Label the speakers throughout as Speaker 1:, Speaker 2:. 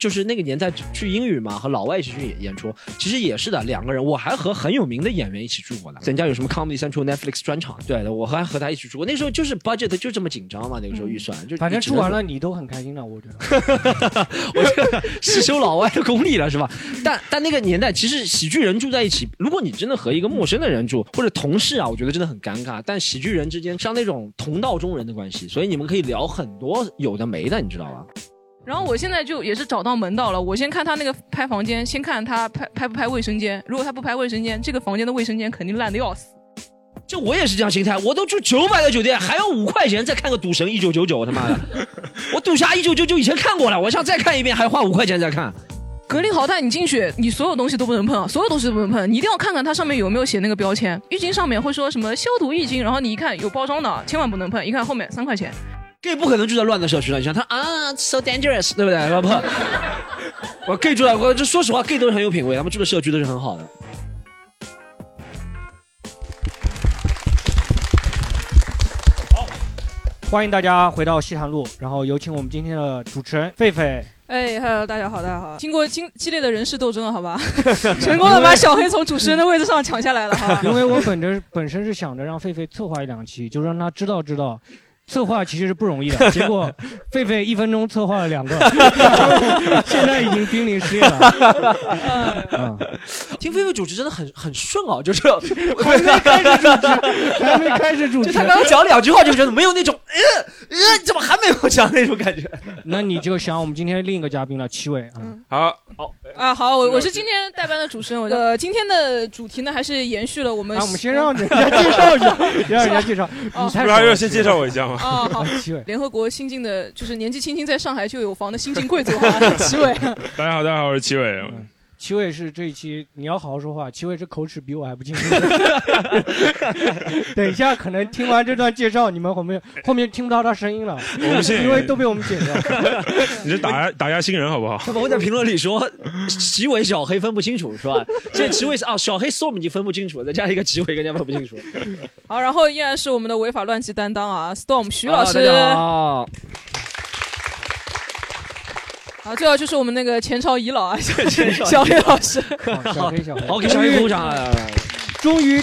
Speaker 1: 就是那个年代去英语嘛，和老外一起去演演出，其实也是的，两个人，我还和很有名的演员一起住过呢。人家有什么 Comedy Central Netflix 专场，对的，我还和他一起住过。那时候就是 budget 就这么紧张嘛，那个时候预算、就
Speaker 2: 反正
Speaker 1: 就只
Speaker 2: 出
Speaker 1: 能
Speaker 2: 完了你都很开心的，我觉得。
Speaker 1: 我这个 是修老外的功力了，是吧？但但那个年代，其实喜剧人住在一起，如果你真的和一个陌生的人住，或者同事啊，我觉得真的很尴尬。但喜剧人之间像那种同道中人的关系，所以你们可以聊很多有的没的，你知道吧？
Speaker 3: 然后我现在就也是找到门道了，我先看他那个拍房间，先看他拍拍不拍卫生间。如果他不拍卫生间，这个房间的卫生间肯定烂的要死。
Speaker 1: 就我也是这样心态，我都住九百的酒店，还要五块钱再看个《赌神一九九九》，他妈 的，我《赌侠一九九九》以前看过了，我想再看一遍，还花五块钱再看。
Speaker 3: 格林豪泰，你进去，你所有东西都不能碰，所有东西都不能碰，你一定要看看它上面有没有写那个标签。浴巾上面会说什么消毒浴巾，然后你一看有包装的，千万不能碰。一看后面三块钱，
Speaker 1: gay 不可能住在乱的社区了，你想他啊，so dangerous，对不对？老 婆，我 gay 住在，我就说实话，gay 都是很有品位，他们住的社区都是很好 的。
Speaker 2: 欢迎大家回到西坛路，然后有请我们今天的主持人狒狒。
Speaker 4: 哎，Hello，大家好，大家 好！经过激激烈的人事斗争了，好吧，成功的把小黑从主持人的位置上抢下来了，
Speaker 1: 啊
Speaker 4: 哈。
Speaker 2: 因为我本着本身是想着让狒狒策划一两期，就让他知道知道。策划其实是不容易的，结果狒狒一分钟策划了两个，现在已经濒临失业了。
Speaker 1: 嗯
Speaker 2: 嗯
Speaker 1: 听菲菲主持真的很很顺啊，就是
Speaker 2: 还没开始主持，还没 开始主持，
Speaker 1: 就他刚刚讲两句话就觉得没有那种，呃呃，怎么还没有讲那种感觉？
Speaker 2: 那你就想我们今天另一个嘉宾了，七伟啊。
Speaker 5: 好，
Speaker 1: 好，
Speaker 3: 啊，好，我我是今天代班的主持人，我呃，今天的主题呢还是延续了我们。
Speaker 2: 啊那我们先让 人家介绍一下，让人家介绍。你才
Speaker 5: 哦不是还要先介绍我一下吗？
Speaker 3: 哦，好
Speaker 2: 七伟，
Speaker 3: 联合国新晋的，就是年纪轻轻在上海就有房的新晋贵族 啊，齐 伟。
Speaker 5: 大家好，大家好，我是齐伟。
Speaker 3: 嗯
Speaker 2: 七伟是这一期你要好好说话，七伟这口齿比我还不清 楚。等一下，可能听完这段介绍，你们后面后面听不到他声音了，
Speaker 5: 我不信
Speaker 2: 因为都被我们剪掉。
Speaker 5: 你这打压打压新人好不好？
Speaker 1: 他们会在评论里说，齐伟小黑分不清楚是 吧？现在齐伟是啊，小黑 storm 已经分不清楚了，再加一个齐伟更加分不 清楚。
Speaker 3: 好，然后依然是我们的违法乱纪担当啊，Storm 徐老师。
Speaker 1: 啊大家好
Speaker 3: 好，最后就是我们那个前朝遗老啊，小
Speaker 1: 前朝遗老
Speaker 3: 小黑老师。
Speaker 2: 好小黑，小黑，
Speaker 1: 好，给小黑鼓掌。
Speaker 5: 啊
Speaker 1: 来来来
Speaker 2: 终于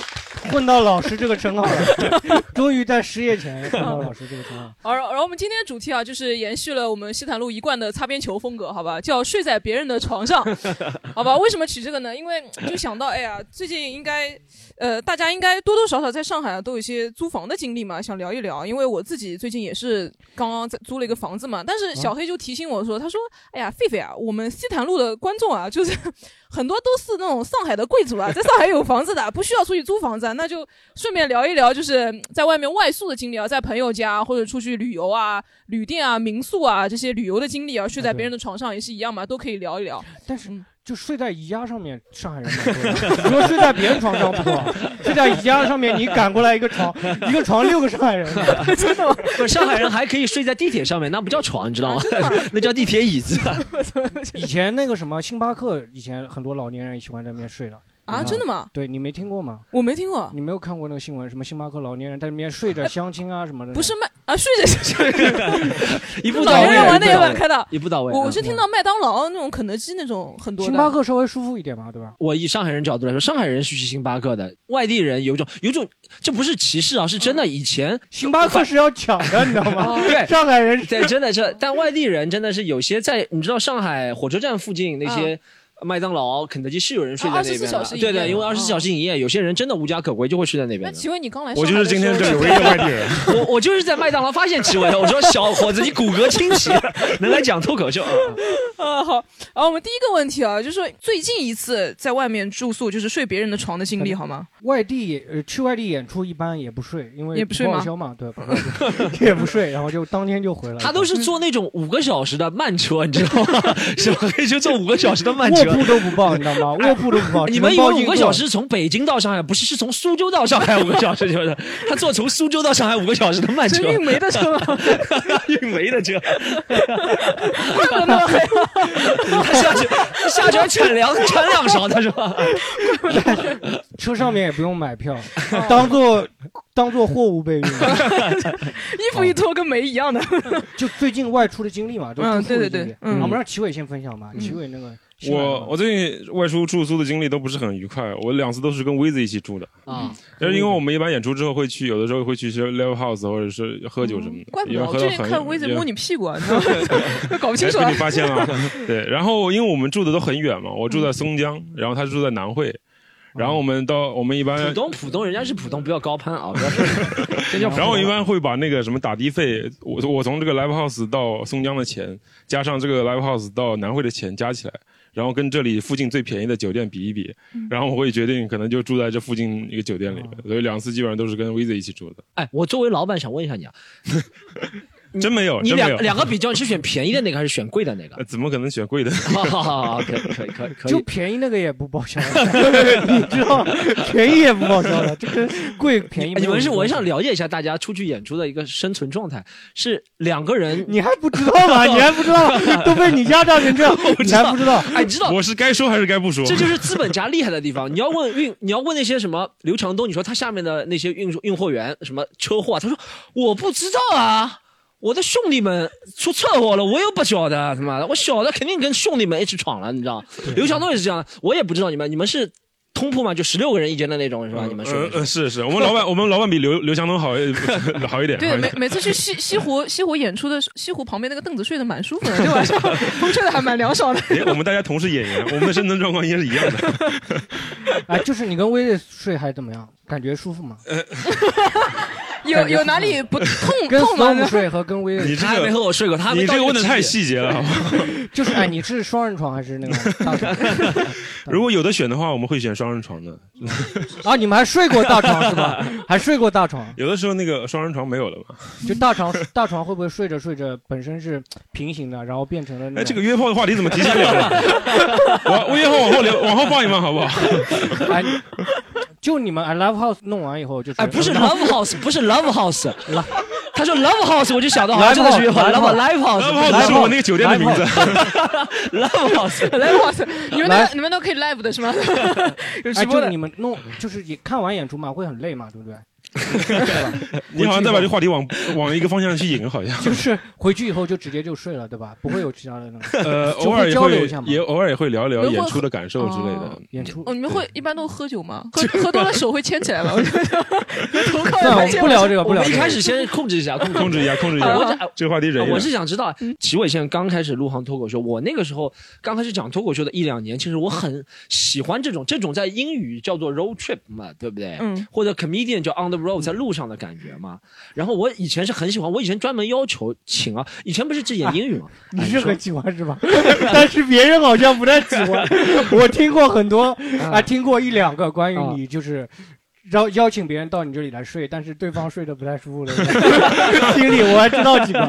Speaker 2: 混到老师这个称号了，终于在失业前混到老师这个称号。
Speaker 3: 好，然后然后我们今天的主题啊，就是延续了我们西坦路一贯的擦边球风格，好吧，叫睡在别人的床上， 好吧？为什么取这个呢？因为就想到，哎呀，最近应该，呃，大家应该多多少少在上海啊都有一些租房的经历嘛，想聊一聊。因为我自己最近也是刚刚在租了一个房子嘛，但是小黑就提醒我说，他说，哎呀，狒狒啊，我们西坦路的观众啊，就是很多都是那种上海的贵族啊，在上海有房子的啊，不需要出去租房子啊，那就顺便聊一聊，就是在外面外宿的经历啊，在朋友家或者出去旅游啊、旅店啊、民宿啊这些旅游的经历啊，睡在别人的床上也是一样嘛，都可以聊一聊。
Speaker 2: 但是就睡在宜家上面，上海人蛮多的。 你说睡在别人床上不多，睡在宜家上面，你赶过来一个床， 一个床六个上 海人，
Speaker 3: 真的吗？
Speaker 1: 不是上海人还可以睡在地铁上面，那不叫床，你知
Speaker 5: 啊
Speaker 1: 道吗？ 那叫地铁椅子。
Speaker 2: 以前那个什么星巴克，以前很多老年人喜欢在那边睡的。嗯
Speaker 3: 啊，真的吗？
Speaker 2: 对你没听过吗？
Speaker 3: 我没听过，
Speaker 2: 你没有看过那个新闻，什么星巴克老年人在里面睡着相亲啊什么的？
Speaker 3: 不是麦啊，睡着睡着，
Speaker 1: 一步到
Speaker 3: 老
Speaker 1: 位，
Speaker 3: 年人玩的
Speaker 1: 一
Speaker 3: 也
Speaker 1: 步到
Speaker 3: 蛮
Speaker 1: 位
Speaker 3: 开的。
Speaker 1: 一步到位。
Speaker 3: 我我
Speaker 1: 嗯
Speaker 3: 是听到麦当劳那种、肯德基那种很多的。
Speaker 2: 星巴克稍微舒服一点嘛，对吧？
Speaker 1: 我以上海人角度来说，上海人是去星巴克的，外地人有一种有一种，这不是歧视啊，是真的。以前
Speaker 2: 星巴克是要抢的，你知道 吗？
Speaker 1: 对
Speaker 2: 上海人
Speaker 1: 对，真的是，但外地人真的是有些在，你知道上海火车站附近那些。麦当劳、肯德基是有人睡在那边
Speaker 3: 24
Speaker 1: 的
Speaker 3: 小，时营业
Speaker 1: 对对，因为二十四小时营业，有些人真的无家可归，就会睡在那边
Speaker 3: 那
Speaker 1: 的。
Speaker 3: 请问你刚来上
Speaker 5: 我
Speaker 3: 海
Speaker 5: 就
Speaker 3: 的
Speaker 5: 是
Speaker 3: 时候？
Speaker 5: 今天这里唯一的外地 人。
Speaker 1: 我我就是在麦当劳发现戚薇的，我说小伙子，你骨骼清 奇，能来讲脱口 秀。
Speaker 3: 啊，好，然后我们第一个问题啊，就是说最近一次在外面住宿，就是睡别人的床的经历，
Speaker 1: 嗯
Speaker 3: 好吗？
Speaker 2: 外地呃去外地演出一般也不睡，因为
Speaker 3: 也不睡吗
Speaker 2: 报销嘛，对，不报销 也不睡，然后就当天就回来。
Speaker 1: 他都是坐那种五个小时的慢车，你知道吗？小黑就坐五个小时的慢车，
Speaker 2: 卧铺都不报，你知道吗？卧铺都不报，
Speaker 1: 你
Speaker 2: 只
Speaker 1: 们
Speaker 2: 能
Speaker 1: 以
Speaker 2: 报
Speaker 1: 为
Speaker 2: 硬
Speaker 1: 五个
Speaker 2: 座
Speaker 1: 小？时从北京到上海，不是是从苏州到上海五个小时， 就是他坐从苏州到上海五个小时的慢车
Speaker 3: 是，运煤的 车吗？
Speaker 1: 运煤的车，
Speaker 3: 怪不得那么黑，
Speaker 1: 他下去他下去还铲粮铲两勺， 他说
Speaker 2: 车上面也不用买票，当做当做货物备用。
Speaker 3: 衣服一脱跟煤一样的。
Speaker 2: 就最近外出的经历嘛，就
Speaker 3: 嗯
Speaker 2: 住宿的
Speaker 3: 对对
Speaker 2: 经历啊
Speaker 3: 对嗯
Speaker 2: 我们让齐伟先分享吧，
Speaker 3: 嗯
Speaker 2: 齐伟那个西南
Speaker 5: 我我最近外出住宿的经历都不是很愉快，我两次都是跟威子一起住的，
Speaker 3: 嗯
Speaker 1: 啊，
Speaker 5: 但是因为我们一般演出之后会去，有的时候会去一些 live house 或者是喝酒什么的，
Speaker 3: 嗯怪不
Speaker 5: 也
Speaker 3: 得
Speaker 5: 会喝
Speaker 3: 我
Speaker 5: 到
Speaker 3: 最近
Speaker 5: 很
Speaker 3: 看威子
Speaker 5: 也
Speaker 3: 摸你屁股啊，你知道吗 搞不清
Speaker 5: 哎
Speaker 3: 楚
Speaker 5: 被
Speaker 3: 啊
Speaker 5: 你。发现 了，对。然后因为我们住的都很远嘛，我
Speaker 3: 嗯
Speaker 5: 住在松江，然后他住在南汇，然后我们到我们一般
Speaker 1: 浦，东浦东人家是浦东，不要高攀啊，不要说这叫浦东
Speaker 5: 然后我一般会把那个什么打的费，我我从这个 live house 到松江的钱，加上这个 live house 到南汇的钱加起来。然后跟这里附近最便宜的酒店比一比，
Speaker 1: 嗯
Speaker 5: 然后我会决定可能就住在这附近一个酒店
Speaker 1: 哦
Speaker 5: 里面，所以两次基本上都是跟 Viz 一起住的，
Speaker 1: 哎，我作为老板想问一下你啊，
Speaker 5: 真没有，
Speaker 1: 你
Speaker 5: 真没
Speaker 1: 两
Speaker 5: 有，
Speaker 1: 两个比较，你是选便宜的那个还是选贵的那个
Speaker 5: 呃？怎么可能选贵的？
Speaker 1: 好哦好好好，可以可以可以可
Speaker 2: 就
Speaker 1: 以。
Speaker 2: 便宜那个也不报销，你知道， 便宜也不报销的，这个贵便宜
Speaker 1: 哎
Speaker 2: 没
Speaker 1: 你
Speaker 2: 有
Speaker 1: 们是我
Speaker 2: 关系
Speaker 1: 想了解一下大家出去演出的一个生存状态，是两个人。
Speaker 2: 你还不知道吗？你还不知道，都被你压榨成这 样，你还不知道？
Speaker 1: 哎，你知道
Speaker 5: 我是该说还是该不说？
Speaker 1: 这就是资本家厉害的地方。你要问运，你要问那些什么刘强东，你说他下面的那些运输运货员什么车祸啊，他说我不知道啊，我的兄弟们出车祸了，我又不晓得，他妈的，我晓得肯定跟兄弟们一起闯了，你知道？刘强东也是这样，我也不知道你们，你们是通铺吗？就十六个人一间的那种是吧？你们说
Speaker 5: 嗯
Speaker 1: 的是
Speaker 5: 嗯是是，我们老板我们老板比刘刘强东好一 好一点，好
Speaker 3: 对，
Speaker 5: 一
Speaker 3: 每
Speaker 5: 点。
Speaker 3: 每次去西西湖西湖演出的时候西湖旁边那个凳子睡得蛮舒服的，对晚上 风吹得还蛮凉爽的。
Speaker 5: 哎我们大家同是演员，我们的生存状况应该是一样的。
Speaker 2: 哎，就是你跟威利睡还怎么样？感觉舒服吗？
Speaker 3: 有有哪里不痛
Speaker 2: 跟
Speaker 3: 痛
Speaker 2: Storm
Speaker 3: 吗？
Speaker 2: 睡和跟威
Speaker 5: 你
Speaker 2: 利，
Speaker 5: 这
Speaker 1: 他还没
Speaker 5: 个
Speaker 1: 和我睡过，他还没
Speaker 5: 你
Speaker 1: 到
Speaker 5: 这个
Speaker 1: 那
Speaker 5: 问的
Speaker 1: 级
Speaker 5: 太
Speaker 1: 别
Speaker 5: 细节了。好吧
Speaker 2: 就是哎，你是双人床还是那个大床？
Speaker 5: 如果有的选的话，我们会选双人床的。
Speaker 2: 啊，你们还睡过大床是吧？还睡过大床？
Speaker 5: 有的时候那个双人床没有了嘛。
Speaker 2: 就大床大床会不会睡着睡着本身是平行的，然后变成了那
Speaker 5: 哎，这
Speaker 2: 种
Speaker 5: 个约炮的话题怎么提前聊 了？我我约炮往后聊，往后放一放好不好？
Speaker 2: 哎，就你们 I Love House 弄完以后就是
Speaker 1: 哎，不是 Love House，不是 Love House，他说 Love House，我就想到好像真的是约炮
Speaker 2: Live
Speaker 1: ，Love Live
Speaker 5: 然
Speaker 1: House，Live
Speaker 5: 后是我那个酒店的名字。
Speaker 1: House，
Speaker 3: 来，哎哇塞，你们那
Speaker 2: 来
Speaker 3: 个你们都可以 live 的 是吗？有
Speaker 2: 哎，
Speaker 3: 直播
Speaker 2: 就
Speaker 3: 的
Speaker 2: 你。们弄就是也看完演出嘛，会很累嘛，对不对？
Speaker 5: 你好像在把这个话题往往一个方向去引，好像。
Speaker 2: 就是回去以后就直接就睡了，对吧？不会有其他的那 个
Speaker 5: 呃，
Speaker 2: 就
Speaker 5: 偶
Speaker 2: 会
Speaker 5: 尔也
Speaker 2: 交流一下嘛
Speaker 5: 会也偶尔也会聊一聊
Speaker 3: 如果
Speaker 5: 演出的感受之类的
Speaker 3: 哦。
Speaker 2: 演出。
Speaker 5: 嗯
Speaker 3: 哦，你们会一般都喝酒吗？喝喝多了手会牵起 来吗？我觉得头靠
Speaker 2: 算了，我
Speaker 3: 在
Speaker 2: 们不聊这个，
Speaker 1: 我
Speaker 2: 不聊
Speaker 1: 们一
Speaker 2: 这
Speaker 1: 开
Speaker 2: 个。
Speaker 1: 始先控制一下，控制
Speaker 5: 控制一下，控制一
Speaker 3: 好
Speaker 5: 下
Speaker 3: 我，
Speaker 5: 这个话题忍一忍。
Speaker 1: 我是想知道，
Speaker 2: 嗯
Speaker 1: 齐伟先生刚开始入行脱口秀，我那个时候刚开始讲脱口秀的一两年，其实我很喜欢这种，这种在英语叫做 road trip 嘛，对不对？
Speaker 3: 嗯
Speaker 1: 或者 comedian 叫 on the road，在路上的感觉嘛。然后我以前是很喜欢，我以前专门要求请啊，以前不是只演英语嘛，
Speaker 2: 哎
Speaker 1: 哎
Speaker 2: 你是很喜欢是吧？但是别人好像不太喜欢。 我听过很多，啊，听过一两个关于
Speaker 1: 啊
Speaker 2: 你就是邀邀请别人到你这里来睡，但是对方睡得不太舒服的 经历，我还知道几个。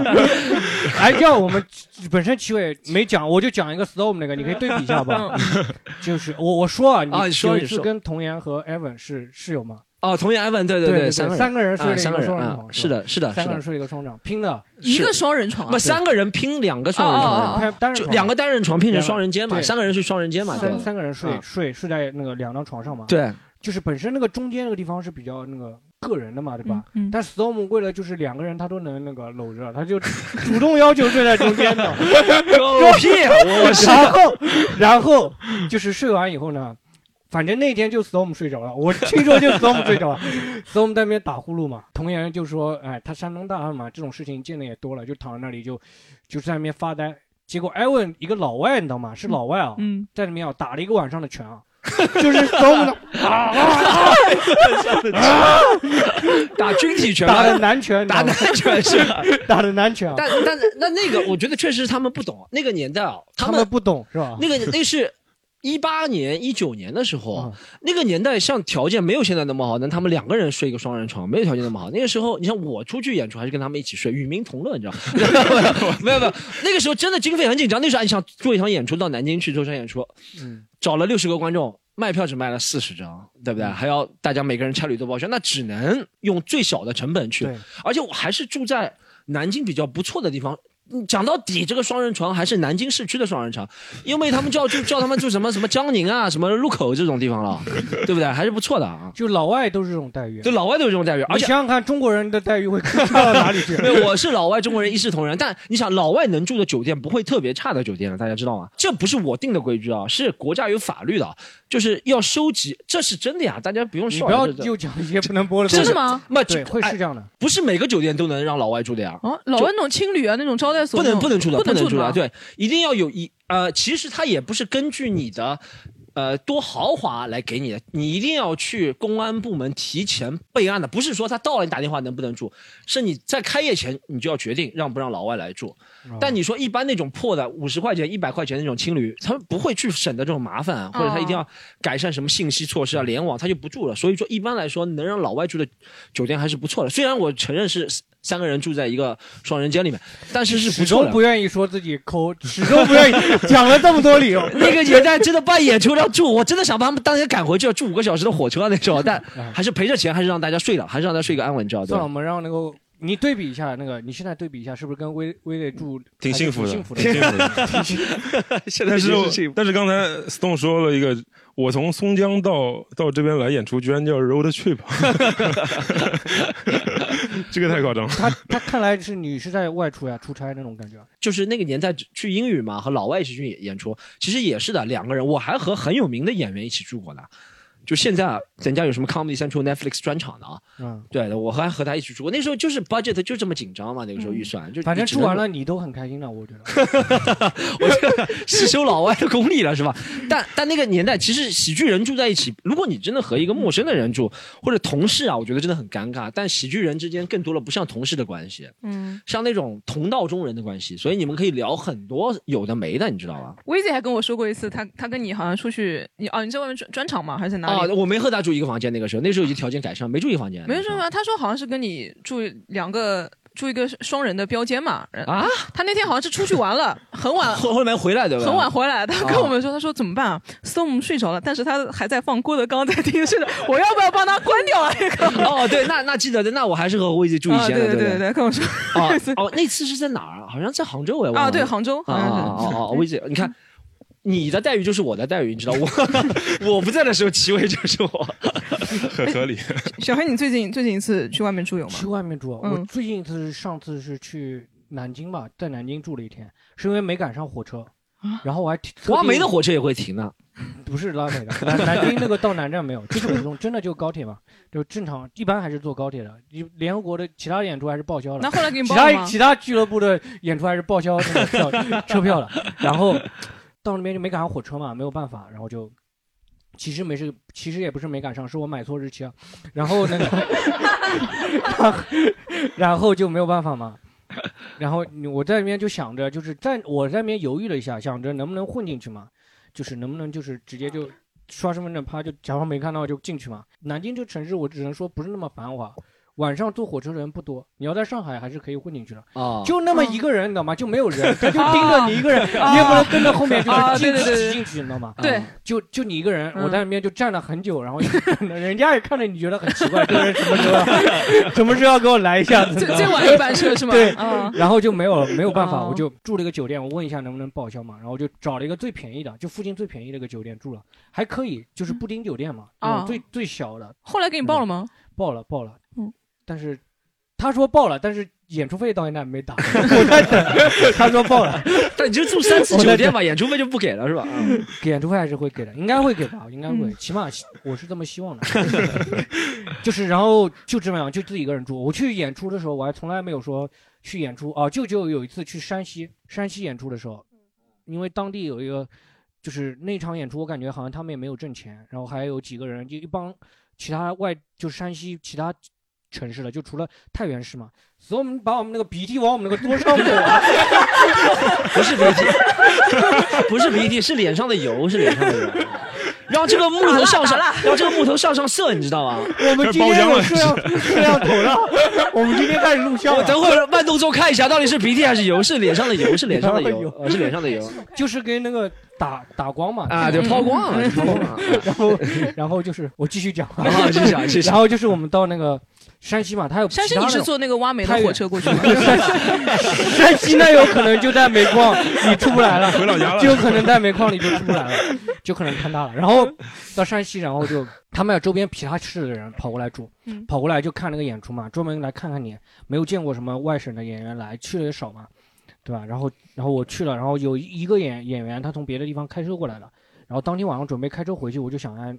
Speaker 2: 哎，这样我们本身齐伟没讲，我就讲一个 storm 那个，你可以对比一下吧。就是我我说嗯啊，
Speaker 1: 啊你
Speaker 2: 你
Speaker 1: 说
Speaker 2: 有一
Speaker 1: 你
Speaker 2: 次
Speaker 1: 说
Speaker 2: 跟童岩和 Evan 是室友吗？
Speaker 1: 哦，童颜 Evan，对对
Speaker 2: 对，
Speaker 1: 三个人，
Speaker 2: 三个人睡
Speaker 1: 啊，
Speaker 2: 了一
Speaker 1: 三个
Speaker 2: 个
Speaker 1: 人
Speaker 2: 双人
Speaker 1: 啊
Speaker 2: 床，，
Speaker 1: 是，的，是的，是
Speaker 2: 三个
Speaker 1: 的
Speaker 2: 人，睡一个双人床，拼的，
Speaker 3: 一个
Speaker 1: 是
Speaker 3: 双人床啊
Speaker 1: 不，，三个人拼两个双人
Speaker 3: 哦哦
Speaker 1: 床
Speaker 3: 哦，
Speaker 2: 单单人
Speaker 1: 就
Speaker 2: 床
Speaker 1: 两个单人床拼成
Speaker 2: 两个
Speaker 1: 双人间嘛，
Speaker 2: 对
Speaker 1: 三个人睡双人间嘛，对
Speaker 2: 三三个人睡
Speaker 1: 啊
Speaker 2: 睡睡在那个两张床上嘛，，
Speaker 1: 对。
Speaker 2: 就是本身那个中间那个地方是比较那个个人的嘛，对吧？
Speaker 3: 嗯，
Speaker 2: 但 Storm 为了就是两个人他都能那个搂着，他就主动要求睡在中间的，
Speaker 1: 狗屁！我是
Speaker 2: 然后 然后就是睡完以后呢。反正那天就 Storm 睡着了，我听说就 Storm 睡 着了，Storm 在那边打呼噜嘛，童言就说，哎，他山东大汉嘛，这种事情见的也多了，就躺在那里就，就在那边发呆。结果艾文一个老外，你知道吗？是老外啊，
Speaker 3: 嗯，
Speaker 2: 在里面啊打了一个晚上的 拳啊，就是所有的
Speaker 1: 打军体拳，
Speaker 2: 打的南 拳，
Speaker 1: 打男拳是吧？
Speaker 2: 打的南拳 啊，
Speaker 1: 但 但那那个，我觉得确实是他们不懂那个年代啊，
Speaker 2: 他
Speaker 1: 们
Speaker 2: 不懂是吧？
Speaker 1: 那个那是。一八年、一九年的时候，那个年代像条件没有现在那么好，但他们两个人睡一个双人床，没有条件那么好。那个时候，你像我出去演出还是跟他们一起睡，与民同乐，你知道 吗？没有没有，那个时候真的经费很紧张。那时候你哎想做一场演出到南京去做一场演出，
Speaker 2: 嗯
Speaker 1: 找了六十个观众，卖票只卖了四十张，对
Speaker 2: 嗯
Speaker 1: 不对？还要大家每个人差旅都报销，那只能用最小的成本去
Speaker 2: 对。
Speaker 1: 而且我还是住在南京比较不错的地方。嗯讲到底，这个双人床还是南京市区的双人床，因为他们叫住叫他们住什么什么江宁啊、什么路口这种地方了，对不对？还是不错的啊。
Speaker 2: 就老外都是这种待遇。
Speaker 1: 对老外都有这种待遇，而
Speaker 2: 你
Speaker 1: 且啊
Speaker 2: 想想看，中国人的待遇 会差到哪里去？
Speaker 1: 对， 我是老外，中国人一视同仁。但你想，老外能住的酒店不会特别差的酒店了，啊大家知道吗？这不是我定的规矩啊，是国家有法律的，就是要收集，这是真的呀，大家不用
Speaker 2: 你
Speaker 1: 笑
Speaker 2: 不
Speaker 1: 啊。
Speaker 2: 要
Speaker 1: 这
Speaker 2: 又讲一些不能播的
Speaker 1: 这
Speaker 2: 东
Speaker 1: 是
Speaker 2: 西。
Speaker 3: 是吗？
Speaker 1: 那
Speaker 2: 对，会是这样的。
Speaker 1: 不是每个酒店都能让老外住的呀？
Speaker 3: 啊，老外那种青旅啊，那种招待所
Speaker 1: 不
Speaker 3: 那
Speaker 1: 能
Speaker 3: 种，
Speaker 1: 不能住的，
Speaker 3: 不
Speaker 1: 不能
Speaker 3: 能
Speaker 1: 住
Speaker 3: 住
Speaker 1: 的，
Speaker 3: 的。
Speaker 1: 对，一定要有一呃，其实它也不是根据你的。呃，多豪华来给你的，你一定要去公安部门提前备案的，不是说他到了你打电话能不能住，是你在开业前你就要决定让不让老外来住。
Speaker 3: 哦
Speaker 1: 但你说一般那种破的五十块钱、一百块钱那种青旅，他们不会去省的这种麻烦，啊
Speaker 3: 哦
Speaker 1: 或者他一定要改善什么信息措施啊、联网，他就不住了。所以说，一般来说能让老外住的酒店还是不错的。虽然我承认是三个人住在一个双人间里面，但是是不错
Speaker 2: 始终
Speaker 1: 的。
Speaker 2: 不 愿意说自己 抠，始终不愿意讲了这么多理由。
Speaker 1: 那个年代真的办演出要住，我真的想把他们当天赶回去，要住五个小时的火车那时候， 但
Speaker 2: 哎
Speaker 1: 还是赔着钱，还是让大家睡了，还是让大家睡个安稳觉，对
Speaker 2: 算了，我
Speaker 1: 吧？
Speaker 2: 们让那个你对比一下那个，你现在对比一下，是不是跟威威磊住
Speaker 5: 挺
Speaker 2: 还是
Speaker 5: 幸福的，
Speaker 2: 幸福
Speaker 5: 挺幸福的。
Speaker 1: 现
Speaker 5: 但是
Speaker 1: 就
Speaker 5: 我但是刚才 Stone 说了一个，我从松江到到这边来演出，居然叫 road trip，这个太夸张了。
Speaker 2: 他他看来是你是在外出呀，出差那种感觉。啊
Speaker 1: 就是那个年代去英语嘛，和老外一起去演演出，其实也是的，两个人，我还和很有名的演员一起住过呢。就现在啊人家有什么 Comedy Central Netflix 专场的啊，
Speaker 2: 嗯，
Speaker 1: 对的，我还和他一起住过。那时候就是 budget 就这么紧张嘛，那个时候预算、就
Speaker 2: 反正
Speaker 1: 你只
Speaker 2: 住
Speaker 1: 能
Speaker 2: 完了你都很开心的，我觉得。
Speaker 1: 是修老外的功力了，是吧？但但那个年代，其实喜剧人住在一起，如果你真的和一个陌生的人住，或者同事啊，我觉得真的很尴尬。但喜剧人之间更多了不像同事的关系，
Speaker 3: 嗯
Speaker 1: 像那种同道中人的关系，所以你们可以聊很多有的没的，你知道吧？
Speaker 3: v i z y 还跟我说过一次，他他跟你好像出去，你哦，你在外面专专场吗？还是在哪
Speaker 1: 啊
Speaker 3: 里？，
Speaker 1: 我没和他住一个房间，那个时候那时候已经条件改善，没住一个房间，
Speaker 3: 没
Speaker 1: 那时
Speaker 3: 什
Speaker 1: 候
Speaker 3: 么，他说好像是跟你住两个住一个双人的标间嘛。然
Speaker 1: 啊。
Speaker 3: 他那天好像是出去玩了，很 晚。
Speaker 1: 后后面回来对吧？
Speaker 3: 很晚回来，他
Speaker 2: 哦
Speaker 1: 啊
Speaker 3: 跟我们说，他说怎么办啊？Storm 睡着了，但是他还在放郭德纲在听，睡着， 我要不要帮他关掉啊？这个
Speaker 1: 哦，对，那那记得，那我还是和我一起住以
Speaker 3: 啊，
Speaker 1: 前
Speaker 3: 对
Speaker 1: 的，
Speaker 3: 对
Speaker 1: 不
Speaker 3: 对
Speaker 1: 对？
Speaker 3: 对，跟我说
Speaker 1: 啊哦，那次是在哪儿啊？好像在杭州哎，我忘
Speaker 3: 啊，
Speaker 1: 了
Speaker 3: 对，杭州
Speaker 1: 啊
Speaker 3: 好
Speaker 1: 啊
Speaker 3: 像是。嗯
Speaker 1: 啊啊！我一直你看，你的待遇就是我 的待遇，你知道我我不在的时候，齐伟就是我。
Speaker 5: 很合理。
Speaker 3: 小黑，你最近最近一次去外面住有吗
Speaker 2: 去？外面住，
Speaker 3: 嗯
Speaker 2: 我最近一次上次是去南京吧，在南京住了一天，是因为没赶上火车，
Speaker 5: 啊
Speaker 2: 然后我还特地
Speaker 1: 挖煤的火车也会停的，
Speaker 2: 不是拉美的，南南京那个到南站没有，就是普 通，真的就高铁嘛，就正常，一般还是坐高铁的。联联合国的其他演出还是报销
Speaker 3: 那
Speaker 2: 的，
Speaker 3: 后来给你
Speaker 2: 其
Speaker 3: 包了
Speaker 2: 他
Speaker 3: 吗？
Speaker 2: 其他俱乐部的演出还是报销那个 票车票的。然后到那边就没赶上火车嘛，没有办法，然后就其实没是，其实也不是没赶上，是我买错日期了。然后那个，然后然后就没有办法嘛。然后你我在那边就想着，就是在我在那边犹豫了一下，想着能不能混进去嘛，就是能不能就是直接就刷身份证，啪就假装没看到就进去嘛。南京这城市，我只能说不是那么繁华，晚上坐火车的人不多。你要在上海还是可以混进去的，
Speaker 1: 啊，
Speaker 2: 就那么一个人，你知道吗？就没有 人，他就盯着你一个人，
Speaker 3: 啊
Speaker 2: 你也不能跟着后面就是
Speaker 3: 啊
Speaker 2: 进
Speaker 3: 对对对
Speaker 2: 去
Speaker 3: 对
Speaker 2: 挤进去，你知道吗？
Speaker 1: 啊
Speaker 3: 对，
Speaker 2: 就就你一个人，
Speaker 3: 嗯
Speaker 2: 我在那边就站了很久，然后一直看着人家也看着你觉得很 奇怪，这个人什么时候要 什么时候要给我来一下子？
Speaker 3: 最最晚一班车是吗？
Speaker 2: 对
Speaker 3: 啊，
Speaker 2: 然后就没有了，没有办法，
Speaker 3: 哦
Speaker 2: 我就住了一个酒店，我问一下能不能报销嘛，然后就找了一个最便宜的，就附近最便宜的一个酒店住了，还可以，就是布丁酒店嘛，
Speaker 3: 嗯
Speaker 2: 那
Speaker 3: 哦
Speaker 2: 种最最小的，
Speaker 3: 后来给你报了吗？
Speaker 2: 报了报了，
Speaker 3: 嗯，
Speaker 2: 但是他说报了，但是演出费到现在没打， 我在等，他说报了，
Speaker 1: 但你就住三次酒店吧，演出费就不给了是吧？
Speaker 2: 演出费还是嗯会给的，应该会给吧，应该会，
Speaker 3: 嗯
Speaker 2: 起码我是这么希望的。 就是，然后就这么样，就自己一个人住。我去演出的时候，我还从来没有说去演出啊，就就有一次去山西，山西演出的时候，因为当地有一个，就是那场演出，我感觉好像他们也没有挣钱，然后还有几个人就一帮其他外就山西其他。城市的就除了太原 市嘛，所以我们把我们那个鼻涕往我们那个桌上抹啊，
Speaker 1: 不是飞机，不是鼻涕，是脸上的油，是脸上的油。让这个木头向上
Speaker 3: 打蜡，
Speaker 1: 让这个木头向上射，你知道吗？
Speaker 2: 我们今天有摄像摄像头了， 我们今天开始录像
Speaker 1: 我
Speaker 2: 了，
Speaker 1: 等会儿慢动作看一下，到底是鼻涕还是油？是脸上的油，是脸上的
Speaker 2: 哎
Speaker 1: 油，呃是脸上的油
Speaker 2: 就是跟那个打打光嘛，嗯
Speaker 1: 啊！对，抛光了，抛光了。
Speaker 2: 然后然后就是我继续讲啊，
Speaker 1: 啊，谢谢啊，谢谢
Speaker 2: 然。后就是我们到那个山西嘛，它有
Speaker 3: 山
Speaker 2: 其
Speaker 3: 西
Speaker 2: 他
Speaker 3: 你
Speaker 2: 那
Speaker 3: 是
Speaker 2: 种
Speaker 3: 坐那个挖煤的
Speaker 2: 太远
Speaker 3: 火车过去吗？
Speaker 2: 山西那有可能就在煤矿里出不来了，
Speaker 5: 回老家了
Speaker 2: 就有可能在煤矿里就出不来了，就可能摊大了。然后到山西，然后就他们有周边其他市的人跑过来住，
Speaker 3: 嗯
Speaker 2: 跑过来就看那个演出嘛，专门来看看你，没有见过什么外省的演员来，去的也少嘛，对吧？然后然后我去了，然后有一个演演员他从别的地方开车过来了。然后当天晚上准备开车回去，我就想，哎，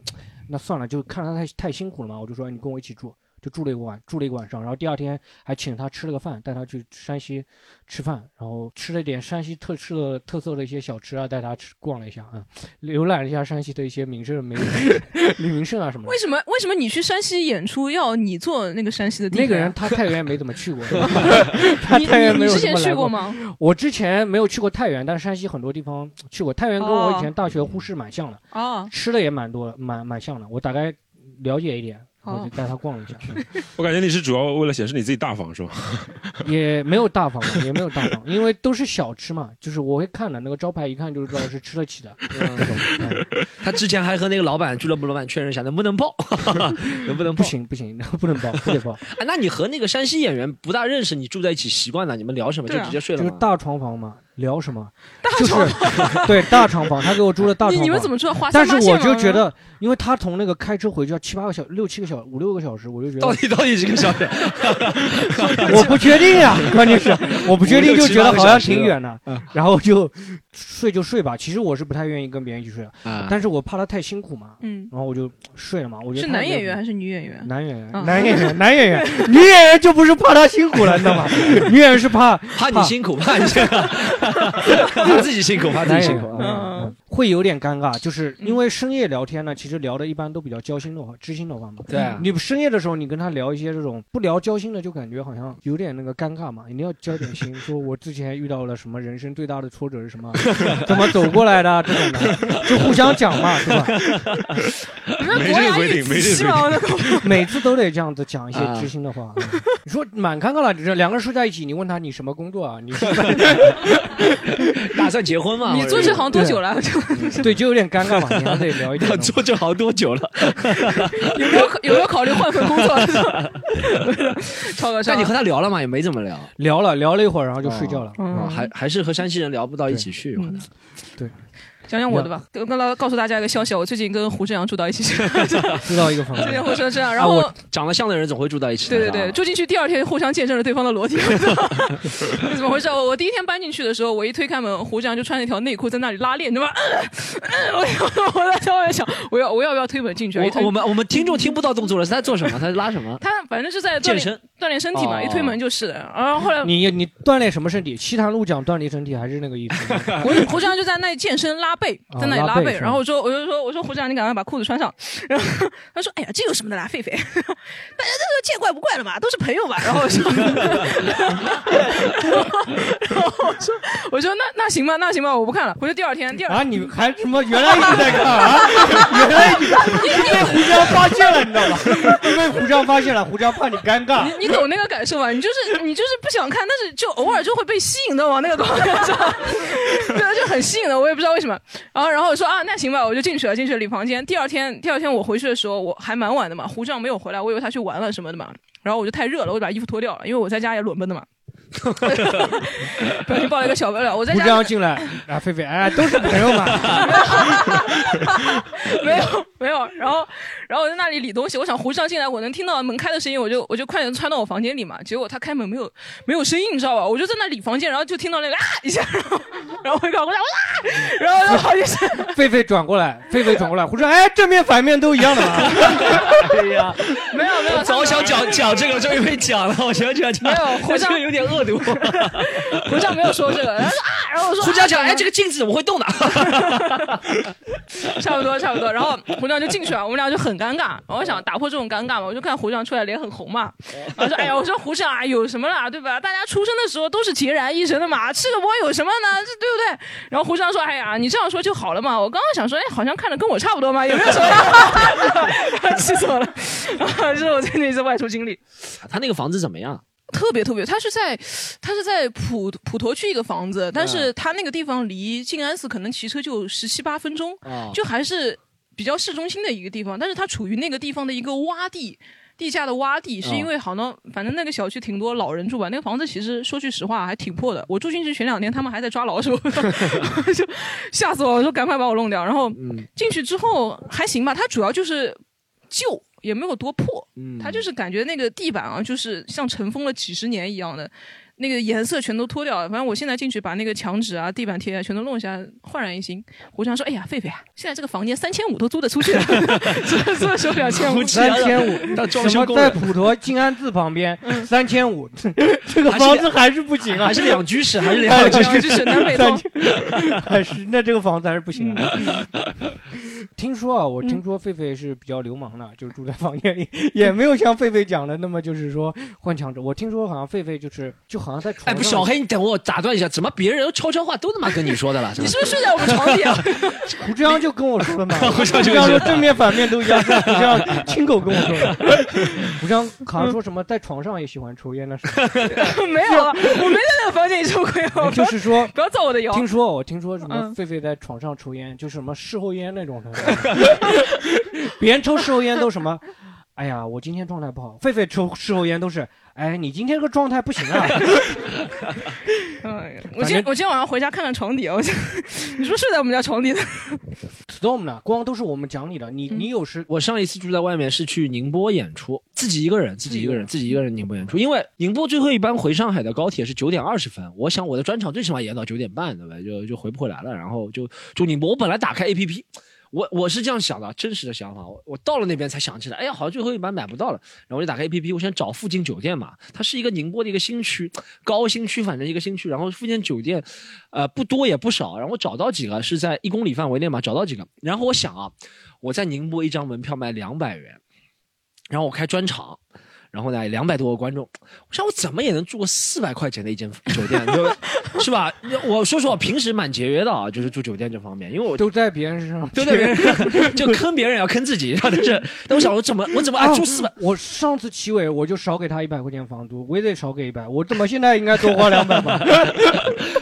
Speaker 2: 那算了，就看他太太辛苦了嘛，我就说、哎你跟我一起住，就住了一个晚，住了一个晚上。然后第二天还请他吃了个饭，带他去山西吃饭，然后吃了一点山西特色的特色的一些小吃啊，带他吃逛了一下啊、浏览了一下山西的一些名胜美景、旅名胜啊什么的
Speaker 3: 为。什么为什么你去山西演出要你坐那个山西的地铁？啊
Speaker 2: 那个人他太原没怎么去 过，他
Speaker 3: 你
Speaker 2: 太原
Speaker 3: 你
Speaker 2: 没
Speaker 3: 你
Speaker 2: 有
Speaker 3: 之
Speaker 2: 怎
Speaker 3: 前
Speaker 2: 么来
Speaker 3: 去过？吗？
Speaker 2: 我之前没有去过太原，但是山西很多地方去过。太原跟我以前
Speaker 3: 哦
Speaker 2: 大学呼市蛮像的，
Speaker 3: 啊，
Speaker 2: 吃的也蛮多，蛮蛮像的。我大概了解一点，然
Speaker 3: 哦
Speaker 2: 后就带他逛了一下。嗯
Speaker 5: 我感觉你是主要为了显示你自己大方 是吧？
Speaker 2: 也没有大方，也没有大方，因为都是小吃嘛，就是我会看的那个招牌，一看就知道是吃得起的。 那种嗯
Speaker 1: 他之前还和那个老板俱乐部老板确认一下能不能报， 能不能
Speaker 2: 不
Speaker 1: 报？
Speaker 2: 行不行，不能报，不得报，
Speaker 1: 啊，那你和那个山西演员不大认识，你住在一起习惯了，你们聊什么就
Speaker 3: 对啊
Speaker 1: 直接睡
Speaker 2: 就
Speaker 1: 了
Speaker 2: 是
Speaker 1: 吗？
Speaker 2: 大床房嘛，聊什么？大床房，对大床房，他给我租了大
Speaker 3: 你
Speaker 2: 床
Speaker 3: 你们怎
Speaker 2: 房。
Speaker 3: 么知道华
Speaker 2: 但是
Speaker 3: 山八线
Speaker 2: 我
Speaker 3: 吗
Speaker 2: 就觉得，因为他从那个开车回去要七八个小、六七个小、五六个小时，我就觉
Speaker 1: 到
Speaker 2: 得
Speaker 1: 底到底是个小人？
Speaker 2: 我不确定呀、关键是我不确定，就觉得好像挺远的
Speaker 1: 嗯，
Speaker 2: 然后就睡就睡吧。其实我是不太愿意跟别人一起睡的，
Speaker 1: 啊
Speaker 2: 但是我怕他太辛苦嘛，
Speaker 3: 嗯，
Speaker 2: 然后我就睡了嘛。我觉得
Speaker 3: 是
Speaker 2: 他
Speaker 3: 男
Speaker 2: 也
Speaker 3: 演员还是女演员？
Speaker 2: 男演员，
Speaker 3: 嗯
Speaker 2: 男演员，男演员， 女演员就不是怕他辛苦了，你知道吗？ 女演员是怕
Speaker 1: 怕你辛苦，怕你辛 苦，怕 自己辛苦，怕自
Speaker 2: 男
Speaker 1: 己辛
Speaker 2: 演员
Speaker 1: 苦。啊
Speaker 2: 嗯
Speaker 3: 嗯
Speaker 2: 嗯会有点尴尬，就是因为深夜聊天呢，其实聊的一般都比较交心的话，知心的话嘛。
Speaker 1: 嗯对啊，
Speaker 2: 你深夜的时候，你跟他聊一些这种不聊交心的，就感觉好像有点那个尴尬嘛。你要交点心，说我之前遇到了什么人生最大的挫折是什 么，怎么走过来的这种的，就互相讲嘛，是吧？
Speaker 5: 没这个规定，没这个规定。
Speaker 2: 每次都得这样子讲一些
Speaker 1: 啊
Speaker 2: 知心的话，嗯你说蛮尴尬的。这两个人睡在一起，你问他你什么工作啊？ 你是
Speaker 1: 打算结婚吗？
Speaker 3: 你做这行多久了？
Speaker 2: 对，就有点尴尬嘛，你还得聊一点
Speaker 1: 我
Speaker 2: 东 西。
Speaker 1: 做这行多久了？
Speaker 3: 有没有有没有考虑换份工 作？超啊哥，
Speaker 1: 那
Speaker 3: 超
Speaker 1: 你
Speaker 3: 哥
Speaker 1: 和他聊了吗？也没怎么聊，
Speaker 2: 聊了聊了一会儿，然后就睡觉了。嗯
Speaker 1: 啊，还还是和山西人聊不到一起去。可能
Speaker 3: 讲讲我的吧，我跟大家告诉大家一个消息，我最近跟胡正阳住到一起去，
Speaker 2: 知道一个方
Speaker 3: 最近
Speaker 2: 面，
Speaker 3: 胡正阳，然
Speaker 1: 啊
Speaker 3: 后
Speaker 1: 我长得像的人总会住到一起。
Speaker 3: 对对
Speaker 1: 是吧
Speaker 3: 对，住进去第二天互相见证了对方 的裸体，我操这 怎么回事？我我第一天搬进去的时候，我一推开门，胡志阳就穿了一条内裤在那里拉链，他妈，我我在外面想，我要我要不要推门进去啊？一推
Speaker 1: 我我们我们听众听不到动作了，是他做什么？他拉什 么？
Speaker 3: 他反正是在锻
Speaker 1: 健
Speaker 3: 炼
Speaker 1: 身
Speaker 3: 锻炼身体嘛，
Speaker 1: 哦
Speaker 3: 一推门就是的。然后后 来
Speaker 2: 你你锻炼什么身体？西坛路讲锻炼身体还是那个意思吗？
Speaker 3: 胡胡志阳就在那里健身拉背，
Speaker 2: 哦
Speaker 1: 啊
Speaker 3: 在那里
Speaker 2: 拉
Speaker 3: 拉
Speaker 2: 背
Speaker 3: 背。
Speaker 2: 是吧
Speaker 3: 然后我说我就说我说胡志阳，你赶快把裤子穿上。 然后他说哎呀，这有什么的啦，狒狒，大家这个见怪不怪了嘛，都是朋友嘛。然后我说， 然后我说我说那那行吧，那行吧，我不看了。我说第二天第二
Speaker 2: 啊，你还什么？原来一直在看啊， 原来一直被胡椒发现了，你知道吧？你被胡椒发现了，胡椒怕你尴尬。
Speaker 3: 你你懂那个感受吧？你就是你就是不想看，但是就偶尔就会被吸引到往那个光面上，对，就很吸引的，我也不知道为什么。然后然后我说啊，那行吧，我就进去了，进去了理房间。第二天第二天我回去的时候，我还蛮晚的嘛，胡志阳没有回来，我以为他去玩了什么的嘛。然后我就太热了，我就把衣服脱掉了，因为我在家也裸奔的嘛。 不小心爆了一个小不了，我在
Speaker 2: 胡
Speaker 3: 家
Speaker 2: 椒进来，啊，菲菲，哎，都是朋友嘛。
Speaker 3: 没有没有，然后然后我在那里理东西，我想胡志阳进来，我能听到门开的声音，我就我就快点窜到我房间里嘛。结果他开门没有没有声音，你知道吧？我就在那理房间，然后就听到那个啊一下，然后然后我就赶快哇，然后就跑进去，
Speaker 2: 菲菲转过来，菲菲转过来，胡椒，哎，正面反面都一样的嘛。
Speaker 1: 对呀，
Speaker 3: 哎没有没有，
Speaker 1: 早想
Speaker 3: 脚。
Speaker 1: 讲讲这个，终于被讲了。我想起来讲，
Speaker 3: 没有胡
Speaker 1: 我
Speaker 3: 椒
Speaker 1: 这个有点恶毒。
Speaker 3: 胡志阳没有说这 个，然后说啊，然后我说
Speaker 1: 胡佳讲，
Speaker 3: 啊
Speaker 1: 哎，这个镜子怎么会动的？
Speaker 3: 差不多差不多，然后我们俩就进去了，我们俩就很很尴尬。我想打破这种尴尬嘛，我就看胡翔出来脸很红嘛，我说哎呀，我说胡翔啊，有什么啦，对吧？大家出生的时候都是孑然一身的嘛，吃个窝有什么呢？这对不对？然后胡翔说，哎呀，你这样说就好了嘛。我刚刚想说，哎，好像看着跟我差不多嘛，有没有什么？ 气死我了！这是我最近一次外出经历。
Speaker 1: 他那个房子怎么样？
Speaker 3: 特别特别，他是在他是在普普陀区一个房子，但是他那个地方离静安寺可能骑车就十七八分钟，
Speaker 1: 啊
Speaker 3: 就还是比较市中心的一个地方，但是它处于那个地方的一个洼地。地下的洼地是因为好像，反正那个小区挺多老人住吧。那个房子其实说句实话还挺破的。我住进去前两天，他们还在抓老鼠， 就吓死我！我说赶快把我弄掉。然后 进去之后还行吧，它主要就是旧，也没有多破。
Speaker 1: 嗯
Speaker 3: 它就是感觉那个地板啊，就是像尘封了几十年一样的，那个颜色全都脱掉了。反正我现在进去把那个墙纸啊、地板贴啊全都弄一下，焕然一新。胡强说：“哎呀，狒狒啊，现在这个房间三千五都租得出去了，租租得出两千五，
Speaker 1: 啊
Speaker 2: 三千 五，什么在普陀静安寺旁边，
Speaker 1: 嗯
Speaker 2: 三 千五，这个房子还是不行啊，
Speaker 1: 还是两居室 还是两居室
Speaker 2: 哎
Speaker 1: 南北通
Speaker 2: 3000还哎是那这个房子还是不行啊。
Speaker 1: 嗯
Speaker 2: 听说啊，我听说狒狒是比较流氓的，就是住在房间里，也没有像狒狒讲的那么就是说换墙纸。我听说好像狒狒就是就好像在床
Speaker 1: 哎，
Speaker 2: 上
Speaker 1: 不，小黑，你等我打断一下，怎么别人都悄悄话都他妈跟你说的了？
Speaker 3: 你是不是睡在我们床底啊？
Speaker 2: 胡志阳就跟我 说了嘛，
Speaker 1: 胡志阳就跟你说
Speaker 2: 说正面反面都一样，是胡志阳亲口跟我说的。 胡志阳好像说什么在床上也喜欢抽烟呢，是吧
Speaker 3: 没有啊，我没在 那个房间里抽过烟，
Speaker 2: 就是说
Speaker 3: 不要造我的谣。
Speaker 2: 听说我听说什么
Speaker 3: 嗯
Speaker 2: 狒狒在床上抽烟，就什么事后烟那种的，别人抽事后烟都什么。哎呀，我今天状态不好。狒狒抽事后烟都是，哎，你今天这个状态不行啊。
Speaker 3: 嗯，我今天我今天晚上回家看看床底啊，我想你是不是睡在我们家床底的？
Speaker 2: Storm 呢，光都是我们讲你的，
Speaker 3: 嗯
Speaker 2: 你你有时
Speaker 1: 我上一次住在外面是去宁波演出，自己一个人，自己一个人，自己一个人宁波演出。因为宁波最后一班回上海的高铁是九点二十分，我想我的专场最起码演到九点半，对吧？就就回不回来了，然后就就宁波。我本来打开 APP，我我是这样想的，真实的想法。我我到了那边才想起来，哎呀，好像最后一班买不到了。然后我就打开 APP，我想找附近酒店嘛，它是一个宁波的一个新区，高新区，反正一个新区。然后附近酒店，呃，不多也不少。然后我找到几个是在一公里范围内嘛，找到几个。然后我想啊，我在宁波一张门票卖两百元，然后我开专场。然后呢，两百多个观众，我想我怎么也能住个四百块钱的一间酒店，对吧是吧？我说实话，平时蛮节约的啊，就是住酒店这方面，因为我
Speaker 2: 都在别人身上，
Speaker 1: 对对，别 人 就坑别人也要坑自己，但是，但我想我怎么我怎
Speaker 2: 哦
Speaker 1: 么啊住四百？
Speaker 2: 我上次齐伟我就少给他一百块钱房租，我也得少给一百，我怎么现在应该多花两百 吧？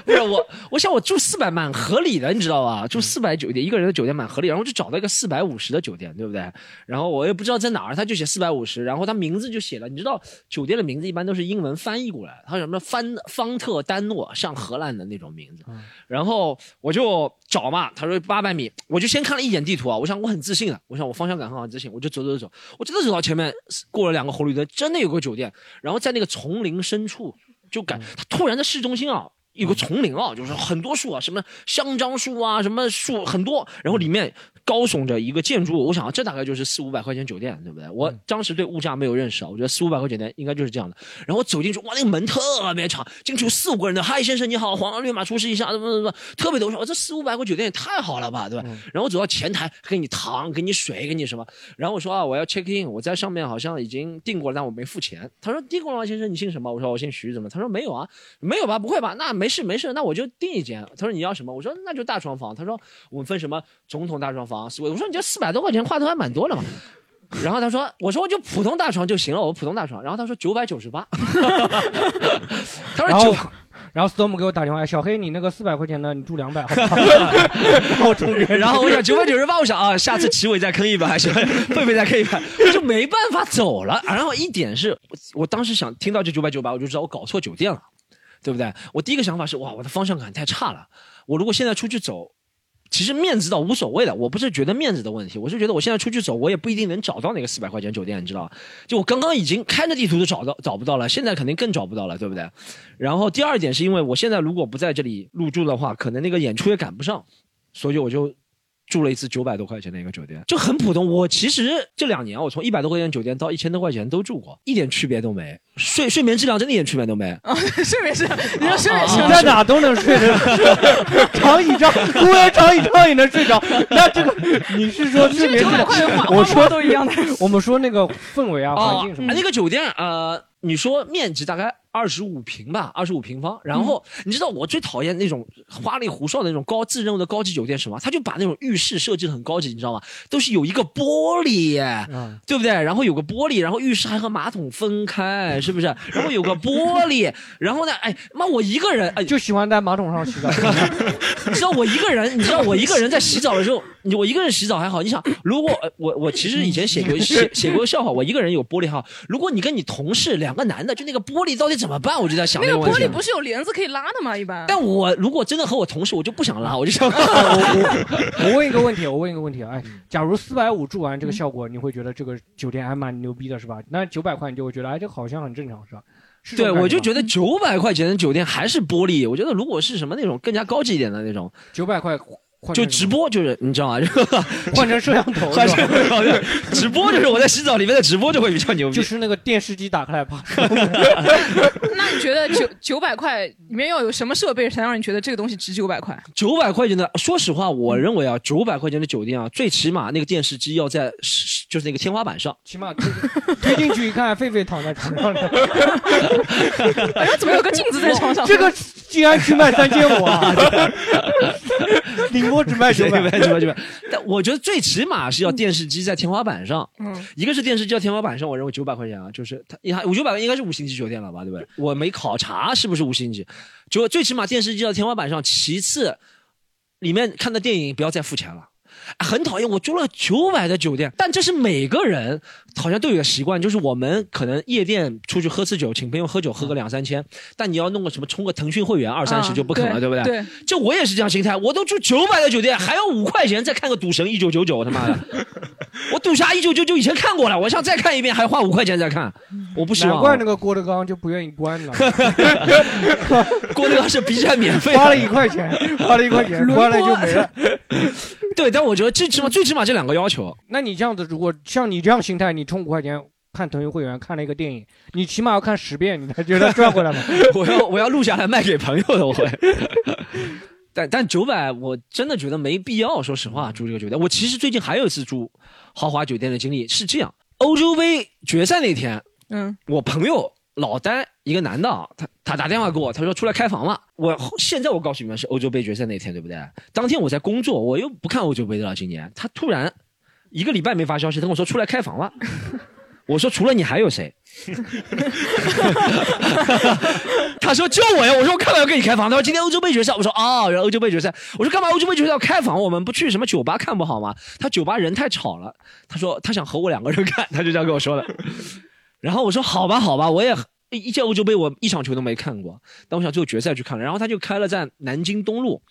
Speaker 1: 不是我，我想我住四百蛮合理的，你知道吧？住四百酒店一个人的酒店蛮合理，然后就找到一个四百五十的酒店，对不对？然后我也不知道在哪儿，他就写四百五十，然后他名字就写了，你知道酒店的名字一般都是英文翻译过来，他什么翻方特丹诺，像荷兰的那种名字。
Speaker 3: 嗯
Speaker 1: 然后我就找嘛，他说八百米，我就先看了一眼地图啊，我想我很自信了，我想我方向感很好，自信，我就走走走，我真的走到前面，过了两个红绿灯，真的有个酒店，然后在那个丛林深处，就感它突然在市中心啊。有个丛林啊，就是很多树啊，什么香樟树啊，什么树很多，然后里面高耸着一个建筑物，我想、啊、这大概就是四五百块钱酒店，对不对？我当时对物价没有认识啊，我觉得四五百块钱酒店应该就是这样的。然后我走进去，哇，那个门特别长，进去有四五个人的，嗨先生你好，皇上绿马出示一下，怎么怎么怎么，特别多。我说哇这四五百块酒店也太好了吧，对吧？然后我走到前台，给你糖，给你水，给你什么？然后我说啊，我要 check in，我在上面好像已经订过了，但我没付钱。他说订过了吗，先生？你姓什么？我说我姓徐，怎么？他说没有啊，没有吧？不会吧？那没事没事，那我就订一间。他说你要什么？我说那就大床房。他说我们分什么总统大床房？我说你这四百多块钱花的还蛮多了嘛。然后他说：“我说我就普通大床就行了，我普通大床。”然后他说：“九百九十八。”他
Speaker 2: 然
Speaker 1: 说：“
Speaker 2: 后
Speaker 1: 九。”
Speaker 2: 然后 Storm 给我打电话，小黑，你那个四百块钱的，你住两百，好不好？ 我中间，
Speaker 1: 然后我想九百九十八，我想啊，下次齐伟再坑一百， 小贝贝再坑一百，我就没办法走了。然后一点是，我我当时想听到这九百九十八，我就知道我搞错酒店了，对不对？我第一个想法是，哇，我的方向感太差了。我如果现在出去走，其实面子倒无所谓的，我不是觉得面子的问题，我是觉得我现在出去走，我也不一定能找到那个四百块钱酒店，你知道吧？就我刚刚已经开着地图都找到找不到了，现在肯定更找不到了，对不对？然后第二点是因为我现在如果不在这里入住的话，可能那个演出也赶不上，所以我就住了一次九百多块钱的一个酒店，就很普通。我其实这两年我从一百多块钱酒店到一千多块钱都住过，一点区别都没，睡睡眠质量真的一点区别都没。
Speaker 3: 啊， 睡眠质量，你说睡
Speaker 1: 啊
Speaker 3: 眠质
Speaker 2: 你
Speaker 3: 量
Speaker 2: 在哪都能睡着， 长椅张，公园长椅张也能睡着。那这个你是说睡眠质量？我说
Speaker 3: 都一样的。
Speaker 2: 我们说那个氛围啊，环境什么
Speaker 1: 啊
Speaker 2: 的
Speaker 1: 那。个酒店呃，你说面积大概二十五平吧，二十五平方。然后、
Speaker 2: 嗯
Speaker 1: 你知道我最讨厌那种花里胡哨的那种高自认为的高级酒店是什么？他就把那种浴室设计的很高级，你知道吗？都是有一个玻璃耶。
Speaker 2: 嗯
Speaker 1: 对不对？然后有个玻璃，然后浴室还和马桶分开，是不是？然后有个玻璃，然后呢？哎妈，我一个人，哎，
Speaker 2: 就喜欢在马桶上洗澡，
Speaker 1: 你知道我一个人，你知道我一个人在洗澡的时候，你我一个人洗澡还好。你想，如果呃我我其实以前写过写写过笑话，我一个人有玻璃哈。如果你跟你同事两个男的，就那个玻璃到底怎么办？我就在想
Speaker 3: 那个
Speaker 1: 个问
Speaker 3: 玻
Speaker 1: 题
Speaker 3: 璃。不是有帘子可以拉的吗？一般。
Speaker 1: 但我如果真的和我同事，我就不想拉，我就想
Speaker 2: 我问一个问题，我问一个问题，哎，假如四百五住完这个效果，你会觉得这个酒店还蛮牛逼的，是吧？那九百块你就会觉得，哎，这好像很正常，是吧？是这
Speaker 1: 对
Speaker 2: 种感
Speaker 1: 我就
Speaker 2: 觉
Speaker 1: 觉
Speaker 2: 嗯
Speaker 1: 得九百块钱的酒店还是玻璃。我觉得如果是什么那种更加高级一点的那种，
Speaker 2: 九百块换
Speaker 1: 就
Speaker 2: 成
Speaker 1: 直播就是你知道吗？ 就
Speaker 2: 换成摄像头，
Speaker 1: 还是
Speaker 2: 是吧
Speaker 1: 好像直播就是我在洗澡里面的直播就会比较牛逼
Speaker 2: 就。是那个电视机打开来啪，
Speaker 3: 那你觉得九九百块里面要有什么设备才让你觉得这个东西值九百块？
Speaker 1: 九百块钱的，说实话，我认为啊，九百块钱的酒店啊，最起码那个电视机要在就是那个天花板上。
Speaker 2: 起码推 推进去一看，狒狒躺在床上了，
Speaker 3: 哎，怎么有个镜子在床上？
Speaker 2: 这个竟然去卖三千五 啊！宁波只卖九百，
Speaker 1: 九百九百，但我觉得最起码是要电视机在天花板上。
Speaker 3: 嗯，
Speaker 1: 一个是电视机在天花板上，我认为九百块钱啊，就是它它五九百应该是五星级酒店了吧，对不对？我没考察是不是五星级，就最起码电视机到天花板上。其次，里面看的电影不要再付钱了。啊很讨厌，我住了九百的酒店，但这是每个人好像都有个习惯，就是我们可能夜店出去喝次酒，请朋友喝酒喝个两三千，但你要弄个什么充个腾讯会员二三十就不肯了，
Speaker 3: 嗯啊
Speaker 1: 对不对？
Speaker 3: 对，
Speaker 1: 就我也是这样心态，我都住九百的酒店，还要五块钱再看个《赌神一九九九》，他妈的，我《赌侠一九九九》以前看过了，我想再看一遍，还花五块钱再看，我不希
Speaker 2: 难
Speaker 1: 望。啊
Speaker 2: 怪那个郭德纲就不愿意关了，
Speaker 1: 郭德纲是 B 站免费
Speaker 2: 花了
Speaker 1: 的，
Speaker 2: 一块钱，花了一块钱，关了就没了。
Speaker 1: 对，但我觉得最起码最起码这两个要求，
Speaker 2: 那你这样子，如果像你这样心态，你充五块钱看腾讯会员看了一个电影，你起码要看十遍，你才觉得赚回来嘛。
Speaker 1: 我要我要录下来卖给朋友的，我会。 但但九百我真的觉得没必要，说实话住这个酒店。我其实最近还有一次住豪华酒店的经历是这样：欧洲杯决赛那天，
Speaker 3: 嗯，
Speaker 1: 我朋友老丹一个男的啊，他他打电话给我，他说出来开房了。我现在我告诉你们是欧洲杯决赛那天，对不对？当天我在工作，我又不看欧洲杯的了。今年他突然一个礼拜没发消息，他跟我说出来开房了。 我说除了你还有谁？他说就我呀。我说我干嘛要跟你开房？他说今天欧洲杯决赛。我说哦，原来欧洲杯决赛。我说干嘛欧洲杯决赛要开房？我们不去什么酒吧看不好吗？他酒吧人太吵了。他说他想和我两个人看，他就这样跟我说的。然后我说好吧，好吧，我也一一届欧洲杯我一场球都没看过，但我想最后决赛去看了。然后他就开了在南京东路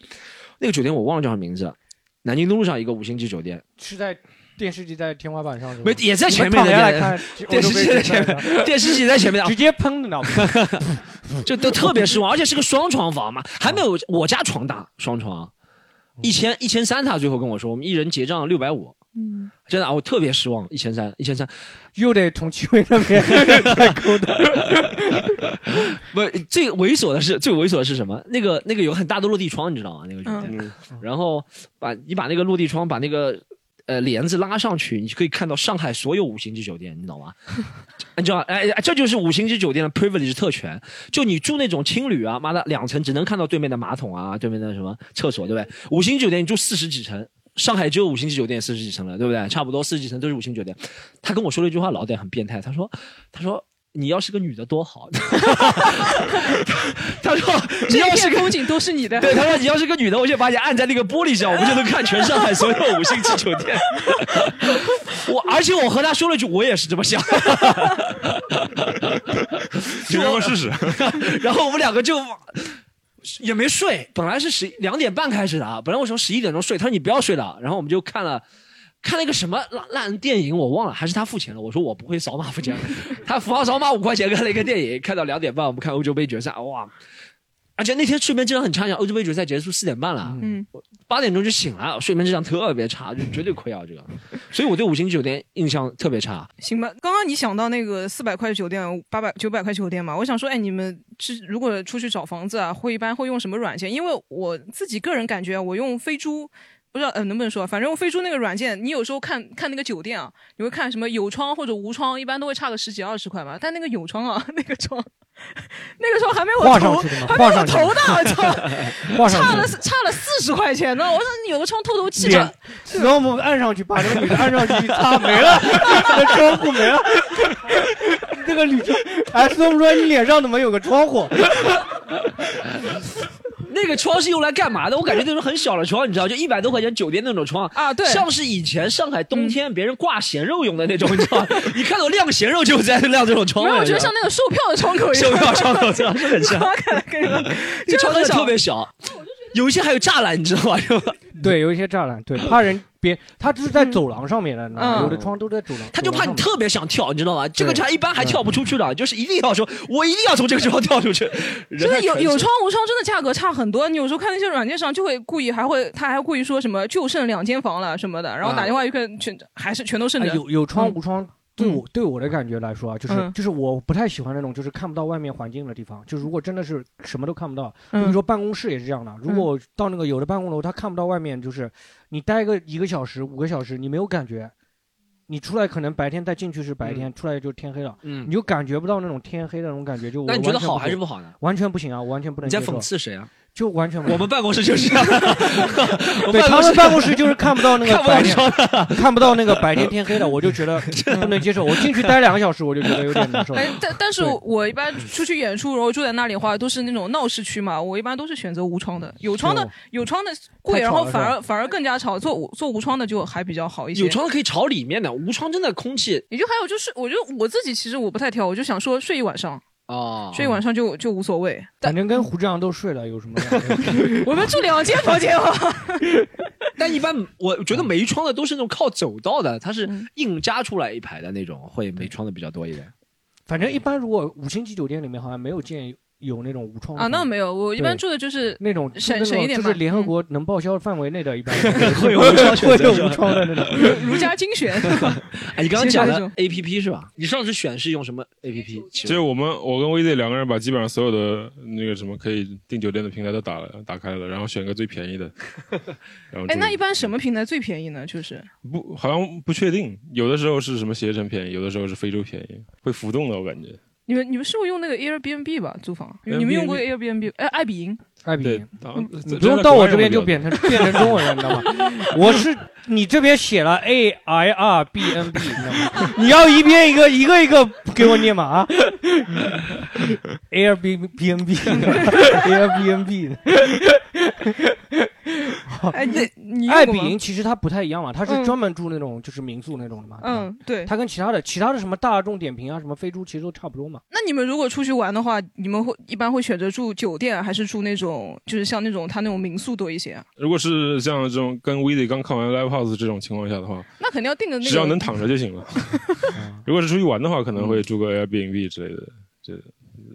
Speaker 1: 那个酒店，我忘了叫什么名字了。南京东路上一个五星级酒店，
Speaker 2: 是在电视机在天花板上是吗
Speaker 1: 没也在
Speaker 2: 你
Speaker 1: 前
Speaker 2: 们
Speaker 1: 面的
Speaker 2: 躺下来
Speaker 1: 店，
Speaker 2: 看欧洲杯决赛
Speaker 1: 电视机在前电视机在前面的
Speaker 2: 直，接喷的呢，
Speaker 1: 就都特别失望，而且是个双床房嘛，还没有我家床大，双床，一千一千三，他最后跟我说我们一人结账六百五，嗯，真的啊，我特别失望，一千三，一千三，
Speaker 2: 又得从戚薇那边 再勾搭。
Speaker 1: 不是，最猥琐的是最猥琐的是什么？那个那个有个很大的落地窗，你知道吗？那个酒店，
Speaker 2: 嗯
Speaker 1: 然后把你把那个落地窗把那个呃帘子拉上去，你就可以看到上海所有五星级酒店，你懂吗？你知道，哎，哎这就是五星级酒店的 privilege 特权。就你住那种青旅啊，妈的，两层只能看到对面的马桶啊，对面的什么厕所，对不对？五星级酒店你住四十几层。上海只有五星级酒店四十几层了，对不对？差不多四十几层都是五星酒店。他跟我说了一句话，老得很变态。他说：“他说你要是个女的多好。” 他说：“ 你
Speaker 3: 这
Speaker 1: 要
Speaker 3: 一
Speaker 1: 是
Speaker 3: 片
Speaker 1: 个
Speaker 3: 风景都是你的。
Speaker 1: 对，他说你要是个女的，我就把你按在那个玻璃上，我们就能看全上海所有五星级酒店。我而且我和他说了句，我也是这么想。
Speaker 5: 请让我试试。
Speaker 1: 然后我们两个就也没睡，本来是十两点半开始的啊，本来我从十一点钟睡，他说你不要睡了，然后我们就看了。看了一个什么烂烂电影，我忘了，还是他付钱了。我说我不会扫码付钱，他付好扫码五块钱看了一个电影，看到两点半，我们看欧洲杯决赛，哇，而且那天睡眠质量很差，讲欧洲杯决赛结束四点半了，
Speaker 3: 嗯，
Speaker 1: 八点钟就醒了，睡眠质量特别差，就绝对亏啊这个。所以我对五星级酒店印象特别差。
Speaker 3: 行吧，刚刚你想到那个四百块酒店、八百九百块酒店嘛，我想说，哎，你们是如果出去找房子啊，会一般会用什么软件？因为我自己个人感觉啊，我用飞猪，不知道呃能不能说，反正用飞猪那个软件，你有时候看看那个酒店啊，你会看什么有窗或者无窗，一般都会差个十几二十块嘛。但那个有窗啊，那 个窗，那个窗还没我
Speaker 2: 画上
Speaker 3: 头，
Speaker 2: 去的吗
Speaker 3: 还没
Speaker 2: 画
Speaker 3: 我
Speaker 2: 上去
Speaker 3: 头 大，我操！
Speaker 2: 画上
Speaker 3: 差了
Speaker 2: 去，
Speaker 3: 差了四十块钱呢，我说你有个窗透透气
Speaker 2: 脸
Speaker 3: 的，
Speaker 2: 然后我们按上去，把那个女的按上去，擦没 了，那窗户没了。那个女的，哎，孙红说你脸上怎么有个窗户？
Speaker 1: 那个窗是用来干嘛的？我感觉那种很小的窗，你知道，就一百多块钱酒店那种窗
Speaker 3: 啊对
Speaker 1: 像是以前上海冬天别人挂咸肉用的那种，你知 道吗，你看到晾咸肉就在晾这种窗
Speaker 3: 没
Speaker 1: 位，
Speaker 3: 有，我觉得像那个售票的窗口一
Speaker 1: 手
Speaker 3: 样，
Speaker 1: 表窗口这样是很像，
Speaker 3: 我看了跟你说，
Speaker 1: 这窗
Speaker 3: 真
Speaker 1: 口特
Speaker 3: 的很小
Speaker 1: 别小，有一些还有栅栏，你知道吗？就
Speaker 2: 对，有一些栅栏，对，怕人别，他就是
Speaker 1: 嗯
Speaker 2: 在走廊上面的，你知道吗
Speaker 3: 嗯
Speaker 2: 有的窗都在走廊。
Speaker 1: 他就怕你
Speaker 2: 走廊上
Speaker 1: 特别想跳，你知道吗？这个
Speaker 2: 对
Speaker 1: 他一般还跳不出去的，就是一定要说，我一定要从这个地方跳出去。
Speaker 3: 真
Speaker 1: 真
Speaker 3: 的有有窗无窗，真的价格差很多。你有时候看那些软件上就会故意，还会他还故意说什么就剩两间房了什么的，然后
Speaker 1: 啊
Speaker 2: 嗯
Speaker 3: 打电话一看全还是全都剩
Speaker 2: 面
Speaker 3: 着
Speaker 2: 哎。有有窗
Speaker 3: 嗯
Speaker 2: 无窗。对我对我的感觉来说啊，就是
Speaker 3: 嗯
Speaker 2: 就是我不太喜欢那种就是看不到外面环境的地方。就如果真的是什么都看不到，比如
Speaker 3: 嗯
Speaker 2: 说办公室也是这样的。
Speaker 1: 嗯
Speaker 2: 如果到那个有的办公楼，他看不到外面，就是你待个一个小时、五个小时，你没有感觉。你出来可能白天再进去是白天，出来就天黑了，
Speaker 1: 嗯
Speaker 2: 你，就感觉不到那种天黑的那种感觉。就我
Speaker 1: 那你觉得
Speaker 2: 完全
Speaker 1: 好
Speaker 2: 不
Speaker 1: 还是
Speaker 2: 行
Speaker 1: 不好呢？
Speaker 2: 完全不行啊？我完全不能
Speaker 1: 你
Speaker 2: 接
Speaker 1: 在
Speaker 2: 受
Speaker 1: 讽，刺谁啊？
Speaker 2: 就完全不
Speaker 1: 我
Speaker 2: 行
Speaker 1: 们办公室就是 这样，我
Speaker 2: 对
Speaker 1: 办
Speaker 2: 他
Speaker 1: 公室
Speaker 2: 们办公室就是看不到那个
Speaker 1: 看不
Speaker 2: 白
Speaker 1: 到
Speaker 2: 天，看不到那个白天天黑的，我就 觉得不能接受。我进去待两个小时，我就觉得有点难受。
Speaker 3: 哎，但但是
Speaker 2: 对
Speaker 3: 我一般出去演出，然后住在那里的话，都是那种闹市区嘛，我一般都是选择无窗的。有窗的
Speaker 2: 哦
Speaker 3: 有窗的贵，
Speaker 2: 太
Speaker 3: 然
Speaker 2: 吵了
Speaker 3: 后反
Speaker 2: 是吧
Speaker 3: 而反而更加吵。做无做无窗的就还比较好一些。
Speaker 1: 有窗的可以朝里面的，无窗真的空气
Speaker 3: 也就还有就是，我就我自己其实我不太挑，我就想说睡一晚上，
Speaker 1: 哦，
Speaker 3: 睡一晚上就就无所谓。但
Speaker 2: 反正跟胡志阳都睡了，有什么两个？
Speaker 3: 我们住两间房间哦。
Speaker 1: 但一般我觉得没窗的都是那种靠走道的，它是硬加出来一排的那种，会没窗的比较多一点。
Speaker 2: 反正一般如果五星级酒店里面好像没有见有那种无窗
Speaker 3: 啊，那
Speaker 2: 没
Speaker 3: 没有，我一般
Speaker 2: 对
Speaker 3: 住的就是
Speaker 2: 那种就是
Speaker 3: 省
Speaker 2: 那种
Speaker 3: 省一点
Speaker 2: 就是
Speaker 3: 吧
Speaker 2: 联合
Speaker 3: 嗯
Speaker 2: 国能报销范围内的，一般
Speaker 1: 会有无窗选
Speaker 2: 会
Speaker 1: 择
Speaker 2: 有无窗的那种。
Speaker 3: 儒家精选。
Speaker 1: 哎，你刚 刚讲
Speaker 3: 其实还
Speaker 1: 的
Speaker 3: 有
Speaker 1: A P P 是吧？你上次选是用什么 A P P？
Speaker 5: 其实我们我跟 VZ 两个人把基本上所有的那个什么可以订酒店的平台都打了打开了，然后选个最便宜 的。然后
Speaker 3: 哎，
Speaker 5: 住
Speaker 3: 那一般什么平台最便宜呢？就是
Speaker 5: 不好像不确定，有的时候是什么携程便宜，有的时候是非洲便宜，会浮动的我感觉。
Speaker 3: 你们你们是不是用那个 Airbnb 吧租房？你们用过 Airbnb？哎，爱彼迎
Speaker 2: 艾比
Speaker 5: 对
Speaker 2: 尼，，
Speaker 5: 啊
Speaker 2: 嗯你不用到我这边就变成变成中文了，你 知道吗？我是你这边写了 A I R B N B，你知道吗？ 你要一边一个一个一个给我念嘛啊？Air B B N B，Air B N B。
Speaker 3: 哎，你你
Speaker 2: 爱
Speaker 3: 用过
Speaker 2: 彼
Speaker 3: 吗？
Speaker 2: 迎其实它不太一样嘛，它是
Speaker 3: 嗯
Speaker 2: 专门住那种就是民宿那种的嘛。对吧，
Speaker 3: 嗯，对。
Speaker 2: 它跟啊其他的其他的什么大众点评啊、什么飞猪其实都差不多嘛。
Speaker 3: 那你们如果出去玩的话，你们会一般会选择住酒店，还是住那种就是像那种他那种民宿多一些啊？
Speaker 5: 如果是像这种跟 VZ 刚看完 Live House 这种情况下的话，
Speaker 3: 那肯定要订个那
Speaker 5: 只要能
Speaker 3: 个。
Speaker 5: 躺着就行 了。如果是出去玩的话，可能会住个 Airbnb 之类的，这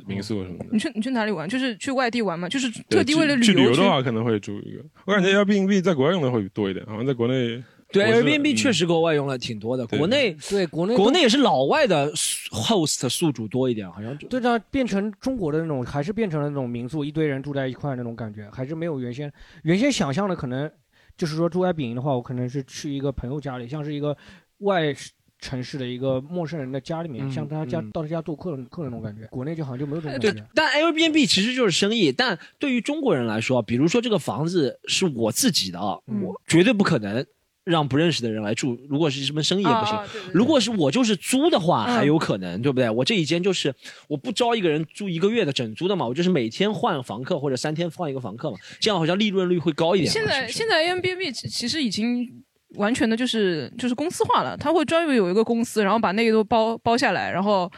Speaker 5: 民宿什么的
Speaker 3: 你。去你去哪里玩？就是去外地玩嘛，就是
Speaker 5: 对
Speaker 3: 嗯特地为了
Speaker 5: 去去旅
Speaker 3: 游
Speaker 5: 游的话，可能会住一个。我感觉 Airbnb 在国外用的会多一点，好像在国内
Speaker 1: 对
Speaker 5: 我是
Speaker 1: Airbnb
Speaker 5: 嗯
Speaker 1: 确实国外用了挺多的，
Speaker 5: 对
Speaker 1: 国内
Speaker 2: 对，国内
Speaker 1: 国内也是老外的 host 宿主多一点，好像就
Speaker 2: 对的，变成中国的那种，还是变成了那种民宿，一堆人住在一块儿那种感觉，还是没有原先原先想象的可能，就是说住在丙营的话，我可能是去一个朋友家里，像是一个外城市的一个陌生人的家里面，
Speaker 1: 嗯
Speaker 2: 像他家、
Speaker 1: 嗯
Speaker 2: 到他家做客客那种感觉，
Speaker 3: 嗯
Speaker 2: 国内就好像就没有
Speaker 3: 哎
Speaker 2: 这种
Speaker 1: 对
Speaker 2: 感觉。，
Speaker 1: 但 Airbnb 其实就是生意。但对于中国人来说，比如说这个房子是我自己的啊，
Speaker 2: 嗯
Speaker 1: 我绝对不可能让不认识的人来住。如果是什么生意也
Speaker 3: 啊
Speaker 1: 不行。
Speaker 3: 啊对对对
Speaker 1: 如果是我就是租的话，
Speaker 3: 嗯
Speaker 1: 还有可能，对不对？我这一间就是我不招一个人租一个月的整租的嘛，我就是每天换房客或者三天换一个房客嘛，这样好像利润率会高一点嘛。
Speaker 3: 现在
Speaker 1: 是不是
Speaker 3: 现在 Airbnb 其其实已经完全的就是就是公司化了，它会专门有一个公司，然后把那个都包包下来，然后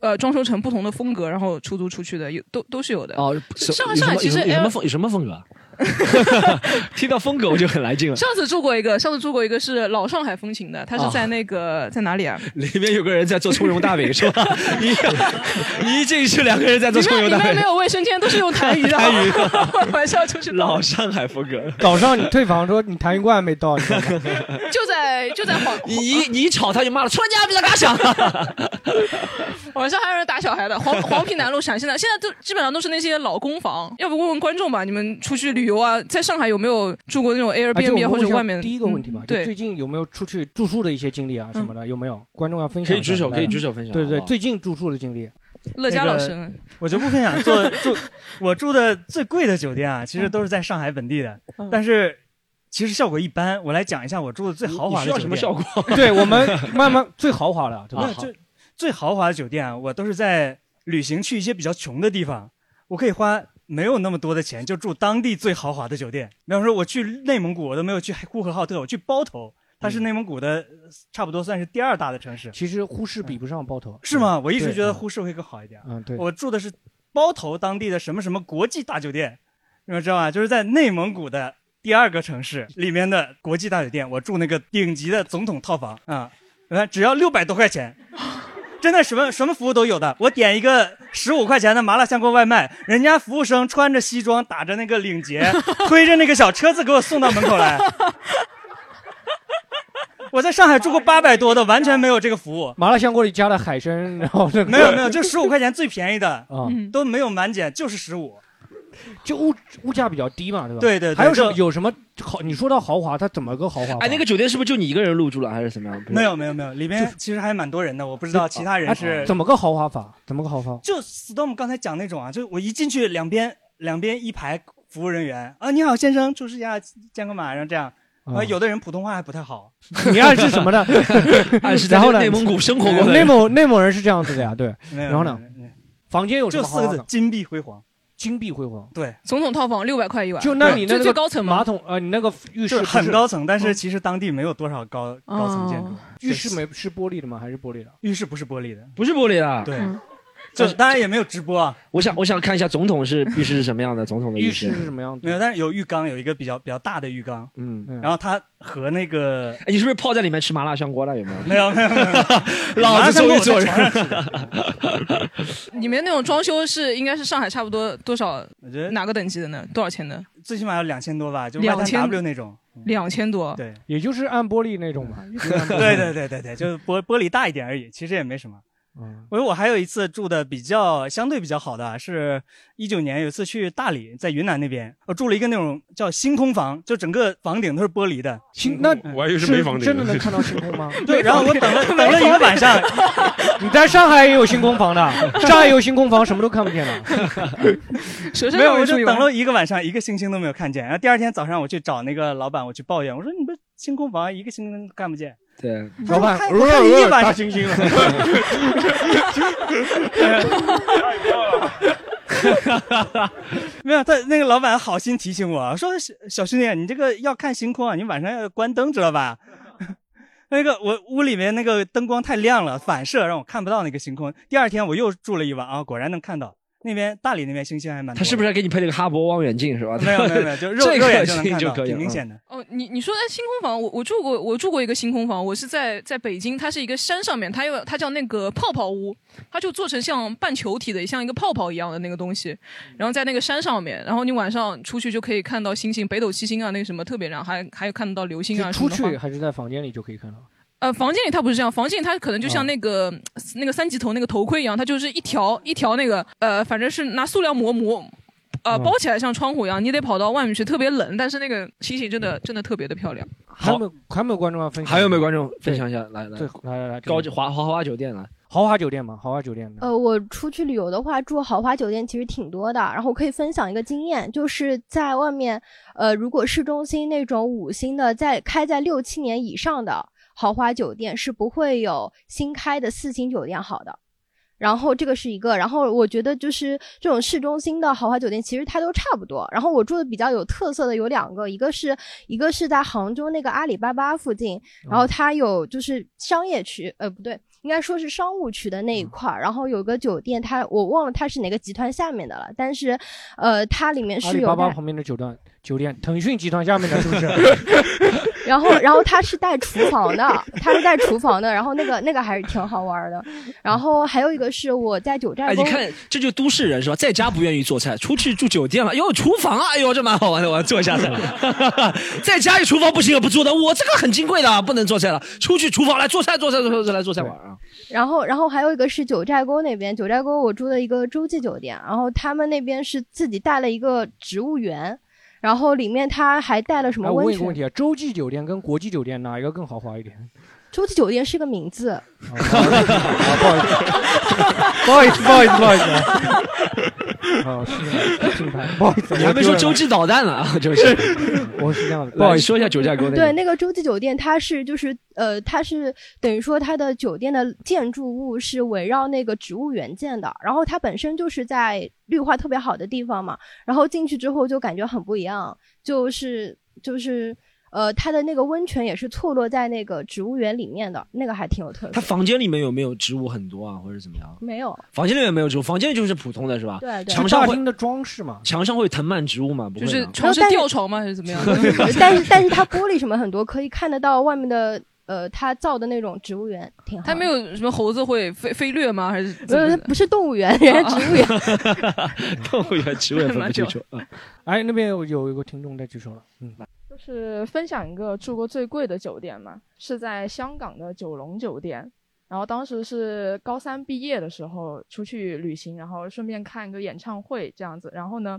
Speaker 3: 呃装修成不同的风格，然后出租出去的，有都都是有的。
Speaker 1: 哦，什
Speaker 3: 上
Speaker 1: 有什么
Speaker 3: 上海其实
Speaker 1: 有什么有什么
Speaker 3: Air-
Speaker 1: 风有什么风格啊？ 听到风格我就很来劲了。
Speaker 3: 上次住过一个，上次住过一个是老上海风情的，它是
Speaker 2: 哦
Speaker 3: 在 那个、在哪里啊？
Speaker 1: 里面有个人在做葱油大饼是 吧？你你一进去两个人在做
Speaker 3: 里
Speaker 1: 葱
Speaker 3: 面
Speaker 1: 油
Speaker 3: 里
Speaker 1: 大
Speaker 3: 面
Speaker 1: 饼
Speaker 3: 没，有卫生间，都是用痰盂的。
Speaker 1: 痰
Speaker 3: 盂，玩笑出去闹
Speaker 1: 老上海风格。
Speaker 2: 早上你退房说你痰盂罐没到，你知道吗
Speaker 3: 就在就在黄，
Speaker 1: 你一你一吵他就骂了，出来啊家比较嘎响。
Speaker 3: 晚上还有人打小孩的，黄黄陂南路陕西南，现在都基本上都是那些老公房。要不问问观众吧，你们出去旅游啊，在上海有没有住过那种
Speaker 2: 啊就
Speaker 3: Airbnb
Speaker 2: 我
Speaker 3: 或者
Speaker 2: 问一下
Speaker 3: 外面？
Speaker 2: 第一个问题嘛，
Speaker 3: 嗯
Speaker 2: 就
Speaker 3: 对嗯
Speaker 2: 最，近有没有出去住宿的一些经历啊什么的，有没有？观众要分享
Speaker 1: 可
Speaker 2: 一
Speaker 1: 以
Speaker 2: 下，
Speaker 1: 举手，
Speaker 2: 来
Speaker 1: 可以举手分享。
Speaker 2: 对对
Speaker 1: 好
Speaker 2: 对，
Speaker 1: 不好
Speaker 2: 最近住宿的经历，
Speaker 3: 乐嘉老师嗯
Speaker 6: 那我就不分 享做住我住的最贵的酒店啊，
Speaker 3: 嗯
Speaker 6: 其实都是在上海本地的，但是其实效果一般。我来讲一下我住的最豪华的酒店。
Speaker 1: 果？ 啊
Speaker 2: 对 我们慢慢最豪华了，真
Speaker 6: 没有？
Speaker 2: 的。
Speaker 6: 就最豪华的酒店啊，我都是在旅行去一些比较穷的地方，我可以花没有那么多的钱，就住当地最豪华的酒店。比方说我去内蒙古，我都没有去呼和浩特，我去包头，它是内蒙古的差不多算是第二大的城市。
Speaker 2: 嗯其实呼市比不上包头，嗯
Speaker 6: 是吗？我一直
Speaker 2: 对
Speaker 6: 觉得呼市会更好一点。啊
Speaker 2: 嗯，对，
Speaker 6: 我住的是包头当地的什么什么国际大酒店，你们知道吗？就是在内蒙古的第二个城市里面的国际大酒店，我住那个顶级的总统套房啊，你看只要六百多块钱。真的什么什么服务都有的，我点一个十五块钱的麻辣香锅外卖，人家服务生穿着西装，打着那个领结，推着那个小车子给我送到门口来。 我在上海住过八百多的，完全没有这个服务。
Speaker 2: 麻辣香锅里加了海参，然后那 个
Speaker 6: 没有没有，就十五块钱最便宜的，嗯
Speaker 2: 啊，
Speaker 6: 都没有满减，就是十五。
Speaker 2: 就物物价比较低嘛，对吧？
Speaker 6: 对对对
Speaker 2: 还有什么
Speaker 6: 就
Speaker 2: 有什么豪？你说到豪华，它怎么个豪华法？
Speaker 1: 哎，那个酒店是不是就你一个人入住了，还是怎么样？
Speaker 6: 没有没有没有，里边其实还蛮多人的，我不知道其他人
Speaker 2: 哎
Speaker 6: 是。
Speaker 2: 怎么个豪华法？怎么个 豪华？
Speaker 6: 就 Storm 刚才讲那种啊，就我一进去两边两边一排服务人员啊，你好先生，厨师呀，健康码，然后这样。啊，有的人普通话还不太好，
Speaker 2: 你暗示什 么呢？
Speaker 1: 还啊是在
Speaker 2: 然后呢
Speaker 1: 内蒙古生活过的
Speaker 2: 内
Speaker 1: 人？
Speaker 2: 蒙内蒙人是这样子的呀，对，
Speaker 6: 没有
Speaker 2: 然后呢？
Speaker 6: 没有没有没
Speaker 2: 房间有
Speaker 6: 有
Speaker 2: 什
Speaker 6: 就
Speaker 2: 么
Speaker 6: 四
Speaker 2: 豪华
Speaker 6: 个字
Speaker 2: 的？：
Speaker 6: 金碧辉煌。
Speaker 2: 金碧辉煌。
Speaker 6: 对，
Speaker 3: 总统套房六百块一晚，
Speaker 2: 就那你那
Speaker 3: 对最最
Speaker 2: 个
Speaker 3: 高层
Speaker 2: 马
Speaker 3: 吗？
Speaker 2: 桶呃，你那个浴
Speaker 6: 就
Speaker 2: 室
Speaker 6: 是
Speaker 2: 不是嗯
Speaker 6: 很，高层，但是其实当地没有多少高高层建筑
Speaker 3: 哦，
Speaker 2: 浴室没是玻璃的吗？还是玻璃的？
Speaker 6: 浴室不是玻璃的。
Speaker 1: 不是玻璃啊的。
Speaker 6: 对
Speaker 3: 嗯，
Speaker 6: 就当然也没有直播啊，
Speaker 1: 我想我想看一下总统是浴室是什么样的，总统的
Speaker 2: 浴
Speaker 1: 室
Speaker 2: 室。是什么样
Speaker 6: 没有，
Speaker 2: 子？
Speaker 6: 但是有浴缸，有一个比较比较大的浴缸，
Speaker 1: 嗯，
Speaker 2: 嗯
Speaker 6: 然后它和那个
Speaker 1: 哎，你是不是泡在里面吃麻辣香锅了？有没有？
Speaker 6: 没有没有没有，
Speaker 1: 老子终于做人
Speaker 6: 麻辣香锅我在床上吃
Speaker 3: 里面那种装修是应该是上海差不多多少
Speaker 6: 我觉得
Speaker 3: 哪个等级的呢？多少钱的？
Speaker 6: 最起码要两千多吧，就
Speaker 3: 2000
Speaker 6: W 那种。
Speaker 3: 两千多。
Speaker 6: 对
Speaker 2: 也就是按玻璃那种 嘛。
Speaker 6: 对对对对对，就是玻玻璃大一点而已，其实也没什么。
Speaker 2: 嗯，
Speaker 6: 我我还有一次住的比较相对比较好的啊，是一九年有一次去大理，在云南那边，我住了一个那种叫星空房，就整个房顶都是玻璃的。嗯
Speaker 2: 星那
Speaker 5: 我还以为是没房顶
Speaker 2: 真的 能看到星空吗？
Speaker 6: 对，然后我等了等了一个晚 上，
Speaker 2: 你在上海也有星空房的，上海有星空房，什么都看不见的。
Speaker 3: 蛇身
Speaker 6: 没有，
Speaker 3: 上
Speaker 6: 我
Speaker 3: 面
Speaker 6: 就
Speaker 3: 住一
Speaker 6: 等
Speaker 3: 晚，
Speaker 6: 了一个晚上，一个星星都没有看见。然后第二天早上我去找那个老板，我去抱怨，我说你们星空房一个星星都看不见。
Speaker 1: 对，
Speaker 2: 老板，
Speaker 6: 我看了一晚上
Speaker 2: 大猩 猩了。
Speaker 6: 没有，他那个老板好心提醒我说：“小小兄弟，你这个要看星空啊，你晚上要关灯，知道吧？” 那个我屋里面那个灯光太亮了，反射让我看不到那个星空。第二天我又住了一晚啊，果然能看到那边大理那边星星还蛮多的。
Speaker 1: 他是不是还给你配了个哈勃望远镜是吧？
Speaker 6: 没有没有没有，就肉
Speaker 1: 这
Speaker 6: 肉
Speaker 1: 个
Speaker 6: 眼就能
Speaker 1: 星
Speaker 6: 看
Speaker 1: 就
Speaker 6: 到，
Speaker 1: 可以
Speaker 6: 挺
Speaker 1: 了
Speaker 6: 明
Speaker 1: 嗯
Speaker 6: 显的。
Speaker 3: 哦，你你说哎，星空房，我我住过，我住过一个星空房，我是在在北京，它是一个山上面，它有它叫那个泡泡屋，它就做成像半球体的，像一个泡泡一样的那个东西，
Speaker 6: 嗯
Speaker 3: 然后在那个山上面，然后你晚上出去就可以看到星星，北斗七星啊，那个什么特别亮，还还有看得到流星啊
Speaker 2: 就
Speaker 3: 什么
Speaker 2: 出
Speaker 3: 的话。
Speaker 2: 去还是在房间里就可以看到。
Speaker 3: 呃，房间里它不是这样，房间里它可能就
Speaker 2: 啊
Speaker 4: 嗯
Speaker 3: 像那个、那个三级头那个头盔一样，它就是一条一条那个呃，反正是拿塑料膜膜。呃，
Speaker 2: 嗯
Speaker 3: 包起来像窗户一样，你得跑到外面去，特别冷，但是那个星星真的真的特别的漂亮。
Speaker 2: 还有没有还有没有观众要分享？
Speaker 1: 还有没有观众分享一下？来来
Speaker 2: 对，，来来来，
Speaker 1: 高级
Speaker 2: 级
Speaker 1: 华华华酒店来。
Speaker 2: 豪华酒店嘛，豪华酒店的。
Speaker 7: 呃，我出去旅游的话，住豪华酒店其实挺多的。然后我可以分享一个经验，就是在外面，呃，如果市中心那种五星的，在开在六七年以上的豪华酒店是不会有新开的四星酒店好的。然后这个是一个，然后我觉得就是这种市中心的豪华酒店，其实它都差不多。然后我住的比较有特色的有两个，一个是一个是在杭州那个阿里巴巴附近，然后它有就是商业区，呃不对，应该说是商务区的那一
Speaker 2: 嗯
Speaker 7: 块儿。然后有个酒店，它我忘了它是哪个集团下面的了，但是呃，它里面
Speaker 2: 阿
Speaker 7: 是
Speaker 2: 里
Speaker 7: 有
Speaker 2: 巴巴
Speaker 7: 带
Speaker 2: 旁边的酒店，酒店，腾讯集团下面的是不是？
Speaker 7: 然后，然后它是带厨房的，它是带厨房的。然后那个那个还是挺好玩的。然后还有一个是我在九寨
Speaker 1: 哎，
Speaker 7: 沟，
Speaker 1: 你看，这就都市人是吧？在家不愿意做菜，出去住酒店了，哟，厨房啊，哎呦，这蛮好玩的，我要做一下菜。 在家里厨房不行，不做的，我这个很金贵的，啊不能做菜了。出去厨房来做菜，做菜，做菜，做菜来做菜玩啊。
Speaker 7: 然后然后还有一个是九寨沟那边，九寨沟我住的一个洲际酒店，然后他们那边是自己带了一个植物园，然后里面他还带了什么
Speaker 2: 哎我
Speaker 7: 温
Speaker 2: 问一个
Speaker 7: 泉。
Speaker 2: 问题啊，洲际酒店跟国际酒店哪一个更豪华一点？
Speaker 7: 洲际酒店是个名字，
Speaker 2: 不好意思，不好意思，不好意思。哦，是竞拍，不好意思，
Speaker 1: 你还没说洲
Speaker 2: 际，
Speaker 1: 际导弹呢啊，就是
Speaker 2: 我是这样的，
Speaker 1: 不好意思，说一下九寨沟那
Speaker 7: 对，
Speaker 1: 个。
Speaker 7: 那个洲际酒店它是就是呃，它是等于说它的酒店的建筑物是围绕那个植物园建的，然后它本身就是在绿化特别好的地方嘛，然后进去之后就感觉很不一样，就是就是。呃，它的那个温泉也是错落在那个植物园里面的，那个还挺有特
Speaker 1: 他
Speaker 7: 色。
Speaker 1: 房间里面有没有植物很多啊，或者怎么样？
Speaker 7: 没有，
Speaker 1: 房间里面没有植物，房间就是普通的是吧？
Speaker 7: 对对
Speaker 1: 墙
Speaker 2: 是
Speaker 1: 上
Speaker 2: 大
Speaker 1: 会
Speaker 2: 厅的装饰嘛，
Speaker 1: 墙上会有藤蔓植物吗？不会
Speaker 3: 就
Speaker 1: 吗
Speaker 3: 是床是
Speaker 7: 但是
Speaker 3: 吊床吗？还是怎 么样？
Speaker 7: 但是但是它玻璃什么很多，可以看得到外面的呃，它造的那种植物园， 挺好的。
Speaker 3: 它没有什么猴子会飞飞掠吗？还是怎么
Speaker 7: 呃，
Speaker 3: 的
Speaker 7: 不是动物园，人 家植物园。
Speaker 1: 动物园植物也 分不清楚。嗯
Speaker 2: 哎，那边有有一个听众在举手了，嗯，
Speaker 4: 就是分享一个住过最贵的酒店嘛，是在香港的九龙酒店。然后当时是高三毕业的时候出去旅行，然后顺便看一个演唱会这样子。然后呢，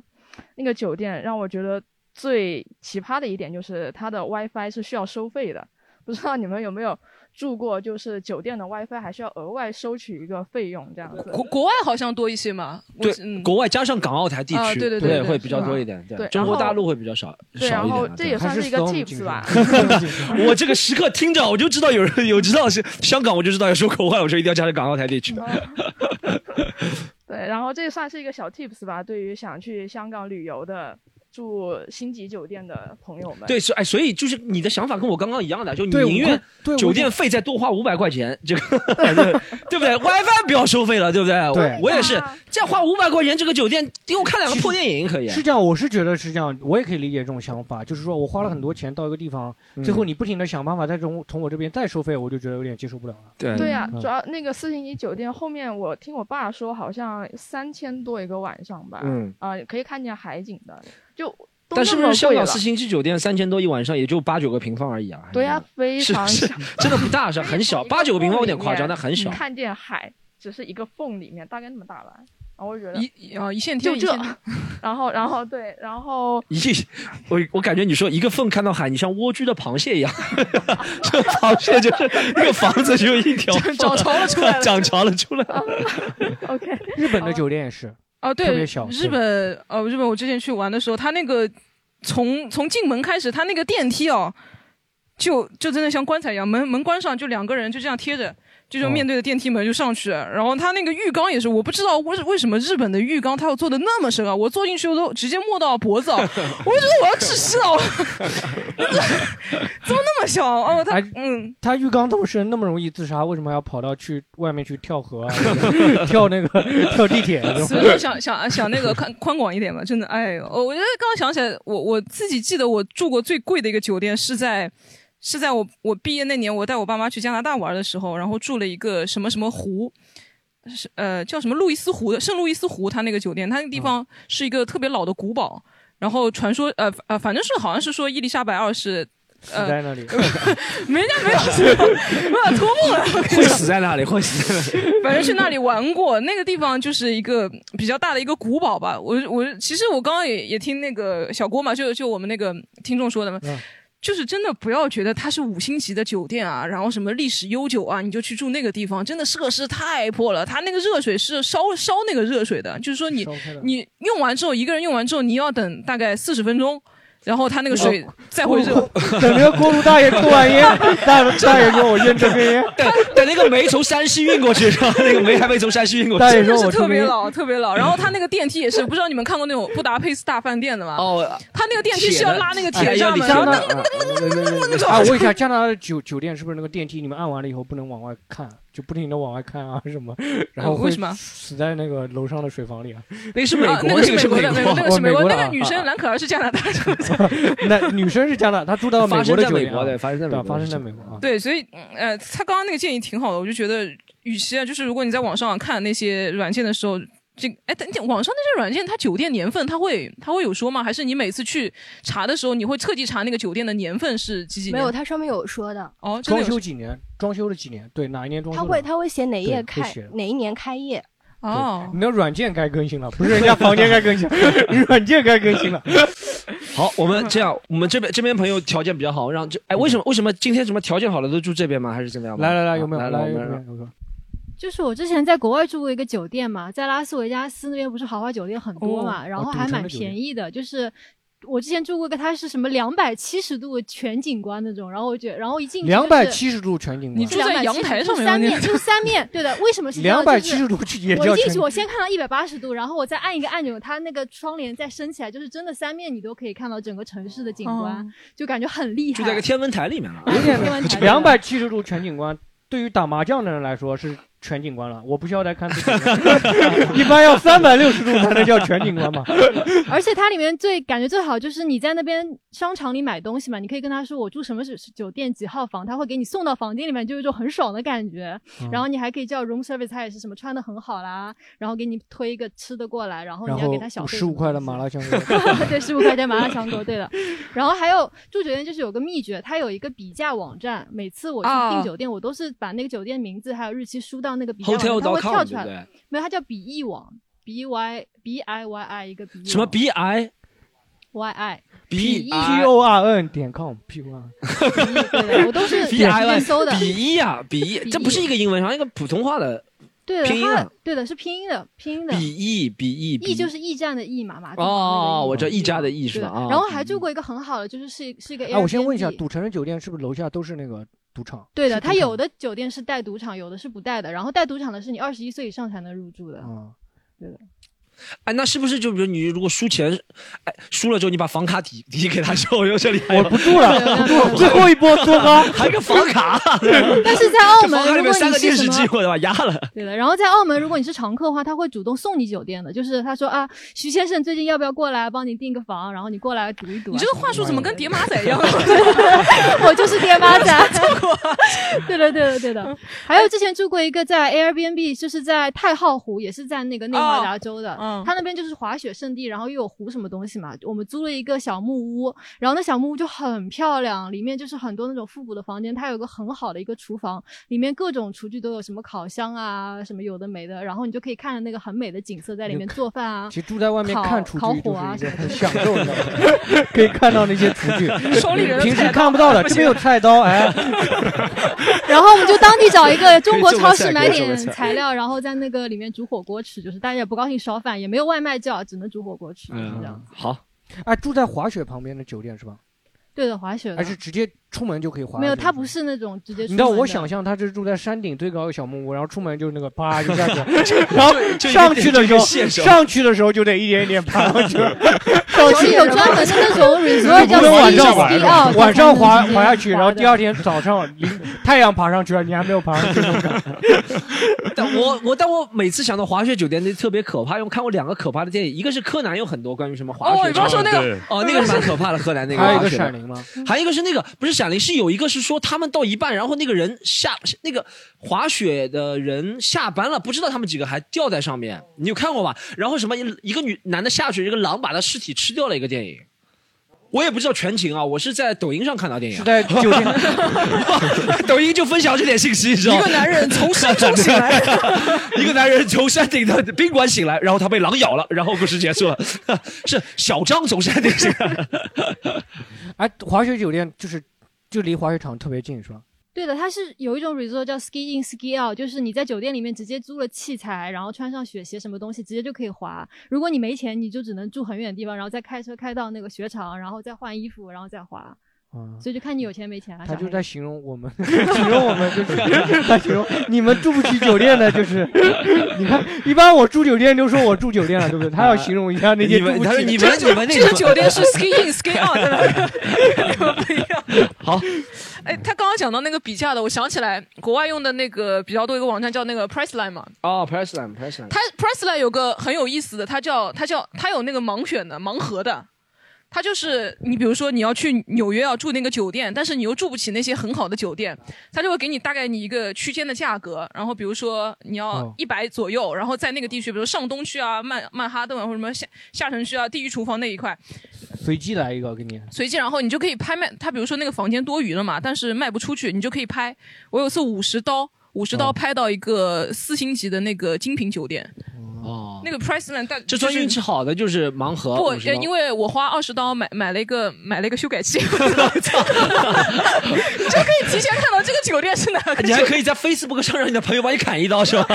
Speaker 4: 那个酒店让我觉得最奇葩的一点就是它的 WiFi 是需要收费的。不知道你们有没有住过，就是酒店的 WiFi 还需要额外收取一个费用这样子。
Speaker 3: 国国外好像多一些嘛？我
Speaker 1: 对，
Speaker 3: 嗯，
Speaker 1: 国外加上港澳台地
Speaker 3: 啊
Speaker 1: 区，
Speaker 3: 对对对
Speaker 1: 对
Speaker 3: 对
Speaker 1: 会比较
Speaker 4: 是吧
Speaker 1: 多一点。对，
Speaker 4: 对
Speaker 1: 中国
Speaker 4: 然后
Speaker 1: 大陆会比较少
Speaker 4: 对，然
Speaker 1: 少一点
Speaker 4: 后
Speaker 1: 啊。
Speaker 4: 这
Speaker 1: 对
Speaker 4: 也
Speaker 2: 还
Speaker 4: 算是一个
Speaker 2: Storm 进
Speaker 4: tips
Speaker 2: 去
Speaker 4: 吧。
Speaker 1: 我这个时刻听着，我就知道有人 有知道是香港，我就知道有说国外，我说一定要加上港澳台地区的。
Speaker 4: 对，然后这算是一个小 tips 吧，对于想去香港旅游的住星级酒店的朋友们。
Speaker 1: 对，是哎，所以就是你的想法跟我刚刚一样的，就你
Speaker 2: 对我
Speaker 1: 宁愿
Speaker 2: 对我
Speaker 1: 酒店费再多花五百块钱，这个 对不对？WiFi 不要收费了，对不对？
Speaker 2: 对
Speaker 1: 我我也是
Speaker 4: 啊，
Speaker 1: 再花五百块钱，这个酒店给我看两个破电影可以。啊
Speaker 2: 是这样，我是觉得是这样，我也可以理解这种想法，就是说我花了很多钱到一个地方，
Speaker 1: 嗯
Speaker 2: 最后你不停的想办法再从从我这边再收费，我就觉得有点接受不了了。
Speaker 1: 对
Speaker 4: 对
Speaker 3: 啊
Speaker 4: 呀、
Speaker 2: 嗯
Speaker 4: 主要那个四星级酒店后面，我听我爸说好像三千多一个晚上吧，
Speaker 1: 嗯，
Speaker 4: 啊、可以看见海景的，就都
Speaker 1: 但是
Speaker 4: 那
Speaker 1: 不是
Speaker 4: 么
Speaker 1: 香
Speaker 4: 贵
Speaker 1: 港
Speaker 4: 了
Speaker 1: 四星级酒店三千多一晚上也就八九个平方而已啊？
Speaker 4: 对呀、非
Speaker 1: 是
Speaker 4: 常
Speaker 1: 是
Speaker 4: 小，
Speaker 1: 真的不大，是很小，
Speaker 4: 一个
Speaker 1: 八九个平方有
Speaker 4: 缝
Speaker 1: 点
Speaker 4: 里
Speaker 1: 夸张，
Speaker 4: 面
Speaker 1: 但很
Speaker 3: 嗯
Speaker 1: 小。
Speaker 4: 看见海只是一个缝里面，大概那么大吧。然后我就觉得，
Speaker 3: 一
Speaker 1: 哦
Speaker 3: 啊一线天
Speaker 4: 就
Speaker 3: 一
Speaker 4: 这
Speaker 3: 线天，
Speaker 4: 然后然后对，然后
Speaker 1: 一，我我感觉你说一个缝看到海，你像蜗居的螃蟹一样， 这螃蟹就是那个房子只有一条缝，
Speaker 3: 长潮 了出 来了
Speaker 1: 长潮了出来。
Speaker 4: OK，
Speaker 2: 日本的酒店也是，
Speaker 3: 哦，对，
Speaker 2: 特别小
Speaker 3: 日
Speaker 2: 对
Speaker 3: 本呃，日本我之前去玩的时候，它那个从从进门开始，它那个电梯哦，就就真的像棺材一样，门门关上，就两个人就这样贴着，就就
Speaker 2: 哦
Speaker 3: 面对着电梯门就上去。然后它那个浴缸也是，我不知道为为什么日本的浴缸它要做的那么深啊，我坐进去我都直接没到脖子啊，我就觉得我要窒息了，我怎么那么小哦？它
Speaker 2: 哎
Speaker 3: 嗯，
Speaker 2: 他浴缸这么深，那么容易自杀，为什么要跑到去外面去跳河 啊，跳那个跳地铁？这
Speaker 3: 所
Speaker 2: 种
Speaker 3: 以说想想想那个宽宽广一点吧，真的，哎呦，我我觉得刚刚想起来，我我自己记得我住过最贵的一个酒店是在是在我我毕业那年，我带我爸妈去加拿大玩的时候，然后住了一个什么什么湖。是呃，叫什么路易斯湖的圣路易斯湖，它那个酒店，它那个地方是一个特别老的古堡，然后传说呃呃，反正是好像是说伊丽莎白二世，呃
Speaker 2: 死在那里，
Speaker 3: 没人家没有 没有托梦了，我跟你
Speaker 1: 会
Speaker 3: 讲
Speaker 1: 死在那里，会死在那里。
Speaker 3: 反正去那里玩过，那个地方就是一个比较大的一个古堡吧。我我其实我刚刚也也听那个小郭嘛，就就我们那个听众说的嘛，
Speaker 2: 嗯
Speaker 3: 就是真的不要觉得它是五星级的酒店啊，然后什么历史悠久啊，你就去住那个地方，真的设施太破了。它那个热水是烧烧那个热水的，就是说你
Speaker 2: 烧开了
Speaker 3: 你用完之后，一个人用完之后，你要等大概四十分钟。然后它那个水
Speaker 2: 哦
Speaker 3: 再会热，
Speaker 2: 等那个锅炉大爷抽 完烟，大大爷说我认这根烟，
Speaker 1: 等等，那个煤从山西运过去，然后那个煤还没从山西运过
Speaker 2: 大
Speaker 1: 去。
Speaker 2: 爷
Speaker 3: 真
Speaker 2: 说
Speaker 3: 的是
Speaker 2: 我
Speaker 3: 特
Speaker 2: 抽
Speaker 3: 别
Speaker 2: 烟。
Speaker 3: 老，特别老。然后它那个电梯也是，不知道你们看过那种布达佩斯大饭店的吗？
Speaker 1: 哦，
Speaker 3: 他那个电梯是要拉那个铁
Speaker 1: 铁
Speaker 3: 栅
Speaker 1: 的
Speaker 3: 门，
Speaker 1: 哎
Speaker 3: 哦然
Speaker 1: 呀
Speaker 3: 后
Speaker 1: 你
Speaker 3: 那
Speaker 1: 想
Speaker 3: 个
Speaker 2: 啊啊，我问一下，加拿大的酒酒店是不是那个电梯你们按完了以后不能往外看？就不停的往外看啊什么，然
Speaker 8: 呃
Speaker 2: 后
Speaker 3: 哦
Speaker 8: 为
Speaker 2: 会
Speaker 8: 什么
Speaker 2: 死在那个楼上的水房里啊。
Speaker 1: 那个是美
Speaker 8: 啊
Speaker 1: 国
Speaker 8: 那个
Speaker 1: 那个是
Speaker 8: 美国的，那
Speaker 1: 美国啊
Speaker 8: 个那个是美国，
Speaker 2: 哦美国
Speaker 8: 那个
Speaker 2: 的
Speaker 8: 女生蓝可儿是加拿大人。
Speaker 2: 啊那女生是加拿大，她住到
Speaker 1: 发
Speaker 2: 美
Speaker 1: 生
Speaker 2: 国的
Speaker 1: 在
Speaker 2: 酒
Speaker 1: 美
Speaker 2: 店
Speaker 1: 国
Speaker 2: 啊，
Speaker 1: 对，发生在美
Speaker 2: 对
Speaker 1: 国
Speaker 2: 啊，
Speaker 1: 的，
Speaker 2: 发生在美国啊。
Speaker 8: 对，所以嗯呃，他刚刚那个建议挺好的，我就觉得，与其啊，就是如果你在网上看那些软件的时候。这哎，等等，网上那些软件，它酒店年份，它会它会有说吗？还是你每次去查的时候，你会特地查那个酒店的年份是几几年？
Speaker 7: 没有，它上面有说的，
Speaker 8: 哦，真
Speaker 2: 装
Speaker 8: 的有
Speaker 2: 修几年，装修了几年，对，哪一年装修
Speaker 7: 它
Speaker 2: 的？
Speaker 7: 会它会写哪一页
Speaker 2: 对
Speaker 7: 开
Speaker 2: 会写的
Speaker 7: 哪一年开业。
Speaker 9: 嗯
Speaker 8: 哦，
Speaker 2: 你的软件该更新了，不是人家房间该 更新，软件该更新了。
Speaker 1: 好，我们这样，我们这边这边朋友条件比较好，让这哎，为什么为什么今天什么条件好的都住这边吗？还是怎么样吗？
Speaker 2: 嗯来来来，
Speaker 1: 啊
Speaker 2: 有没有？
Speaker 1: 来
Speaker 2: 来
Speaker 1: 我
Speaker 2: 有没
Speaker 1: 们
Speaker 2: 有？有没有？
Speaker 9: 就是我之前在国外住过一个酒店嘛，在拉斯维加斯那边不是豪华酒店很多嘛，
Speaker 2: 哦
Speaker 9: 然后
Speaker 2: 哦
Speaker 9: 还
Speaker 2: 赌城
Speaker 9: 蛮
Speaker 2: 的酒店
Speaker 9: 便宜的，就是。我之前住过一个，它是什么两百七十度全景观那种，然后我觉得，然后一进去
Speaker 2: 两百七十度全景
Speaker 8: 你
Speaker 2: 观，
Speaker 8: 住在阳台上面吗
Speaker 9: 三面
Speaker 8: 你
Speaker 9: 就是三面，对的。为什么是这样
Speaker 2: 两百七十？度也
Speaker 9: 就是
Speaker 2: 叫
Speaker 9: 我一进
Speaker 2: 全
Speaker 9: 去，
Speaker 2: 景
Speaker 9: 我。先看到一百八十度，然后我再按一个按钮，它那个窗帘再升起来，就是真的三面你都可以看到整个城市的景观，
Speaker 8: 哦
Speaker 9: 就感觉很厉害。
Speaker 1: 住在一个天文台里面了。
Speaker 2: 有点
Speaker 9: 天文台
Speaker 2: 两百七十度全景观，对于打麻将的人来说是全景观了。我不需要再看自己 的，一般要三百六十度才能叫全景观嘛。
Speaker 9: 而且它里面最感觉最好就是你在那边商场里买东西嘛，你可以跟他说我住什么酒酒店几号房，他会给你送到房间里面，就有一种很爽的感觉。然后你还可以叫 room service，他也是什么穿的很好啦，然后给你推一个吃的过来，然后
Speaker 2: 然
Speaker 9: 你要给他小
Speaker 2: 后
Speaker 9: 费
Speaker 2: 十五块的麻
Speaker 9: 嘛。
Speaker 2: 辣香锅，
Speaker 9: 对，十五块钱麻辣香锅，对的。然后还有住酒店就是有个秘诀，它有一个比价网站，每次我去
Speaker 8: 啊
Speaker 9: 订酒店，我都是把那个酒店名字还有日期输到那个比价网站，它会跳
Speaker 1: Hotel.com
Speaker 9: 出
Speaker 1: 对
Speaker 9: 来
Speaker 1: 不
Speaker 9: 的。
Speaker 1: 对？
Speaker 9: 没有，它叫比翼网，B Y B I Y I 一个比翼网
Speaker 1: 什么 B I
Speaker 9: Y I，
Speaker 1: B
Speaker 2: p o r n 点 com p o r
Speaker 9: 对的，我都是
Speaker 1: B I
Speaker 9: 随
Speaker 1: Y
Speaker 9: 便搜的，
Speaker 1: 比一啊比一，
Speaker 9: 比一
Speaker 1: 这不是一个英文，好像一个普通话的
Speaker 9: 对的，
Speaker 1: 拼音
Speaker 9: 它
Speaker 1: 啊
Speaker 9: 对的是拼音的，拼音的。
Speaker 1: 比一比一比
Speaker 9: 驿
Speaker 1: 一
Speaker 9: 就是驿站的驿嘛，马字
Speaker 1: 哦
Speaker 9: 旁那个
Speaker 1: 哦哦
Speaker 9: 驿
Speaker 1: 我知道
Speaker 9: 对
Speaker 1: 驿站的驿是吧
Speaker 9: 对
Speaker 1: 啊
Speaker 9: 然后还住过一个很好的，就是是一是一个 Airbnb。
Speaker 2: 哎，我先问一下，赌城的酒店是不是楼下都是那个赌场？
Speaker 9: 对的，
Speaker 2: 是赌
Speaker 9: 它
Speaker 2: 场
Speaker 9: 有的酒店是带赌场，有的是不带的。然后带赌场的是你二十一岁以上才能入住的。
Speaker 2: 啊，
Speaker 1: 哎，那是不是就比如你如果输钱，哎输了之后你把房卡抵抵给他之后，这里还
Speaker 2: 我
Speaker 1: 有
Speaker 2: 不住了，
Speaker 9: 对
Speaker 2: 不住了，最后一波梭哈。
Speaker 1: 还有个房卡，
Speaker 9: 但是在澳
Speaker 1: 这房卡
Speaker 9: 门，
Speaker 1: 里
Speaker 9: 如
Speaker 1: 面
Speaker 9: 果
Speaker 1: 三
Speaker 9: 你
Speaker 1: 个电
Speaker 9: 是
Speaker 1: 视
Speaker 9: 什
Speaker 1: 机
Speaker 9: 么
Speaker 1: 我他妈压了，
Speaker 9: 对的，然后在澳门，如果你是常客的话，他会主动送你酒店的，就是他说啊，徐先生最近要不要过来帮你订个房，然后你过来赌一赌啊。
Speaker 8: 你这个话术怎么跟叠马仔一样？啊
Speaker 9: 我就是 爹妈仔。 对的，对的，对的。还有之前住过一个在 Airbnb，就是在太浩湖，也是在那个内华达州的，
Speaker 8: 哦嗯
Speaker 9: 它那边就是滑雪圣地，然后又有湖什么东西嘛。我们租了一个小木屋，然后那小木屋就很漂亮，里面就是很多那种复古的房间，它有个很好的一个厨房，里面各种厨具都有，什么烤箱啊，什么有的没的，然后你就可以看着那个很美的景色在里面做饭啊。
Speaker 2: 其实住在外面
Speaker 9: 烤
Speaker 2: 看厨
Speaker 9: 烤
Speaker 2: 具就是
Speaker 9: 火啊
Speaker 2: 一个
Speaker 9: 什么
Speaker 2: 很享受，你知道吗？可以 看到那些厨具，
Speaker 8: 手里人的
Speaker 2: 平时
Speaker 8: 菜刀
Speaker 2: 看不到的，这边有菜刀，哎，
Speaker 9: 然后我们就当地找一个中国超市买
Speaker 1: 可以做
Speaker 9: 点
Speaker 1: 个菜
Speaker 9: 材料，然后在那个里面煮火锅吃，就是大家也不高兴烧饭，也没有外卖叫，只能煮火锅吃，
Speaker 2: 嗯
Speaker 9: 就是这样。
Speaker 1: 好，
Speaker 2: 哎，住在滑雪旁边的酒店是吧？
Speaker 9: 对的，滑雪的
Speaker 2: 还是直接出门就可以滑？
Speaker 9: 没有，它不。是那种直接
Speaker 2: 你
Speaker 9: 出门的。
Speaker 2: 知道我想象他是住在山顶最高的小木屋，然后出门就是那个啪就下去 了， 然后
Speaker 1: 就一个
Speaker 2: 上去的时
Speaker 1: 就一个
Speaker 2: 候，
Speaker 1: 线绳
Speaker 2: 上去的时候就得一点一点 爬上去，上
Speaker 9: 就是
Speaker 2: 去
Speaker 9: 有专门的那种 resort
Speaker 2: 不
Speaker 9: 叫哦
Speaker 2: 能晚
Speaker 9: ski
Speaker 2: 上
Speaker 9: s k
Speaker 2: 滑
Speaker 9: i out，
Speaker 2: 晚上滑
Speaker 9: 它才能直接
Speaker 2: 滑下去，然后
Speaker 9: 滑的
Speaker 2: 第二天早上临太阳爬上去了，你还没有爬上去。
Speaker 1: 但我我但我每次想到滑雪酒店那特别可怕，因为我看过两个可怕的电影，一个是柯南有很多关于什么滑
Speaker 8: 哦
Speaker 1: 雪
Speaker 8: 你
Speaker 1: 的，
Speaker 8: 刚说那个
Speaker 5: 对
Speaker 1: 哦那个是蛮可怕的，柯南那个
Speaker 2: 还有一
Speaker 1: 滑
Speaker 2: 个
Speaker 1: 雪
Speaker 2: 闪灵吗？
Speaker 1: 还有一个是那个不是闪灵，是有一个是说他们到一半，然后那个人下那个滑雪的人下班了，不知道他们几个还掉在上面，你有看过吧？然后什么一一个女男的下去，一个狼把他尸体吃掉了一个电影，我也不知道全情啊，我是在抖音上看到电影啊
Speaker 2: 是，在酒店，
Speaker 1: 抖音就分享这点信息，你知道
Speaker 8: 一
Speaker 1: 吗
Speaker 8: 个？男人从山中醒来，
Speaker 1: 一个男人从山顶的宾馆醒来，然后他被狼咬了，然后故事结束了。 是小张从山顶醒来，
Speaker 2: 哎，滑雪酒店就是就离滑雪场特别近是吧？
Speaker 9: 对的，它是有一种 resort 叫 ski in ski out，就是你在酒店里面直接租了器材，然后穿上雪鞋什么东西，直接就可以滑。如果你没钱，你就只能住很远的地方，然后再开车开到那个雪场，然后再换衣服，然后再滑。
Speaker 2: 啊。
Speaker 9: 所以就看你有钱没钱啊。
Speaker 2: 他
Speaker 9: 小
Speaker 2: 就
Speaker 9: 黑
Speaker 2: 在形容我们， 形容我们就是 他形容你们住不起酒店的，就是 你看，一般我住酒店就说我住酒店了，对不对？他要形容一下那些
Speaker 1: 你
Speaker 2: 住
Speaker 1: 们
Speaker 2: 不
Speaker 1: 他说
Speaker 2: 起
Speaker 1: 你们你们那
Speaker 8: 这个
Speaker 1: 种
Speaker 8: 酒店是 ski in ski out 的，跟我不一样。
Speaker 1: 好，
Speaker 3: 哎，他刚刚讲到那个比价的，我想起来国外用的那个比较多一个网站叫那个 Priceline 嘛，
Speaker 1: 哦，Priceline，Priceline，
Speaker 3: 它 Priceline 有个很有意思的，它叫它叫它有那个盲选的盲盒的，它就是你比如说你要去纽约要住那个酒店，但是你又住不起那些很好的酒店，它就会给你大概你一个区间的价格，然后比如说你要
Speaker 1: 哦
Speaker 3: 一百左右，然后在那个地区，比如上东区啊、曼曼哈顿啊或者什么下下城区啊、地狱厨房那一块，
Speaker 2: 随机啊来一个给 你。
Speaker 3: 随机，然后你就可以拍卖。他比如说那个房间多余了嘛，但是卖不出去，你就可以拍。我有一次五十刀，五十刀拍到一个四星级的那个精品酒店，
Speaker 1: 哦，
Speaker 3: 那个 Priceline 但
Speaker 1: 这算
Speaker 3: 就是
Speaker 1: 运气好的，就是盲盒。
Speaker 3: 不，
Speaker 1: 50
Speaker 3: 呃
Speaker 1: 刀
Speaker 3: 因为我花二十刀买买了一个买了一个修改器，你就可以提前看到这个酒店是哪个。
Speaker 1: 你还可以在 Facebook 上让你的朋友帮你砍一刀是吧？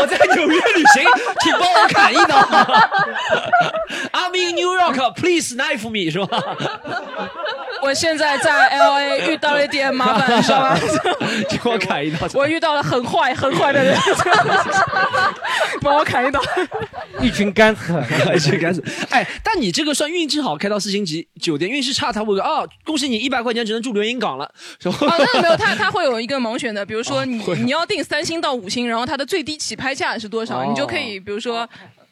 Speaker 1: 我在纽约旅行，请帮我砍一刀。I'm in New York, please knife me 是吧？
Speaker 3: 我现在在 LA 遇到了一点哎麻烦，你知 道吗？
Speaker 1: 请帮我砍一刀。
Speaker 3: 我遇到了很坏很坏的人， 帮我砍一刀。
Speaker 2: 一群干死，
Speaker 1: 一群干死。哎，但你这个算运气好，开到四星级酒店；运气差，他会说啊，恭喜你一百块钱只能住留英港了。然 后
Speaker 3: 哦，那个没有，他他会有一个盲选的，比如说你、
Speaker 1: 会
Speaker 3: 你要定三星到五星，然后它的最低起拍价是多少，
Speaker 1: 哦
Speaker 3: 你就可以比如说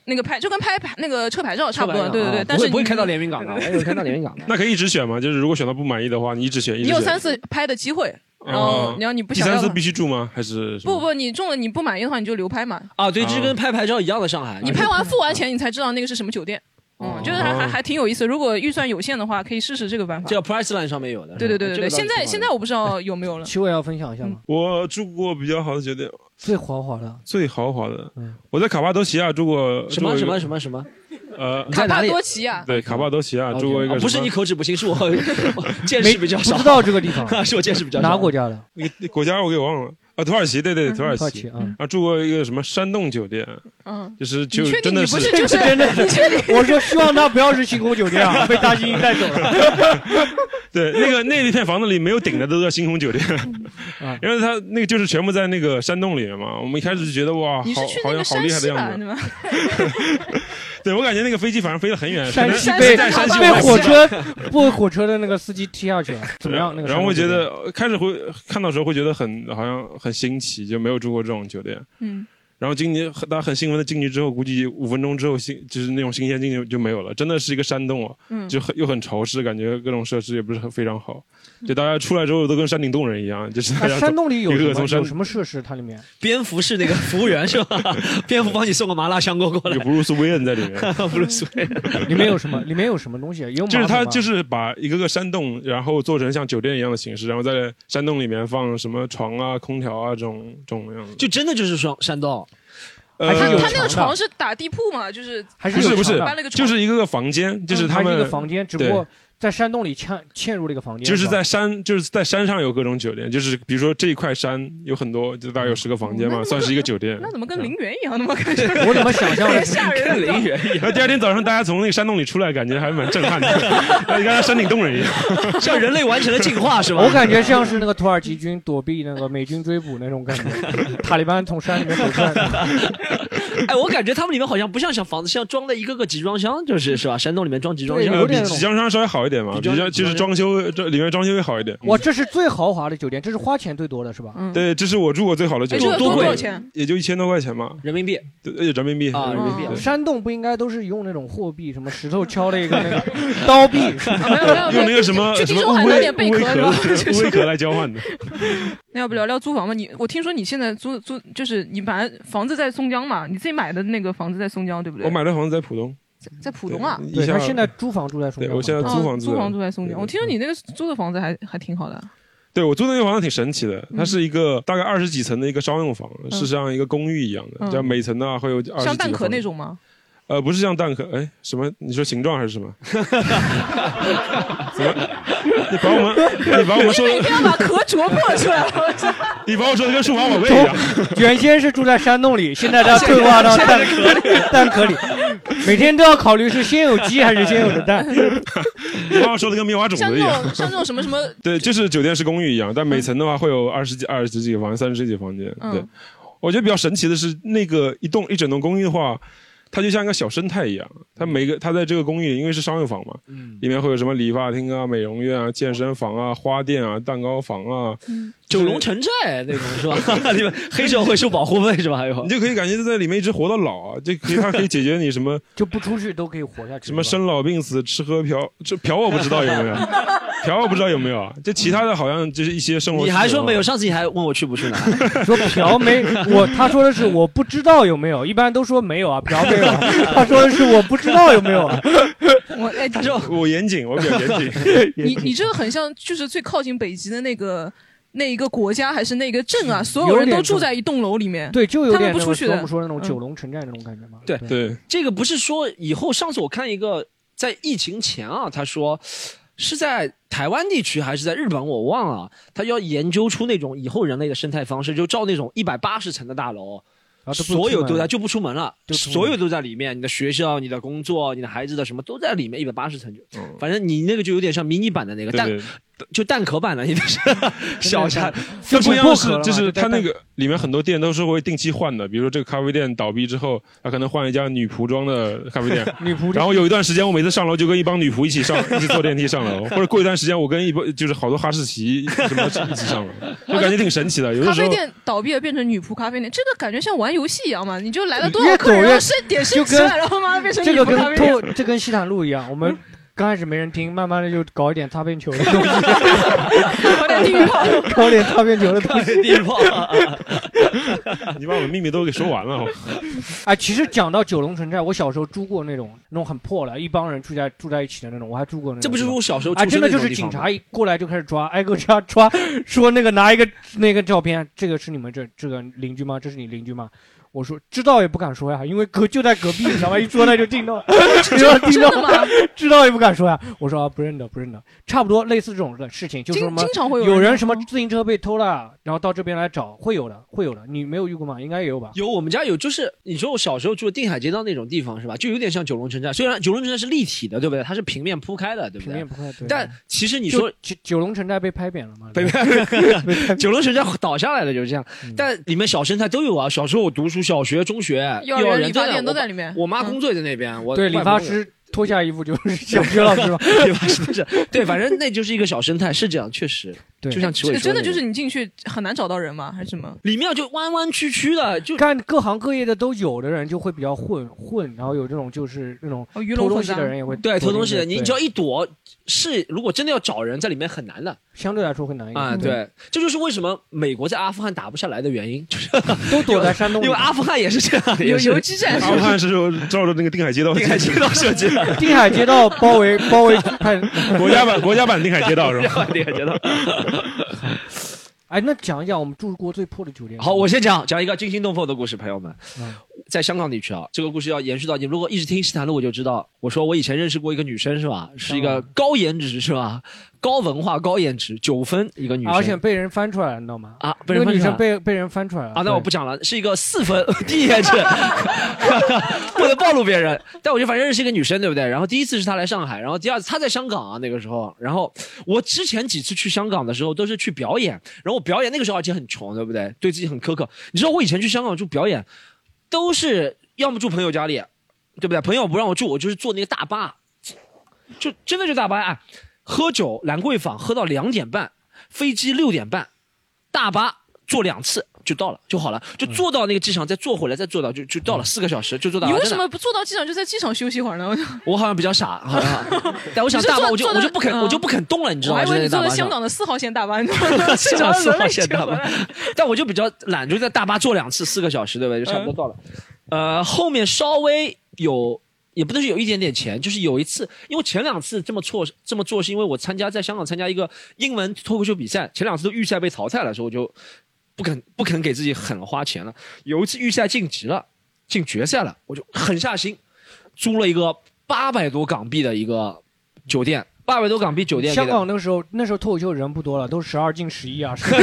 Speaker 3: 那个拍就跟拍那个车牌照差不多，对对
Speaker 5: 哦
Speaker 3: 对。
Speaker 1: 啊
Speaker 3: 但
Speaker 1: 不
Speaker 3: 是
Speaker 1: 会
Speaker 3: 你
Speaker 1: 不会开到连云港的，啊 我有开到连云港的。
Speaker 5: 那可以一直选吗？就是如果选到不满意的话，你一直选，一直
Speaker 3: 你
Speaker 5: 选。
Speaker 3: 有三次拍的机会，
Speaker 5: 哦，
Speaker 3: 然后你要你不想
Speaker 5: 第三
Speaker 3: 要的
Speaker 5: 次
Speaker 3: 话
Speaker 5: 必须住吗？还是什么
Speaker 3: 不不，你中了你不满意的话，你就流拍嘛。
Speaker 1: 啊，对，这跟拍牌照一样的上海。
Speaker 3: 你拍完付完钱，你才知道那个是什么酒店。嗯，就是还还还挺有意思。如果预算有限的话，可以试试这个办法。
Speaker 1: 这叫 Priceline 上面有的。
Speaker 3: 对对对对
Speaker 1: 哦这个
Speaker 3: 对，
Speaker 1: 倒是
Speaker 3: 现在
Speaker 1: 挺好
Speaker 3: 现在我不知道有没有了。
Speaker 2: 其实我要分享一下嘛，
Speaker 5: 嗯我住过比较好的酒店，
Speaker 2: 最豪华的，
Speaker 5: 最豪华的
Speaker 2: 嗯。
Speaker 5: 我在卡巴多奇亚住过
Speaker 1: 啊什么什么什
Speaker 5: 么
Speaker 1: 么什 么，
Speaker 5: 呃，
Speaker 1: 你
Speaker 3: 卡
Speaker 1: 在哪
Speaker 3: 帕
Speaker 1: 里？
Speaker 3: 多奇亚，
Speaker 5: 对卡巴多奇亚住过一个
Speaker 1: 啊
Speaker 5: 什么
Speaker 1: 不是你口齿不清， 是我我见
Speaker 2: 没
Speaker 1: 识比较少
Speaker 2: 不知，道这个地方
Speaker 1: 是我见识比较少。
Speaker 2: 哪国家的？
Speaker 5: 那个国家我给忘了啊，土耳其对对土耳
Speaker 2: 土耳其
Speaker 5: 其
Speaker 2: 啊，嗯
Speaker 5: 啊住过一个什么山洞酒店，
Speaker 3: 嗯，
Speaker 5: 就是
Speaker 3: 你
Speaker 5: 就
Speaker 3: 确
Speaker 5: 真
Speaker 3: 定
Speaker 5: 的
Speaker 3: 你不是就是
Speaker 2: 真的
Speaker 3: 你确定？
Speaker 2: 我说希望他不要是星空酒 店啊，被大猩猩带走了。
Speaker 5: 对，那个那一片房子里没有顶的都叫星空酒店
Speaker 2: 啊，
Speaker 5: 因为它那个就是全部在那个山洞里面嘛。我们一开始就觉得哇，
Speaker 3: 你
Speaker 5: 好
Speaker 3: 是去
Speaker 5: 好
Speaker 3: 那
Speaker 5: 像好
Speaker 3: 个山
Speaker 5: 厉害的
Speaker 3: 西吧？
Speaker 5: 样
Speaker 3: 对
Speaker 5: 子。
Speaker 3: 吗？
Speaker 5: 对我感觉那个飞机反正飞得很远，可
Speaker 2: 山
Speaker 5: 能
Speaker 2: 西
Speaker 3: 山西
Speaker 2: 被
Speaker 3: 在山西
Speaker 2: 被
Speaker 3: 我
Speaker 2: 火
Speaker 3: 知
Speaker 2: 车被火车的那个司机踢下去了，怎么样？那个
Speaker 5: 然后会
Speaker 2: 山
Speaker 5: 觉
Speaker 2: 东酒店
Speaker 5: 得呃开始会看到时候会觉得很好像很新奇，就没有住过这种酒店。
Speaker 3: 嗯，
Speaker 5: 然后进去，很大家很兴奋的进去之后，估计五分钟之后新就是那种新鲜劲就就没有了，真的是一个山洞啊，
Speaker 3: 嗯
Speaker 5: 就很又很潮湿，感觉各种设施也不是很非常好，就大家出来之后都跟山顶洞人一样，就是大
Speaker 2: 那
Speaker 5: 家
Speaker 2: 啊山洞里有
Speaker 5: 一个
Speaker 2: 什
Speaker 5: 个
Speaker 2: 么
Speaker 5: 从山
Speaker 2: 有什么设施？它里面
Speaker 1: 蝙蝠是那个服务员是吧？蝙蝠帮你送个麻辣香锅过来
Speaker 5: 有。布鲁斯威恩在 里面，
Speaker 1: 不是所以
Speaker 2: 里面有什么？里面有什么东西？有
Speaker 5: 就是
Speaker 2: 它
Speaker 5: 他就是把一个个山洞，然后做成像酒店一样的形式，然后在山洞里面放什么床啊、空调啊这种这种样子。
Speaker 1: 就真的就是双山洞，
Speaker 5: 呃
Speaker 2: 还是有
Speaker 3: 他那
Speaker 2: 床
Speaker 3: 个床
Speaker 2: 的
Speaker 3: 是打地铺嘛，就是
Speaker 2: 还
Speaker 5: 不
Speaker 2: 有
Speaker 5: 是不是
Speaker 2: 床的
Speaker 3: 搬了一个床，
Speaker 5: 就是一个个房间，就是他
Speaker 2: 它一
Speaker 5: 们
Speaker 2: 个房间，只不过在山洞里嵌嵌入了一个房间，
Speaker 5: 就是
Speaker 2: 是吧
Speaker 5: 在山，就是在山上有各种酒店，就是比如说这一块山有很多，就大概有十个房
Speaker 2: 嗯
Speaker 5: 间嘛，算是一个酒店。
Speaker 3: 那怎么跟陵园一样？那么 感觉
Speaker 2: 我怎么想象的
Speaker 3: 太
Speaker 2: 是？
Speaker 3: 吓人了。
Speaker 1: 园一
Speaker 5: 然后第二天早上，大家从那个山洞里出来，感觉还蛮震撼 的，然后跟山顶洞人一样。
Speaker 1: 样，像人类完成了进化是吧？
Speaker 2: 我感觉像是那个土耳其军躲避那个美军追捕那种感觉，塔利班从山里面走出来，
Speaker 1: 哎，我感觉他们里面好像不像小房子，像装了一个个集装箱， 就是是吧？山洞里面装集装
Speaker 2: 对
Speaker 1: 箱，
Speaker 2: 有
Speaker 5: 呃，比
Speaker 2: 点那种
Speaker 5: 比江山稍微好一点嘛，
Speaker 1: 比
Speaker 5: 比
Speaker 1: 江
Speaker 5: 较就是装修这里面装修会好一点。
Speaker 2: 哇，这是最豪华的酒店，这是花钱最多的是吧？
Speaker 3: 嗯，
Speaker 5: 对，这是我住过最好的酒
Speaker 3: 哎，这
Speaker 5: 店，
Speaker 3: 个
Speaker 1: 多
Speaker 3: 多
Speaker 1: 贵
Speaker 3: 多少钱？
Speaker 5: 也就一千多块钱吧，
Speaker 1: 人民币
Speaker 5: 对呃人民币
Speaker 1: 啊，人民币啊。
Speaker 5: 对
Speaker 2: 山洞不应该都是用那种货币，什么石头敲了一个那个刀币，
Speaker 3: 啊没有没有没
Speaker 5: 用
Speaker 3: 有，
Speaker 5: 那个什么
Speaker 3: 去
Speaker 5: 什
Speaker 3: 地
Speaker 5: 么
Speaker 3: 中
Speaker 5: 乌
Speaker 3: 海弄
Speaker 5: 龟
Speaker 3: 点贝
Speaker 5: 乌龟
Speaker 3: 壳是
Speaker 5: 壳
Speaker 3: 吧？
Speaker 5: 乌龟壳来交换的。
Speaker 3: 那要不聊聊租房吧？你我听说你现在租租就是你本来房子在松江嘛，你自己买的那个房子在松江对不对？
Speaker 5: 我买的房子在浦东，
Speaker 3: 在浦东啊。
Speaker 5: 对
Speaker 2: 对
Speaker 5: 一下
Speaker 2: 他现在租房住在松
Speaker 5: 对
Speaker 2: 江嘛，
Speaker 5: 我现在
Speaker 3: 啊
Speaker 5: 租房住
Speaker 3: 租
Speaker 5: 的
Speaker 3: 房住在松江，
Speaker 5: 对
Speaker 3: 我听说你那个租的房子还还挺好的，
Speaker 5: 对我租的那个房子挺神奇的，它
Speaker 3: 嗯
Speaker 5: 是一个大概二十几层的一个商用房，是像一个公寓一样的，
Speaker 3: 嗯
Speaker 5: 叫每层呢会有二十
Speaker 3: 像
Speaker 5: 几
Speaker 3: 蛋
Speaker 5: 个
Speaker 3: 壳
Speaker 5: 房
Speaker 3: 那。种吗？
Speaker 5: 呃，不是像蛋壳，哎，什么？你说形状还是什么？ 怎么？你把我 们，你把我们说，
Speaker 3: 一定要把壳啄破出来！我操
Speaker 5: 你把我说的跟数码宝贝一样。
Speaker 2: 原先是住在山洞里，现在他退化到蛋壳里， 蛋壳里，每天都要考虑是先有鸡还是先有的蛋。
Speaker 5: 你把我说的跟棉花种
Speaker 3: 像
Speaker 5: 子一
Speaker 3: 这
Speaker 5: 样。
Speaker 3: 种像这种什么 什么，
Speaker 5: 对，就是酒店是公寓一样，但
Speaker 1: 嗯
Speaker 5: 每层的话会有二十几、二十几个房间、三十几个房间。对
Speaker 3: 嗯，
Speaker 5: 我觉得比较神奇的是，那个一栋一整栋公寓的话，它就像一个小生态一样。它每
Speaker 1: 嗯
Speaker 5: 个它在这个公寓里，因为是商业房嘛，里面会有什么理发厅啊、美容院啊、健身房啊、花店啊、蛋糕房啊，
Speaker 1: 九龙城寨嗯那种是 吧？你们黑社会收保护费是吧？还有
Speaker 5: 你就可以感觉在里面一直活到老啊，就可以它可以解决你什 么
Speaker 10: 就不出去都可以活下去。
Speaker 5: 什么生老病死、吃喝嫖，这嫖我不知道有没有， 嫖我不知道有没有啊。这其他的好像就是一些生活。啊
Speaker 1: 你还说没有？？上次你还问我去不去呢？
Speaker 5: 说
Speaker 2: 嫖没我，他说的是我不知道有没有，一般都说没有啊，嫖没有啊。他说的是我不知道有没有啊。
Speaker 8: 我哎，。
Speaker 5: 他说我 严谨，我比较严谨
Speaker 8: 你你这个很像就是最靠近北极的那个那一个国家还是那个镇啊，所有人都住在一栋楼里面，
Speaker 2: 对，就有
Speaker 8: 他
Speaker 2: 点
Speaker 8: 们
Speaker 2: 那
Speaker 8: 不
Speaker 2: 个
Speaker 8: 出去的。
Speaker 2: 我们说的那种
Speaker 8: 嗯
Speaker 2: 九龙城寨那种感觉嘛。
Speaker 1: 对
Speaker 5: 对，
Speaker 1: 这个不是说以后，上次我看一个在疫情前啊，他说是在台湾地区还是在日本，我忘了，他要研究出那种以后人类的生态方式，就照那种一百八十层的大楼。
Speaker 2: 啊都不
Speaker 1: 所有
Speaker 2: 出门
Speaker 1: 都在
Speaker 2: 了
Speaker 1: 就不出门了，
Speaker 2: 出门。
Speaker 1: 所有都在里面。你的学校、你的工作、你的孩子的什么都在里面，一百八十层就，反正你那个就有点像迷你版的那个
Speaker 5: 对
Speaker 1: 蛋
Speaker 5: 对，
Speaker 1: 就蛋壳版的，你的是 小孩。
Speaker 5: 这不一样的是， 就是
Speaker 1: 他
Speaker 5: 它那个里面很多店都是会定期换的，比如说这个咖啡店倒闭之后，他可能换一家女仆装的咖啡 店
Speaker 2: 女仆装
Speaker 5: 然后有一段时间，我每次上楼就跟一帮女仆一起上，一起坐电梯上楼，或者过一段时间，我跟一帮就是好多哈士奇什么一 起上楼，就感觉挺神奇的。有
Speaker 8: 咖
Speaker 5: 的时
Speaker 8: 啡
Speaker 5: 候。
Speaker 8: 店倒闭了，变成女仆咖啡店，这个感觉像玩游戏一样嘛？你就来了多
Speaker 2: 越
Speaker 8: 少
Speaker 2: 走
Speaker 8: 客人，
Speaker 2: 越
Speaker 8: 然后升点升
Speaker 2: 就
Speaker 8: 级
Speaker 2: 跟
Speaker 8: 了，然后妈的变成女
Speaker 2: 这个
Speaker 8: 仆咖
Speaker 2: 跟
Speaker 8: 啡店。
Speaker 2: 这跟西坦路一样，我
Speaker 8: 嗯
Speaker 2: 们刚开始没人听，慢慢的就搞一点擦边球的东西，
Speaker 8: 搞点地狱炮，
Speaker 2: 搞点擦边球的东西。
Speaker 1: 地狱炮，
Speaker 5: 你把我的秘密都给说完了。
Speaker 2: 哎，其实讲到九龙城寨，我小时候住过那种那种很破了，一帮人住在住在一起的那种，我还住过那种地
Speaker 1: 这
Speaker 2: 方。
Speaker 1: 不就是我小时候
Speaker 2: 啊，
Speaker 1: 出生
Speaker 2: 真的就是
Speaker 1: 那种地
Speaker 2: 警
Speaker 1: 方吗
Speaker 2: 察一过来就开始抓，挨个抓抓，说那个拿一个那个照片，这个是你们这这个邻居吗？这是你邻居吗？我说知道也不敢说呀，因为隔就在隔壁，你知道吗？一说那就听到，知道听到
Speaker 8: 真的吗？
Speaker 2: 知道也不敢说呀。我说啊，不认得，不认得，差不多类似这种的事情，就是
Speaker 8: 经
Speaker 2: 什么
Speaker 8: 经常会有
Speaker 2: 有
Speaker 8: 人
Speaker 2: 人什么自行车被偷了，然后到这边来找，会有的，会有的。你没有遇过吗？应该也有吧？
Speaker 1: 有，我们家有，就是你说我小时候住的定海街道那种地方是吧？就有点像九龙城寨，虽然九龙城寨是立体的，对不对？它是平面铺开的，对不对？
Speaker 2: 平面不快，对。
Speaker 1: 但其实你 说
Speaker 2: 就九九龙城寨被拍扁了吗？
Speaker 1: 北面九龙城寨倒下来的就是这样，
Speaker 2: 嗯
Speaker 1: 但里面小生态都有啊。小时候我读书，小学、中学、幼
Speaker 8: 幼儿园
Speaker 1: 儿园
Speaker 8: 理发
Speaker 1: 真的
Speaker 8: 店都
Speaker 1: 我爸
Speaker 8: 在里面
Speaker 1: 我妈
Speaker 8: 嗯
Speaker 1: 工作也在那边，我
Speaker 2: 对理
Speaker 1: 外
Speaker 2: 发
Speaker 1: 公也。
Speaker 2: 师脱下衣服就是 小学老师嘛
Speaker 1: 理发师不是对，反正那就是一个小生态，是这样，确实，
Speaker 2: 对
Speaker 1: 就像齐
Speaker 8: 这
Speaker 1: 伟
Speaker 8: 个
Speaker 1: 说
Speaker 8: 真的
Speaker 1: 那
Speaker 8: 就
Speaker 1: 种
Speaker 8: 是你进去很难找到人吗？还是什么？
Speaker 1: 里面就弯弯曲曲的，就
Speaker 2: 干各行各业的都有的人就会比较混混，然后有这种就是那种
Speaker 8: 哦鱼
Speaker 2: 偷
Speaker 8: 龙
Speaker 2: 东
Speaker 8: 混
Speaker 2: 西的
Speaker 8: 杂
Speaker 2: 人也会
Speaker 1: 对偷东西的，
Speaker 2: 对
Speaker 1: 你只要一躲，是如果真的要找人，在里面很难的。
Speaker 2: 相对来说会难一点
Speaker 1: 啊、对，这就是为什么美国在阿富汗打不下来的原因，就是
Speaker 2: 都躲在山洞里
Speaker 1: 因为阿富汗也是这样的，也是
Speaker 5: 阿富汗是说照着那个定海街道，
Speaker 1: 定海街道设计的
Speaker 2: 定海街道包围包围派
Speaker 5: 国家版国家版定海街道是吧？
Speaker 1: 定海街道。
Speaker 2: 哎，那讲一讲我们住过最破的酒 店。
Speaker 1: 好，我先讲讲一个惊心动魄的故事，朋友们
Speaker 2: 嗯，
Speaker 1: 在香港地区啊，这个故事要延续到你们如果一直听西坦路，我就知道，我说我以前认识过一个女生是吧，是一个
Speaker 2: 嗯
Speaker 1: 高颜值是吧，高文化高颜值九分一个女生，
Speaker 2: 啊而且被人翻出来了，你知道吗？
Speaker 1: 啊，被
Speaker 2: 那
Speaker 1: 人
Speaker 2: 个
Speaker 1: 翻
Speaker 2: 女
Speaker 1: 出来
Speaker 2: 生
Speaker 1: 了
Speaker 2: 被被人翻出来了
Speaker 1: 啊，那我不讲了，是一个四分 第一眼是不能暴露别人。但我就反正认识一个女生，对不对？然后第一次是她来上海，然后第二次她在香港啊，那个时候。然后我之前几次去香港的时候都是去表演，然后我表演那个时候而且很穷，对不对？对自己很苛刻。你知道我以前去香港住表演，都是要么住朋友家里，对不对？朋友不让我住，我就是坐那个大巴，就真的就大巴啊，喝酒兰桂坊喝到两点半，飞机六点半，大巴坐两次就到了就好了，就坐到那个机场，再坐回来，再坐到就就到了四个小时就坐到。
Speaker 8: 嗯你为
Speaker 1: 真
Speaker 8: 什
Speaker 1: 的
Speaker 8: 么不坐到机场就在机场休息一会儿呢？
Speaker 1: 我好像比较傻，好像，但我想
Speaker 8: 你是
Speaker 1: 大巴
Speaker 8: 坐
Speaker 1: 我就
Speaker 8: 坐
Speaker 1: 我
Speaker 8: 的
Speaker 1: 就不肯
Speaker 8: 嗯
Speaker 1: 我就不肯动了，你知
Speaker 8: 我
Speaker 1: 道
Speaker 8: 还
Speaker 1: 吗？
Speaker 8: 以为你
Speaker 1: 就在
Speaker 8: 坐
Speaker 1: 那
Speaker 8: 的
Speaker 1: 大巴
Speaker 8: 香
Speaker 1: 上
Speaker 8: 港的四号线大巴， 你坐到机
Speaker 1: 香
Speaker 8: 场
Speaker 1: 港四
Speaker 8: 人
Speaker 1: 号
Speaker 8: 类
Speaker 1: 线
Speaker 8: 就
Speaker 1: 大
Speaker 8: 回
Speaker 1: 巴
Speaker 8: 来。，
Speaker 1: 但我就比较懒，就在大巴坐两次，四个小时，对不对？就差不多到了。呃，后面稍微有，也不能是有一点点钱，就是有一次，因为前两次这么错这么做，是因为我参加在香港参加一个英文脱口秀比赛，前两次都预赛被淘汰了，所以我就不肯不肯给自己狠花钱了。有一次预赛晋级了，进决赛了，我就狠下心，租了一个八百多港币的一个酒店。八百多港币酒店给
Speaker 2: 香
Speaker 1: 的，
Speaker 2: 港那个时候，那时候脱口秀人不多了，都十二进十一 啊，十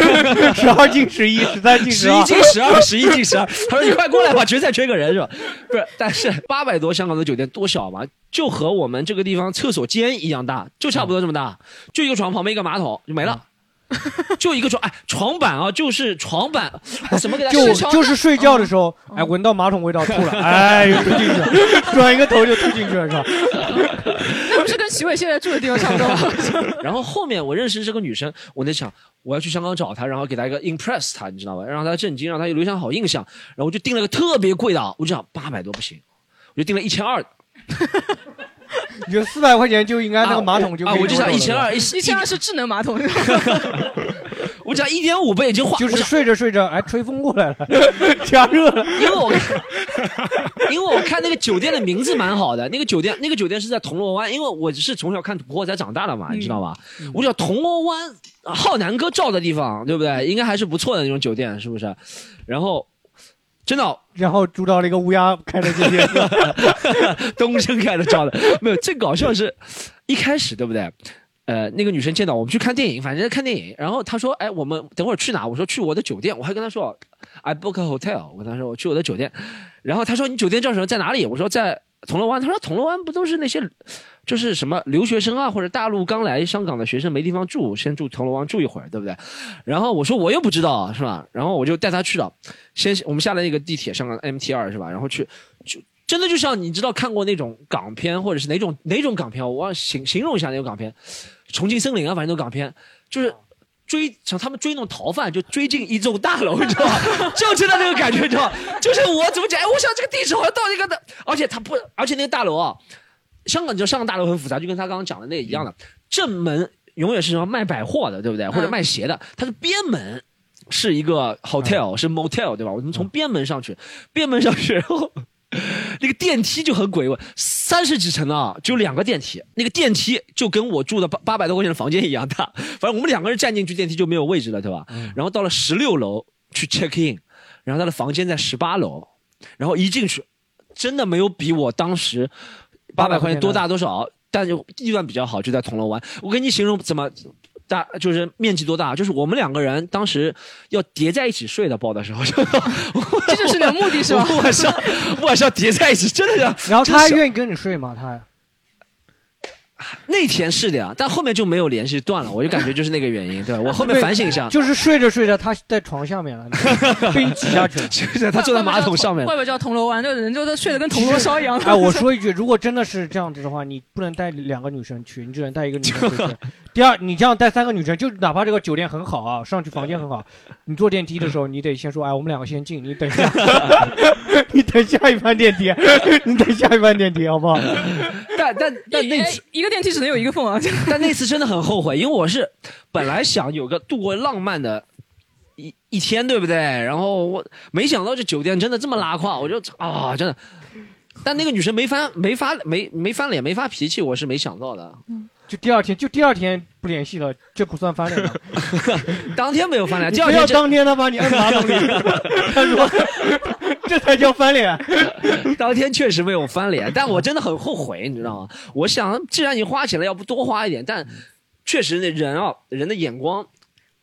Speaker 2: 二进十一，十三进
Speaker 1: 十
Speaker 2: 二，
Speaker 1: 一进十二，十一进十二。 他说：“你快过来吧，决赛缺个人是吧？” 不是，但是八百多香港的酒店多小嘛，就和
Speaker 2: 嗯
Speaker 1: 我们这个地方厕所间一样大，就差不多这么大，就一个床旁边一个马桶就没了。就一个床，哎，床板啊，就是床板， 我怎么给它
Speaker 2: 就
Speaker 1: 床
Speaker 2: 就是睡觉
Speaker 1: 嗯
Speaker 2: 的时候，哎，闻到马桶味道吐了，哎，又吐进去了，转一个头就吐进去了，是吧？
Speaker 3: 那不是跟齐伟现在住的地方差不 多吗？
Speaker 1: 然后后面我认识这个女生，我在想我要去香港找她，然后给她一个 impress 她，你知道吧？让她震惊，让她留下好印象。然后我就订了个特别贵的啊，我就想八百多不行，我就订了一千二。
Speaker 2: 你就四百块钱就应该那个马桶就
Speaker 1: 啊，我就想
Speaker 2: 一
Speaker 1: 一千二，一
Speaker 3: 一千二是智能马桶，
Speaker 1: 我讲一点五倍已经花，
Speaker 2: 就是睡着睡着，哎，吹风过来了， 加热了，
Speaker 1: 因为我看，因为我看那个酒店的名字蛮好的，那个酒店那个酒店是在铜锣湾，因为我是从小看《古惑仔》长大的嘛，你知道吧？
Speaker 2: 嗯
Speaker 1: 我想铜锣湾啊浩南哥照的地方，对不对？应该还是不错的那种酒店，是不是？然后真的哦
Speaker 2: 然后住到了一个乌鸦开的这些，
Speaker 1: 东升开的照的，没有。最搞笑的是，一开始对不对？呃，那个女生见到我们去看电影，反正看电影，然后她说：“哎，我们等会儿去哪？”我说：“去我的酒店。”我还跟她说：“I book a hotel。”我跟她说：“我去我的酒店。”然后她说：“你酒店叫什么？在哪里？”我说：“在铜锣湾。”她说：“铜锣湾不都是那些就是什么留学生啊，或者大陆刚来香港的学生没地方住，先住铜锣湾住一会儿，对不对？”然后我说：“我又不知道啊，是吧？”然后我就带她去了，先我们下了那个地铁，香港 MT 二是吧？然后去就真的就像你知道看过那种港片，或者是哪种哪种港片，我忘了形形容一下那种港片，《重庆森林》啊，反正那种港片，就是追像他们追那种逃犯，就追进一栋大楼，你知道吧？就真的那个感觉，你知道吧？就是我怎么讲？哎，我想这个地址好像到那个的，而且他不，而且那个大楼啊，香港你知道香港大楼很复杂，就跟他刚刚讲的那个一样的，正门永远是什么卖百货的，对不对？或者卖鞋的，它是边门。是一个 hotel，、是 motel，对吧？我们从边门上去，边门上去，然后那个电梯就很鬼混，三十几层啊，就两个电梯，那个电梯就跟我住的八八百多块钱的房间一样大，反正我们两个人站进去电梯就没有位置了，对吧？
Speaker 3: 嗯
Speaker 1: 然后到了十六楼去 check in，然后他的房间在十八楼，然后一进去，真的没有比我当时八百块钱多大多少，但就地段比较好，就在铜锣湾。我跟你形容怎么。大就是面积多大，就是我们两个人当时要叠在一起睡的，包的时候，
Speaker 3: 这就是你的目的是吧？
Speaker 1: 晚上 晚上叠在一起，真的是。
Speaker 2: 然后他还
Speaker 1: 真是
Speaker 2: 愿意跟你睡吗？他还
Speaker 1: 那天是的呀，但后面就没有联系，断了。我就感觉就是那个原因，对吧我后面反省一下，
Speaker 2: 就是睡着睡着，他在床下面了，被你挤下去了。
Speaker 1: 就是他 坐在马桶上面
Speaker 3: 外。边叫铜锣湾，这人就都睡得跟 铜锣烧一样。
Speaker 2: 哎，我说一句，如果真的是这样子的话，你不能带两个女生去，你只能带一个女生 回去。第二，你这样带三个女生，就哪怕这个酒店很好啊，上去房间很好，你坐电梯的时候，你得先说，哎，我们两个先进，你等一 下， 你等下一班电梯，你等下一班电梯，好不好？
Speaker 1: 但但但那次，
Speaker 3: 一个电梯只能有一个缝啊，
Speaker 1: 但那次真的很后悔，因为我是本来想有个度过浪漫的一一天，对不对？然后我没想到这酒店真的这么拉胯，我就啊，真的。但那个女生没翻没发没没翻脸没发脾气，我是没想到的。
Speaker 2: 就第二天，就第二天不联系了，这不算翻脸吧？
Speaker 1: 当天没有翻脸，
Speaker 2: 你
Speaker 1: 第二
Speaker 2: 不
Speaker 1: 天
Speaker 2: 要
Speaker 1: 真
Speaker 2: 当天他把你摁马桶里，他 说这才叫翻脸。
Speaker 1: 当天确实没有翻脸，但我真的很后悔，你知道吗？我想，既然你花钱了，要不多花一点？但确实，那人啊，人的眼光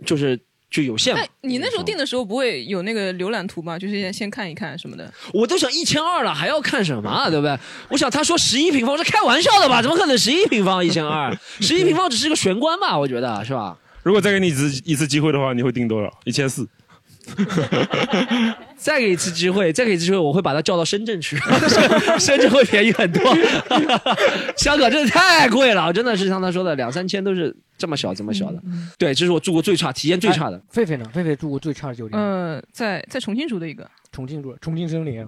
Speaker 1: 就是就 有限嘛
Speaker 8: 哎
Speaker 2: 哎
Speaker 3: 那。你那时候订
Speaker 1: 的，
Speaker 3: 的时候不会有那个浏览图吗？就是先先看一看什么的。
Speaker 1: 我都想一千二了，还要看什么啊？对不对？我想他说十一平方，我说开玩笑的吧？怎么可能十一平方一千 二？十一平方只是个玄关吧？我觉得是吧？
Speaker 5: 如果再给你一次一次机会的话，你会定多少？一千四。
Speaker 1: 再给一次机会，再给一次机会，我会把他叫到深 圳去， 深圳会便宜很多。 香港真的太贵了，真的是像他说的，两三千都是这么小这么
Speaker 3: 嗯
Speaker 2: 嗯
Speaker 1: 小的。对，这是我住过最差、体验最差的。
Speaker 2: 狒狒呢？狒狒住过最差的酒店，
Speaker 3: 嗯，在在重庆住的一个，
Speaker 2: 重庆住，重庆森 林。啊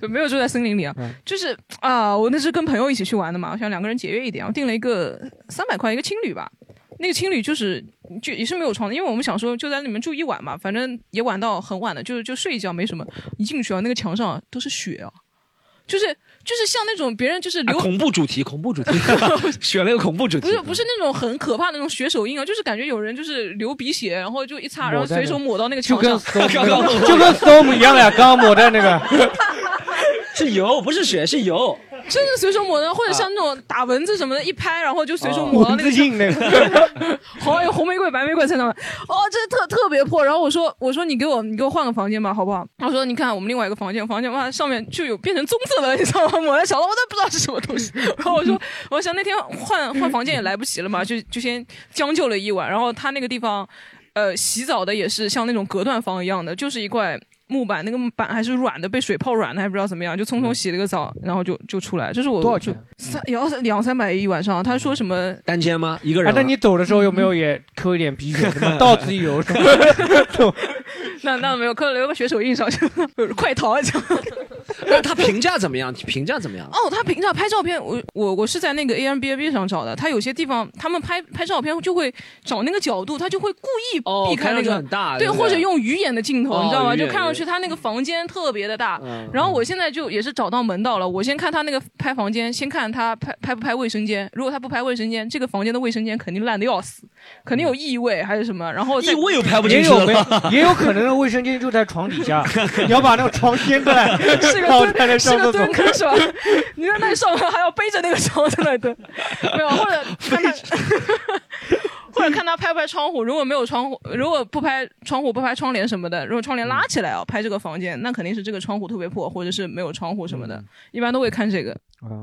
Speaker 3: 对没有住在森林里啊
Speaker 2: 嗯，
Speaker 3: 就是啊，我那是跟朋友一起去玩的嘛，我想两个人节约一点，我订了一个三百块一个青旅吧。那个青旅就是就也是没有床的，因为我们想说就在里面住一晚嘛，反正也晚到很晚了，就是就睡一觉没什么。一进去啊，那个墙上都是血啊，就是就是像那种别人就是
Speaker 2: 哎
Speaker 1: 啊
Speaker 3: 流、
Speaker 1: 恐怖主题，恐怖主 题， 选了一个恐怖主题。
Speaker 3: 不是不是那种很可怕的那种血手印啊，就是感觉有人就是流鼻血，然后就一擦，然后
Speaker 2: 抹在那
Speaker 3: 随手抹到那个
Speaker 2: 就
Speaker 3: 墙
Speaker 2: 跟
Speaker 3: 上。
Speaker 1: 刚刚
Speaker 2: storm 就跟 storm 一样呀，刚刚抹在那个，
Speaker 1: 是油，不是血，是油。
Speaker 3: 真的随手抹的，或者像那种打蚊子什么的，一拍然后就随手抹到那个
Speaker 1: 啊蚊子印那 个，
Speaker 3: 好有红玫瑰、白玫瑰在那嘛，哦，这特特别破。然后我说我说你给我你给我换个房间吧，好不好？他说你看我们另外一个房间，房间哇上面就有变成棕色的，你知道吗？抹在小了，我都不知道是什么东西。然后 我说我想那天换换房间也来不及了嘛，就就先将就了一晚。然后他那个地方。呃，洗澡的也是像那种隔断房一样的，就是一块木板，那个板还是软的，被水泡软的，还不知道怎么样，就匆匆洗了个澡，然后就就出来。这是我
Speaker 2: 嗯多少
Speaker 3: 就
Speaker 2: 钱
Speaker 3: 三也要两三百一晚上。他说什么？
Speaker 1: 单间吗？一个
Speaker 2: 啊
Speaker 1: 人？，
Speaker 2: 那你走的时候有没有也抠一点鼻 血？什么到此一游什么？
Speaker 3: 那那没有，可能留个血手印上去， 快逃啊！这样
Speaker 1: 那他评价怎么样？评价怎么样？
Speaker 3: 哦，他平常拍照片，我我我是在那个 Airbnb 上找的。他有些地方他们拍拍照片就会找那个角度，他就会故意避开
Speaker 1: 哦看上
Speaker 3: 那
Speaker 1: 去
Speaker 3: 个、
Speaker 1: 很大
Speaker 3: 对，
Speaker 1: 对不对
Speaker 3: 或者用鱼眼的镜头，
Speaker 1: 哦
Speaker 3: 你知道吗？
Speaker 1: 鱼
Speaker 3: 就
Speaker 1: 眼
Speaker 3: 看上去
Speaker 1: 鱼
Speaker 3: 他那个房间特别的大。
Speaker 1: 嗯
Speaker 3: 然后我现在就也是找到门道了，我先看他那个拍房间，先看他拍拍不拍卫生间。如果他不拍卫生间，这个房间的卫生间肯定烂的要死，肯定有异味还是什么。然后
Speaker 2: 也
Speaker 3: 再
Speaker 2: 有没也有可能那卫生间就在床底下，你要把那个床掀开来，
Speaker 3: 是
Speaker 2: 然后
Speaker 3: 个
Speaker 2: 才能
Speaker 3: 蹲，是
Speaker 2: 上厕所
Speaker 3: 个 蹲。坑是吧？你在那里上课还要背着那个床在那里蹲，没有，或者看他， 或者看他拍不拍窗户。如果没有窗户，如果不拍窗户，不拍窗帘什么的，如果窗帘拉起来啊，拍这个房间，那肯定是这个窗户特别破，或者是没有窗户什么
Speaker 2: 嗯
Speaker 3: 的，一般都会看这个。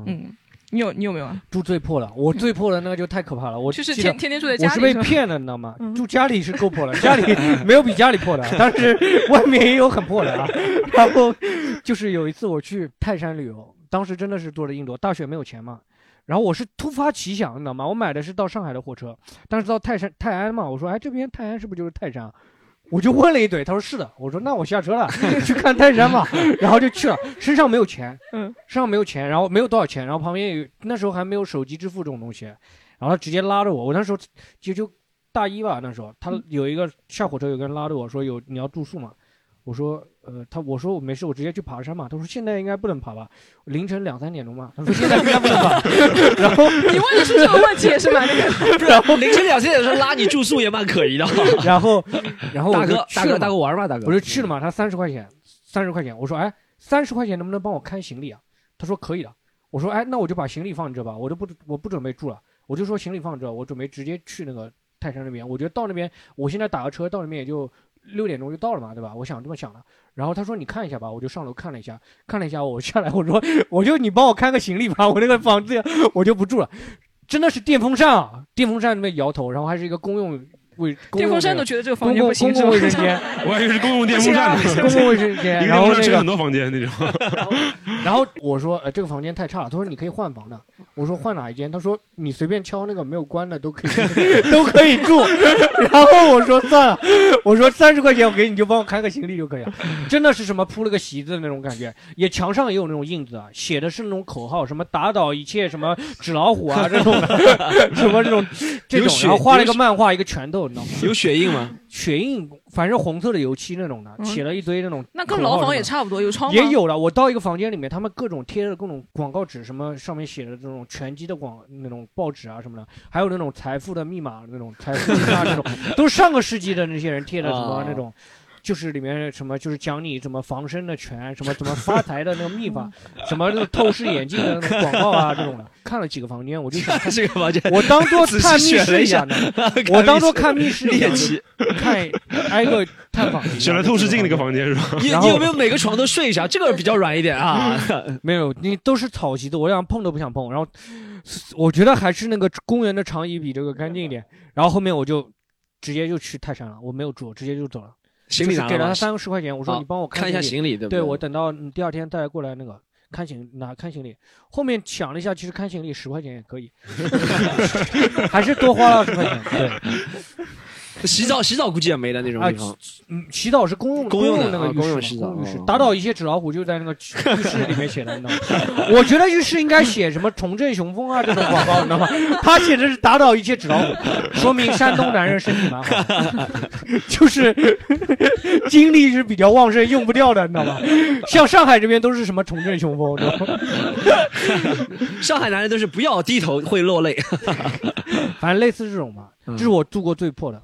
Speaker 3: 嗯，你有你有没有啊？
Speaker 2: 住最破了，我最破的那个就太可怕了。我
Speaker 3: 就是
Speaker 2: 记得
Speaker 3: 天天天住在家
Speaker 2: 我
Speaker 3: 里
Speaker 2: 是被
Speaker 3: 是吧嗯
Speaker 2: 骗的，你知道吗？住家里是够破 了，家里没有比家里破的，但是外面也有很破的啊。 然后就是有一次我去泰山旅游，当时真的是做的硬座，大学没有钱嘛。然后我是突发奇想，你知道吗？我买的是到上海的火车，但是到泰山泰安嘛，我说哎，这边泰安是不是就是泰山啊？我就问了一嘴，他说是的。我说那我下车了，去看泰山吧。然后就去了，身上没有钱，
Speaker 3: 嗯，
Speaker 2: 身上没有钱，然后没有多少钱，然后旁边有那时候还没有手机支付这种东西，然后他直接拉着我，我那时候就就大一吧，那时候他有一个下火车，有个人拉着我说有你要住宿吗？我说呃，他我说我没事，我直接去爬山嘛。他说现在应该不能爬吧，凌晨两三点钟嘛。他说现在应该不能爬。
Speaker 3: 嗯
Speaker 2: 然后
Speaker 3: 你问的是这个问题也是蛮那个
Speaker 1: 不是凌晨两三点钟拉你住宿也蛮可疑的。
Speaker 2: 然后， 然后我
Speaker 1: 大
Speaker 2: 就
Speaker 1: 哥，
Speaker 2: 去
Speaker 1: 大哥，
Speaker 2: 了嘛
Speaker 1: 大哥玩吧，大哥。
Speaker 2: 我就去了嘛，他三十块钱，三十块钱，我说哎，三十块钱能不能帮我看行李啊？他说可以的。我说哎，那我就把行李放你这吧，我就不我不准备住了，我就说行李放这，我准备直接去那个泰山那边。我觉得到那边，我现在打个车到那边也就六点钟就到了嘛，对吧？我想这么想的。然后他说你看一下吧，我就上楼看了一下，看了一下，我下来我说我就你帮我看个行李吧，我那个房子我就不住了。真的是电风扇啊！电风扇那边摇头，然后还是一个公用卫，公
Speaker 3: 电
Speaker 2: 用
Speaker 3: 风扇
Speaker 2: 那个
Speaker 3: 都觉得这个房
Speaker 2: 公
Speaker 3: 间
Speaker 2: 共
Speaker 3: 不行，，
Speaker 2: 公共卫生间
Speaker 5: 我还以为是公用电风扇呢
Speaker 2: 不行啊公共卫生间，
Speaker 5: 一个
Speaker 2: 然后
Speaker 5: 电风扇
Speaker 2: 那个
Speaker 5: 吃很多房间那种。
Speaker 2: 然后我说，呃，这个房间太差了。他说你可以换房的。我说换哪一间？他说你随便敲那个没有关的都可以， 都可以住。 然后我说算了，我说三十块钱我给你，就帮我看个行李就可以了。真的是什么铺了个席子的那种感觉，也墙上也有那种印子啊，写的是那种口号，什么打倒一切什么纸老虎啊这种 的，什么这种这
Speaker 1: 有
Speaker 2: 种，
Speaker 1: 血
Speaker 2: 然后画了一
Speaker 1: 有
Speaker 2: 个
Speaker 1: 血
Speaker 2: 漫画，一个拳头，你知道吗？
Speaker 1: 有血印吗？
Speaker 2: 血印，反正红色的油漆那种的，
Speaker 3: 嗯
Speaker 2: 写了一堆那种口号什么的。
Speaker 3: 那跟牢房也差不多，有窗吗
Speaker 2: 也有了，我到一个房间里面，他们各种贴着各种广告纸，什么上面写的这种拳击的广那种报纸啊什么的，还有那种财富的密码那种财富密码那种，都是上个世纪的那些人贴的什么
Speaker 1: 啊
Speaker 2: 那种。就是里面什么，就是讲你怎么防身的拳，什么怎么发财的那个秘法，什么那个透视眼镜的那种广告啊，这种的。看了几个房间，我就想看
Speaker 1: 这个房间，
Speaker 2: 我当做看
Speaker 1: 仔
Speaker 2: 密
Speaker 1: 细选了
Speaker 2: 室
Speaker 1: 一
Speaker 2: 一
Speaker 1: 下
Speaker 2: 样的， 我当做看密室一样
Speaker 1: 猎奇
Speaker 2: 的，看挨 个探访。
Speaker 5: 选了透视镜那个房间是吧？
Speaker 1: 你
Speaker 2: 然
Speaker 1: 你
Speaker 2: 后
Speaker 1: 有没有每个床都睡一下？这个比较软一点啊。
Speaker 2: 没有，你都是草席子，我想碰都不想碰。然后我觉得还是那个公园的长椅比这个干净一点。然后后面我就直接就去泰山了，我没有住，直接就走了。
Speaker 1: 行李
Speaker 2: 就
Speaker 1: 拿
Speaker 2: 是
Speaker 1: 了
Speaker 2: 给了
Speaker 1: 吗
Speaker 2: 他三十块钱，我说
Speaker 1: 哦
Speaker 2: 你帮我
Speaker 1: 看一下行李对
Speaker 2: 对
Speaker 1: 不对
Speaker 2: 我等到你第二天再过来那个。看行拿看行李，后面想了一下，其实看行李十块钱也可以， 还是多花了十块钱。
Speaker 1: 对，洗澡洗澡估计也没的那种地方
Speaker 2: 啊。嗯，洗澡是公用
Speaker 1: 公用的
Speaker 2: 那个
Speaker 1: 啊
Speaker 2: 浴室嘛，
Speaker 1: 公用洗澡
Speaker 2: 公用浴室
Speaker 1: 哦
Speaker 2: 打倒一切纸老虎就在那个浴室里面写的，你知道吗？我觉得浴室应该写什么“重振雄风”啊这种广告，你知道吗？他写的是打倒一切纸 老虎，说明山东男人身体蛮好的，就是 精力是比较旺盛，用不掉的，你知道吗？像上海这边都是什么“重振雄风”，你知道吗？
Speaker 1: 上海男人都是不要低头会落泪。嗯
Speaker 2: 反正类似这种嘛，这是我住过最破的。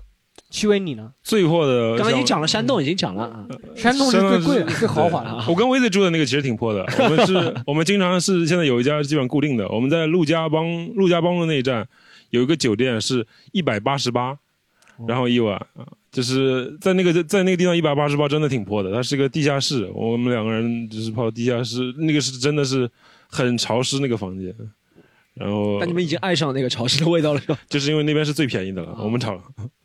Speaker 2: 七位你呢？
Speaker 5: 最破的，
Speaker 2: 刚刚已经
Speaker 5: 像
Speaker 2: 讲
Speaker 1: 了山洞已经讲了啊，
Speaker 2: 山洞是最贵的、
Speaker 5: 山
Speaker 2: 最豪华的。
Speaker 5: 对我跟威子住的那个其实挺破的，我们 是，我们经常是现在有一家基本上固定的，我们在陆家浜陆家浜路那一站有一个酒店是一百八十八，然后一晚，啊就是在那个在那个地方一百八十八真的挺破的，它是个地下室，我们两个人就是泡地下室，那个是真的是很潮湿那个房间，然后
Speaker 1: 但你们已经爱上那个潮湿的味道了，是吧？哦
Speaker 5: 就是因为那边是最便宜的了，我们炒了，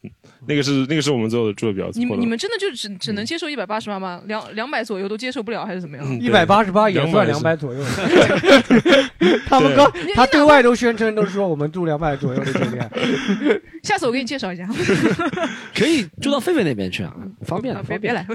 Speaker 5: 那个是那个是我们最后的住的比较
Speaker 3: 你
Speaker 5: 破的
Speaker 3: 们你们真的就只只
Speaker 2: 嗯
Speaker 3: 能接受一百八十八吗？两两百左右都接受不了还是怎么样？
Speaker 5: 嗯
Speaker 2: 一百八十八也算两
Speaker 5: 200
Speaker 2: 百 左右，他们刚他对外都宣称都是说我们住两百左右的酒 店，
Speaker 3: 下次我给你介绍一下。
Speaker 1: 可以住到狒狒那边去啊，方便
Speaker 3: 啊
Speaker 1: 了。
Speaker 3: 别别来，我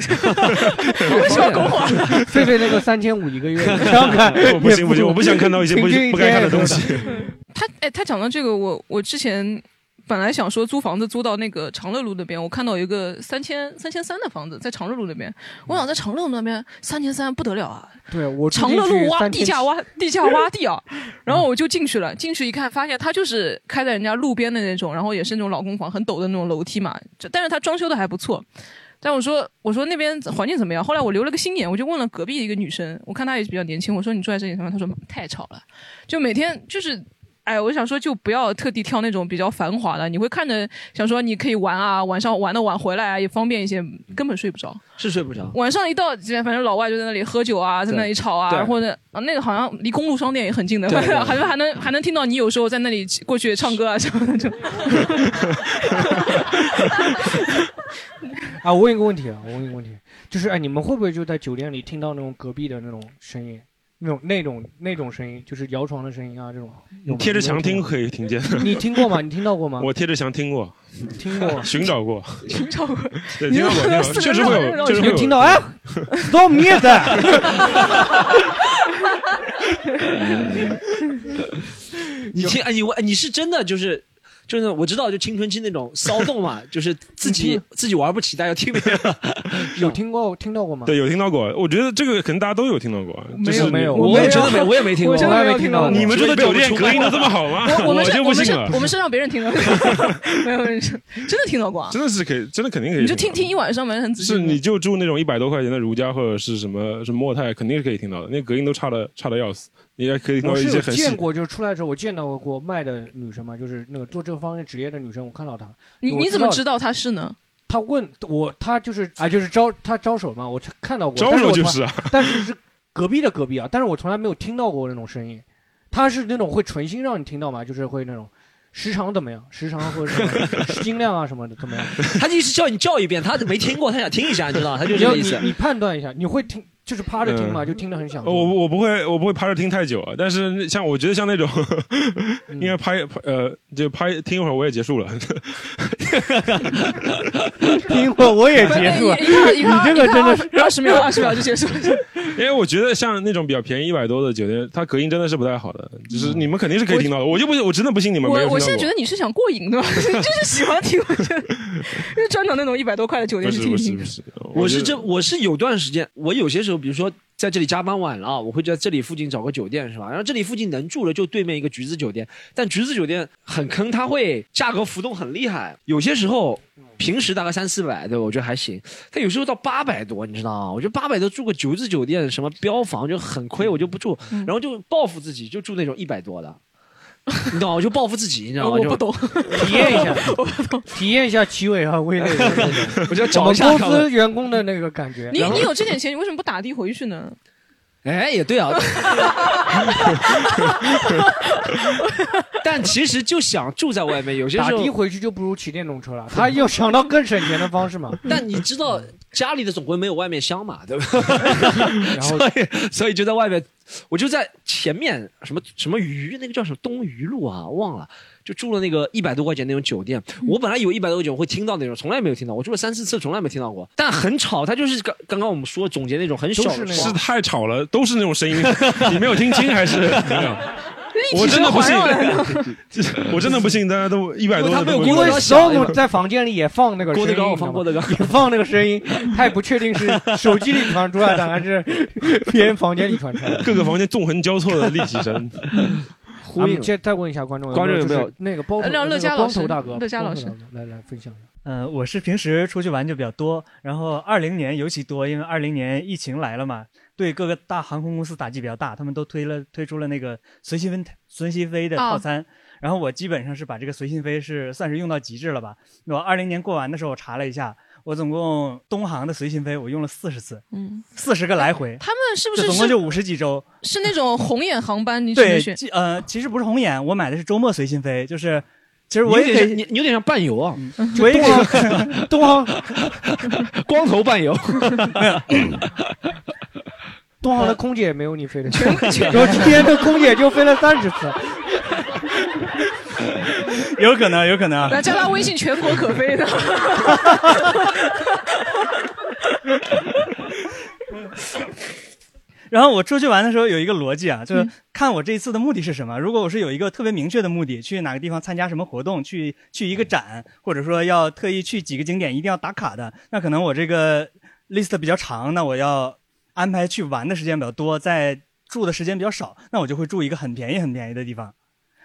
Speaker 3: 为什么要拱我？
Speaker 2: 狒狒那个三千五一个月， 你想看
Speaker 5: 我不行不行，我不想看到一些不
Speaker 2: 平均
Speaker 5: 不该看的
Speaker 2: 天也
Speaker 5: 东
Speaker 2: 不
Speaker 5: 西。
Speaker 3: 他哎，他讲到这个，我我之前本来想说租房子租到那个长乐路那边，我看到有一个三千三千三的房子在长乐路那边，我想在长乐路那边三千三不得了啊，
Speaker 2: 对我住
Speaker 3: 长
Speaker 2: 进
Speaker 3: 乐
Speaker 2: 去
Speaker 3: 路挖
Speaker 2: 三
Speaker 3: 地
Speaker 2: 千
Speaker 3: 下
Speaker 2: 七
Speaker 3: 挖 地下挖地啊，然后我就进去了，进去一看，发现它就是开在人家路边的那种，然后也是那种老公房，很陡的那种楼梯嘛，这但是它装修的还不错。但我说我说那边环境怎么样？后来我留了个心眼，我就问了隔壁一个女生，我看她也比较年轻，我说你住在这里什么？她说太吵了，就每天就是。哎，我想说，就不要特地挑那种比较繁华的，你会看着想说你可以玩啊，晚上玩的晚回来啊，也方便一些，根本睡不着。
Speaker 1: 是睡不 着。
Speaker 3: 晚上一到，反正老外就在那里喝酒啊，在那里吵
Speaker 1: 对
Speaker 3: 啊，
Speaker 1: 对
Speaker 3: 或者啊那个好像离公路商店也很近的，
Speaker 1: 对对对
Speaker 3: 还能还能还能听到你有时候在那里过去唱歌啊什么的。就
Speaker 2: 啊！我问一个问题啊，我问一个问题，就是哎，你们会不会就在酒店里听到那种隔壁的那种声音，那种那种那种声音，就是摇床的声音啊这种？有
Speaker 5: 你
Speaker 2: 吗
Speaker 5: 贴着墙听可以听见。
Speaker 2: 你听过吗？你听到过吗？
Speaker 5: 我贴着墙听过，
Speaker 2: 听 过
Speaker 5: 寻找过，
Speaker 3: 寻找过，
Speaker 5: 对，听到过，听到过，确实会有，确实会
Speaker 2: 你
Speaker 5: 有。
Speaker 2: 听到哎，到你也 在。
Speaker 1: 你听，哎，你我哎你是真的就是。就是我知道，就青春期那种骚动嘛，就是自己自己玩不起，但要听别人。
Speaker 2: 有听过哦听到过吗？
Speaker 5: 对，有听到过。我觉得这个可能大家都有听到过。就是
Speaker 2: 没有没有
Speaker 5: 你
Speaker 2: 我
Speaker 1: 我也
Speaker 2: 没有
Speaker 1: 真的没，我也没听过。
Speaker 2: 我真的没有听到过
Speaker 5: 你们住的酒店隔音都这么好吗？
Speaker 3: 我们是
Speaker 5: 就
Speaker 3: 我
Speaker 5: 不
Speaker 3: 们是
Speaker 5: 信了
Speaker 3: 我。们是让别人听到的，没有没有，是真的听到过啊。
Speaker 5: 真的是可以，真的肯定可以。
Speaker 3: 你就听听一晚上，反正 很仔细。
Speaker 5: 是你就住那种一百多块钱的如家或者是什么什么莫泰，肯定是可以听到的。那隔音都差的差的要死，你也可以听
Speaker 2: 我
Speaker 5: 到一
Speaker 2: 是
Speaker 5: 些
Speaker 2: 有
Speaker 5: 很
Speaker 2: 见
Speaker 5: 细。
Speaker 2: 过，就是出来的时候我见到过卖的女生嘛，就是那个做这方面职业的女生，我看到她。
Speaker 3: 你
Speaker 2: 我
Speaker 3: 你怎么
Speaker 2: 知
Speaker 3: 知道他是呢？
Speaker 2: 她问我，她就是啊，就是招她招手嘛，我看到过。
Speaker 5: 招
Speaker 2: 但是
Speaker 5: 手
Speaker 2: 我
Speaker 5: 就
Speaker 2: 从
Speaker 5: 是啊，
Speaker 2: 但是是隔壁的隔壁啊，但是我从来没有听到过那种声音。他是那种会存心让你听到吗？就是会那种时长怎么样，时长或者什么时音量啊什么的 怎么样？
Speaker 1: 他就一直叫你叫一遍，他没听过，他想听一下，你知道吗，他就
Speaker 2: 你
Speaker 1: 这
Speaker 2: 要
Speaker 1: 个意
Speaker 2: 你
Speaker 1: 思。
Speaker 2: 你判断一下，你会听就是趴着听
Speaker 5: 嗯
Speaker 2: 吗？就听得很响。
Speaker 5: 哦我我不会，我不会趴着听太久啊。但是那像我觉得像那种，
Speaker 2: 嗯
Speaker 5: 应该拍拍呃，就拍听一会儿我也结束了。
Speaker 2: 听过我也结束了，
Speaker 3: 哎一看一
Speaker 2: 你这
Speaker 3: 看，
Speaker 2: 个真的是
Speaker 3: 二十秒二十秒就结束了。
Speaker 5: 因为我觉得像那种比较便宜一百多的酒店，它隔音真的是不太好的，就是
Speaker 2: 嗯
Speaker 5: 你们肯定是可以听到的。我就不，我真的不信你们没有听到
Speaker 3: 我
Speaker 5: 过。
Speaker 3: 我现在觉得你是想过瘾对吧？你就是喜欢听，我觉得就是专找那种一百多块的酒店
Speaker 5: 不
Speaker 3: 去
Speaker 5: 是
Speaker 3: 听
Speaker 5: 不是
Speaker 3: 听
Speaker 5: 不。是，
Speaker 1: 我
Speaker 5: 觉
Speaker 1: 是
Speaker 5: 得
Speaker 1: 这，我是有段时间，我有些时候，比如说在这里加班晚了啊，我会在这里附近找个酒店，是吧？然后这里附近能住的就对面一个橘子酒店，但橘子酒店很坑，它会价格浮动很厉害，有些时候。平时大概三四百，对吧我觉得还行。但有时候到八百多，你知道吗？我觉得八百多住个橘子酒店，什么标房就很亏，我就不住。然后就报复自己，就住那种一百多的， 你懂吗？我就报复自己，你知道吗？
Speaker 3: 我
Speaker 1: 就
Speaker 3: 不懂，
Speaker 2: 体验一 下，体验一下齐伟和魏磊的那种
Speaker 1: 我就
Speaker 2: 我
Speaker 1: 找一
Speaker 2: 们
Speaker 1: 下
Speaker 2: 公
Speaker 1: 他们
Speaker 2: 司员工的那个感觉。
Speaker 3: 你
Speaker 2: 然后
Speaker 3: 你有这点钱，你为什么不打的回去呢？
Speaker 1: 哎，也对啊。 但其实就想住在外面，有些
Speaker 2: 打
Speaker 1: 时
Speaker 2: 的
Speaker 1: 候，
Speaker 2: 回去就不如骑电动车了，他又想到更省钱的方式嘛。
Speaker 1: 但你知道家里的总归没有外面香嘛，对吧？
Speaker 2: 然 后
Speaker 1: 所以所以就在外面，我就在前面什么什么鱼，那个叫什么东鱼路啊，忘了。就住了那个一百多块钱那种酒店，
Speaker 2: 嗯
Speaker 1: 我本来以为一百多块钱我会听到那种，从来没有听到，我住了三四次从来没听到过，但很吵，它就是刚刚刚我们说总结那种很小
Speaker 2: 都是那种
Speaker 5: 是太吵了，都是那种声 音，你没有听清还是怎么样？我真的不信， 我真的不信，大家都一百多
Speaker 1: 因为他
Speaker 5: 的
Speaker 1: 没有
Speaker 5: 都
Speaker 1: 锅
Speaker 2: 因
Speaker 1: 德
Speaker 2: 为
Speaker 1: 纲小
Speaker 2: Song 在房间里也放那个
Speaker 1: 郭德
Speaker 2: 声
Speaker 1: 纲，我
Speaker 2: 音你知道
Speaker 1: 放
Speaker 2: 吗
Speaker 1: 郭德纲，
Speaker 2: 也放那个声音， 他也不确定是手机里传出来 的还是别人房间里传出来的。
Speaker 5: 各个房间纵横交错的立体声。
Speaker 1: 呼应
Speaker 2: 啊接再问一下观众，
Speaker 1: 观众有没有
Speaker 2: 就是那个包袱？
Speaker 3: 呃让
Speaker 2: 那
Speaker 3: 乐
Speaker 2: 个
Speaker 3: 嘉老
Speaker 2: 光
Speaker 3: 师
Speaker 2: 头大哥，
Speaker 3: 乐嘉
Speaker 2: 光
Speaker 3: 老
Speaker 2: 头
Speaker 3: 师
Speaker 2: 大哥来来分享一下。
Speaker 6: 嗯，我是平时出去玩就比较多，然后二零年尤其多，因为二零年疫情来了嘛，对各个大航空公司打击比较大，他们都推了推出了那个随心飞随心飞
Speaker 3: 哦
Speaker 6: 的套餐，然后我基本上是把这个随心飞是算是用到极致了吧。我二零年过完的时候，我查了一下，我总共东航的随心飞我用了四十次，
Speaker 3: 嗯，
Speaker 6: 四十个来回，
Speaker 3: 他们是不
Speaker 6: 这
Speaker 3: 是
Speaker 6: 总共
Speaker 3: 是
Speaker 6: 就五十几周？
Speaker 3: 是那种红眼航班？你
Speaker 6: 对
Speaker 3: 选选，
Speaker 6: 其呃，其实不是红眼，我买的是周末随心飞，就是其实我
Speaker 1: 你有
Speaker 6: 也
Speaker 1: 点
Speaker 6: 可
Speaker 1: 像
Speaker 6: 以，嗯
Speaker 1: 你你有点像伴游啊，
Speaker 6: 我也可以。
Speaker 2: 东 航，
Speaker 1: 光头伴 游，
Speaker 2: 东航的啊空姐也没有你飞的全，我今天的空姐就飞了三十次。
Speaker 6: 有可能，有可能啊。
Speaker 3: 来加他微信，全国可飞的。
Speaker 10: 嗯
Speaker 6: 然后我出去玩的时候有一个逻辑啊，就是看我这一次的目的是什么。如果我是有一个特别明确的目的，去哪个地方参加什么活动，去去一个展，或者说要特意去几个景点一定要打卡的，那可能我这个 list 比较长，那我要安排去玩的时间比较多，在住的时间比较少，那我就会住一个很便宜很便宜的地方。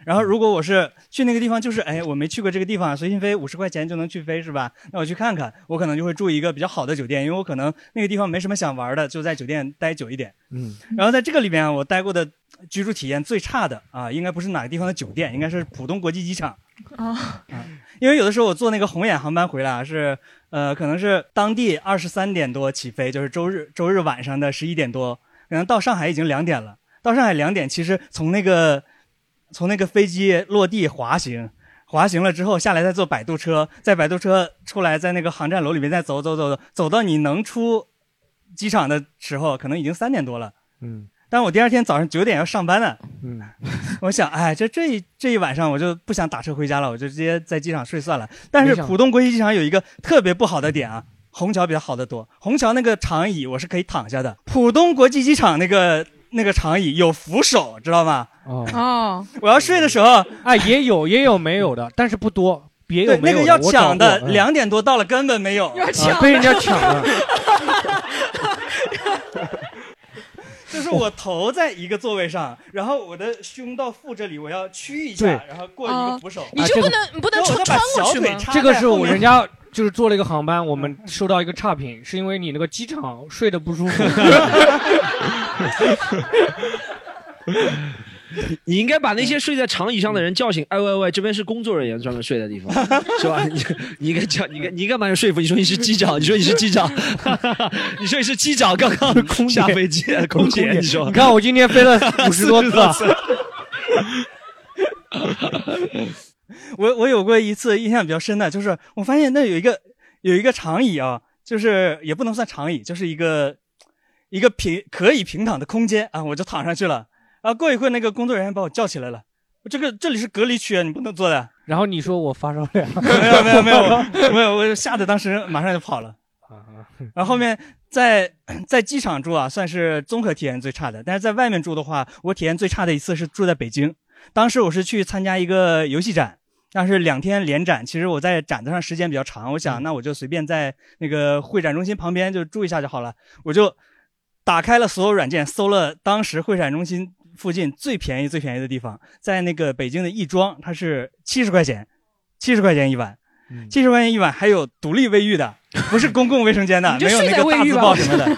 Speaker 6: 然后，如果我是去那个地方，就是哎，我没去过这个地方，随心飞五十块钱就能去飞是吧？那我去看看，我可能就会住一个比较好的酒店，因为我可能那个地方没什么想玩的，就在酒店待久一点。
Speaker 2: 嗯，
Speaker 6: 然后在这个里面啊，我待过的居住体验最差的啊，应该不是哪个地方的酒店，应该是浦东国际机场。
Speaker 3: 啊，
Speaker 6: 因为有的时候我坐那个红眼航班回来啊，是呃，可能是当地二十三点多起飞，就是周日周日晚上的十一点多，可能到上海已经两点了。到上海两点，其实从那个从那个飞机落地滑行，滑行了之后下来再坐摆渡车，在摆渡车出来，在那个航站楼里面再走走走走，走到你能出机场的时候，可能已经三点多了。
Speaker 2: 嗯
Speaker 6: 但我第二天早上九点要上班呢，
Speaker 2: 嗯，
Speaker 6: 我想，哎，这这一这一晚上我就不想打车回家了，我就直接在机场睡算了。但是
Speaker 2: 没想
Speaker 6: 浦东国际机场有一个特别不好的点啊，虹桥比较好得多。虹桥那个长椅我是可以躺下的，浦东国际机场那个那个长椅有扶手，知道吗？
Speaker 2: 哦，
Speaker 3: 哦，
Speaker 6: 我要睡的时候，
Speaker 2: 哎，也有也有没有的，但是不多，也有
Speaker 6: 对
Speaker 2: 没
Speaker 6: 那
Speaker 2: 有
Speaker 6: 个
Speaker 2: 的
Speaker 6: 要抢
Speaker 2: 我找
Speaker 6: 的，
Speaker 2: 过嗯
Speaker 6: 两点多到了根本没有。
Speaker 3: 要
Speaker 2: 啊
Speaker 3: 抢
Speaker 2: 被人家 抢了。
Speaker 6: 就是我头在一个座位上，然后我的胸到腹这里我要屈一
Speaker 2: 对
Speaker 6: 下，然后过一个
Speaker 3: 哦
Speaker 6: 扶手，
Speaker 3: 你
Speaker 2: 啊
Speaker 3: 就
Speaker 2: 这
Speaker 3: 不
Speaker 2: 个
Speaker 3: 能你不
Speaker 6: 然
Speaker 3: 能
Speaker 6: 后我
Speaker 3: 穿
Speaker 6: 再把
Speaker 3: 穿过
Speaker 6: 小
Speaker 3: 去
Speaker 6: 腿
Speaker 3: 吗？
Speaker 6: 插
Speaker 2: 这个
Speaker 6: 在
Speaker 2: 是
Speaker 6: 后
Speaker 2: 我
Speaker 6: 面
Speaker 2: 人家就是做了一个航班，我们收到一个差评，是因为你那个机场睡得不舒 服。
Speaker 1: 你应该把那些睡在长椅上的人叫醒。哎喂喂，这边是工作人员专门睡的地 方，是吧？你你应该叫你应该你应该蛮有说服。你说你是机长，你说你是机长， 你说你是机长，刚刚下飞机，空姐，你说
Speaker 2: 你看我今天飞了五十多
Speaker 1: 四十
Speaker 2: 次
Speaker 1: 多
Speaker 2: 啊，
Speaker 1: 次
Speaker 6: 我我有过一次印象比较深的，就是我发现那有一个有一个长椅啊，就是也不能算长椅，就是一个一个平可以平躺的空间啊，我就躺上去了。啊，过一会儿那个工作人员把我叫起来了，这个这里是隔离区啊，你不能坐的。
Speaker 2: 然后你说我发烧了呀，
Speaker 6: 没有没有没有我没有，我吓得当时马上就跑了。
Speaker 2: 啊
Speaker 6: 然后后面在在机场住啊，算是综合体验最差的。但是在外面住的话，我体验最差的一次是住在北京。当时我是去参加一个游戏展，但是两天连展。其实我在展子上时间比较长，我
Speaker 2: 嗯
Speaker 6: 想那我就随便在那个会展中心旁边就住一下就好了。我就打开了所有软件，搜了当时会展中心附近最便宜最便宜的地方，在那个北京的亦庄，它是七十块钱，七十块钱一晚。
Speaker 3: 嗯
Speaker 6: 七十块钱一晚，还有独立卫浴的，不是公共卫生间的，
Speaker 3: 你就
Speaker 6: 没有
Speaker 3: 睡
Speaker 6: 那
Speaker 3: 在
Speaker 6: 个大
Speaker 3: 卫浴
Speaker 6: 字
Speaker 3: 吧
Speaker 6: 报什么 的。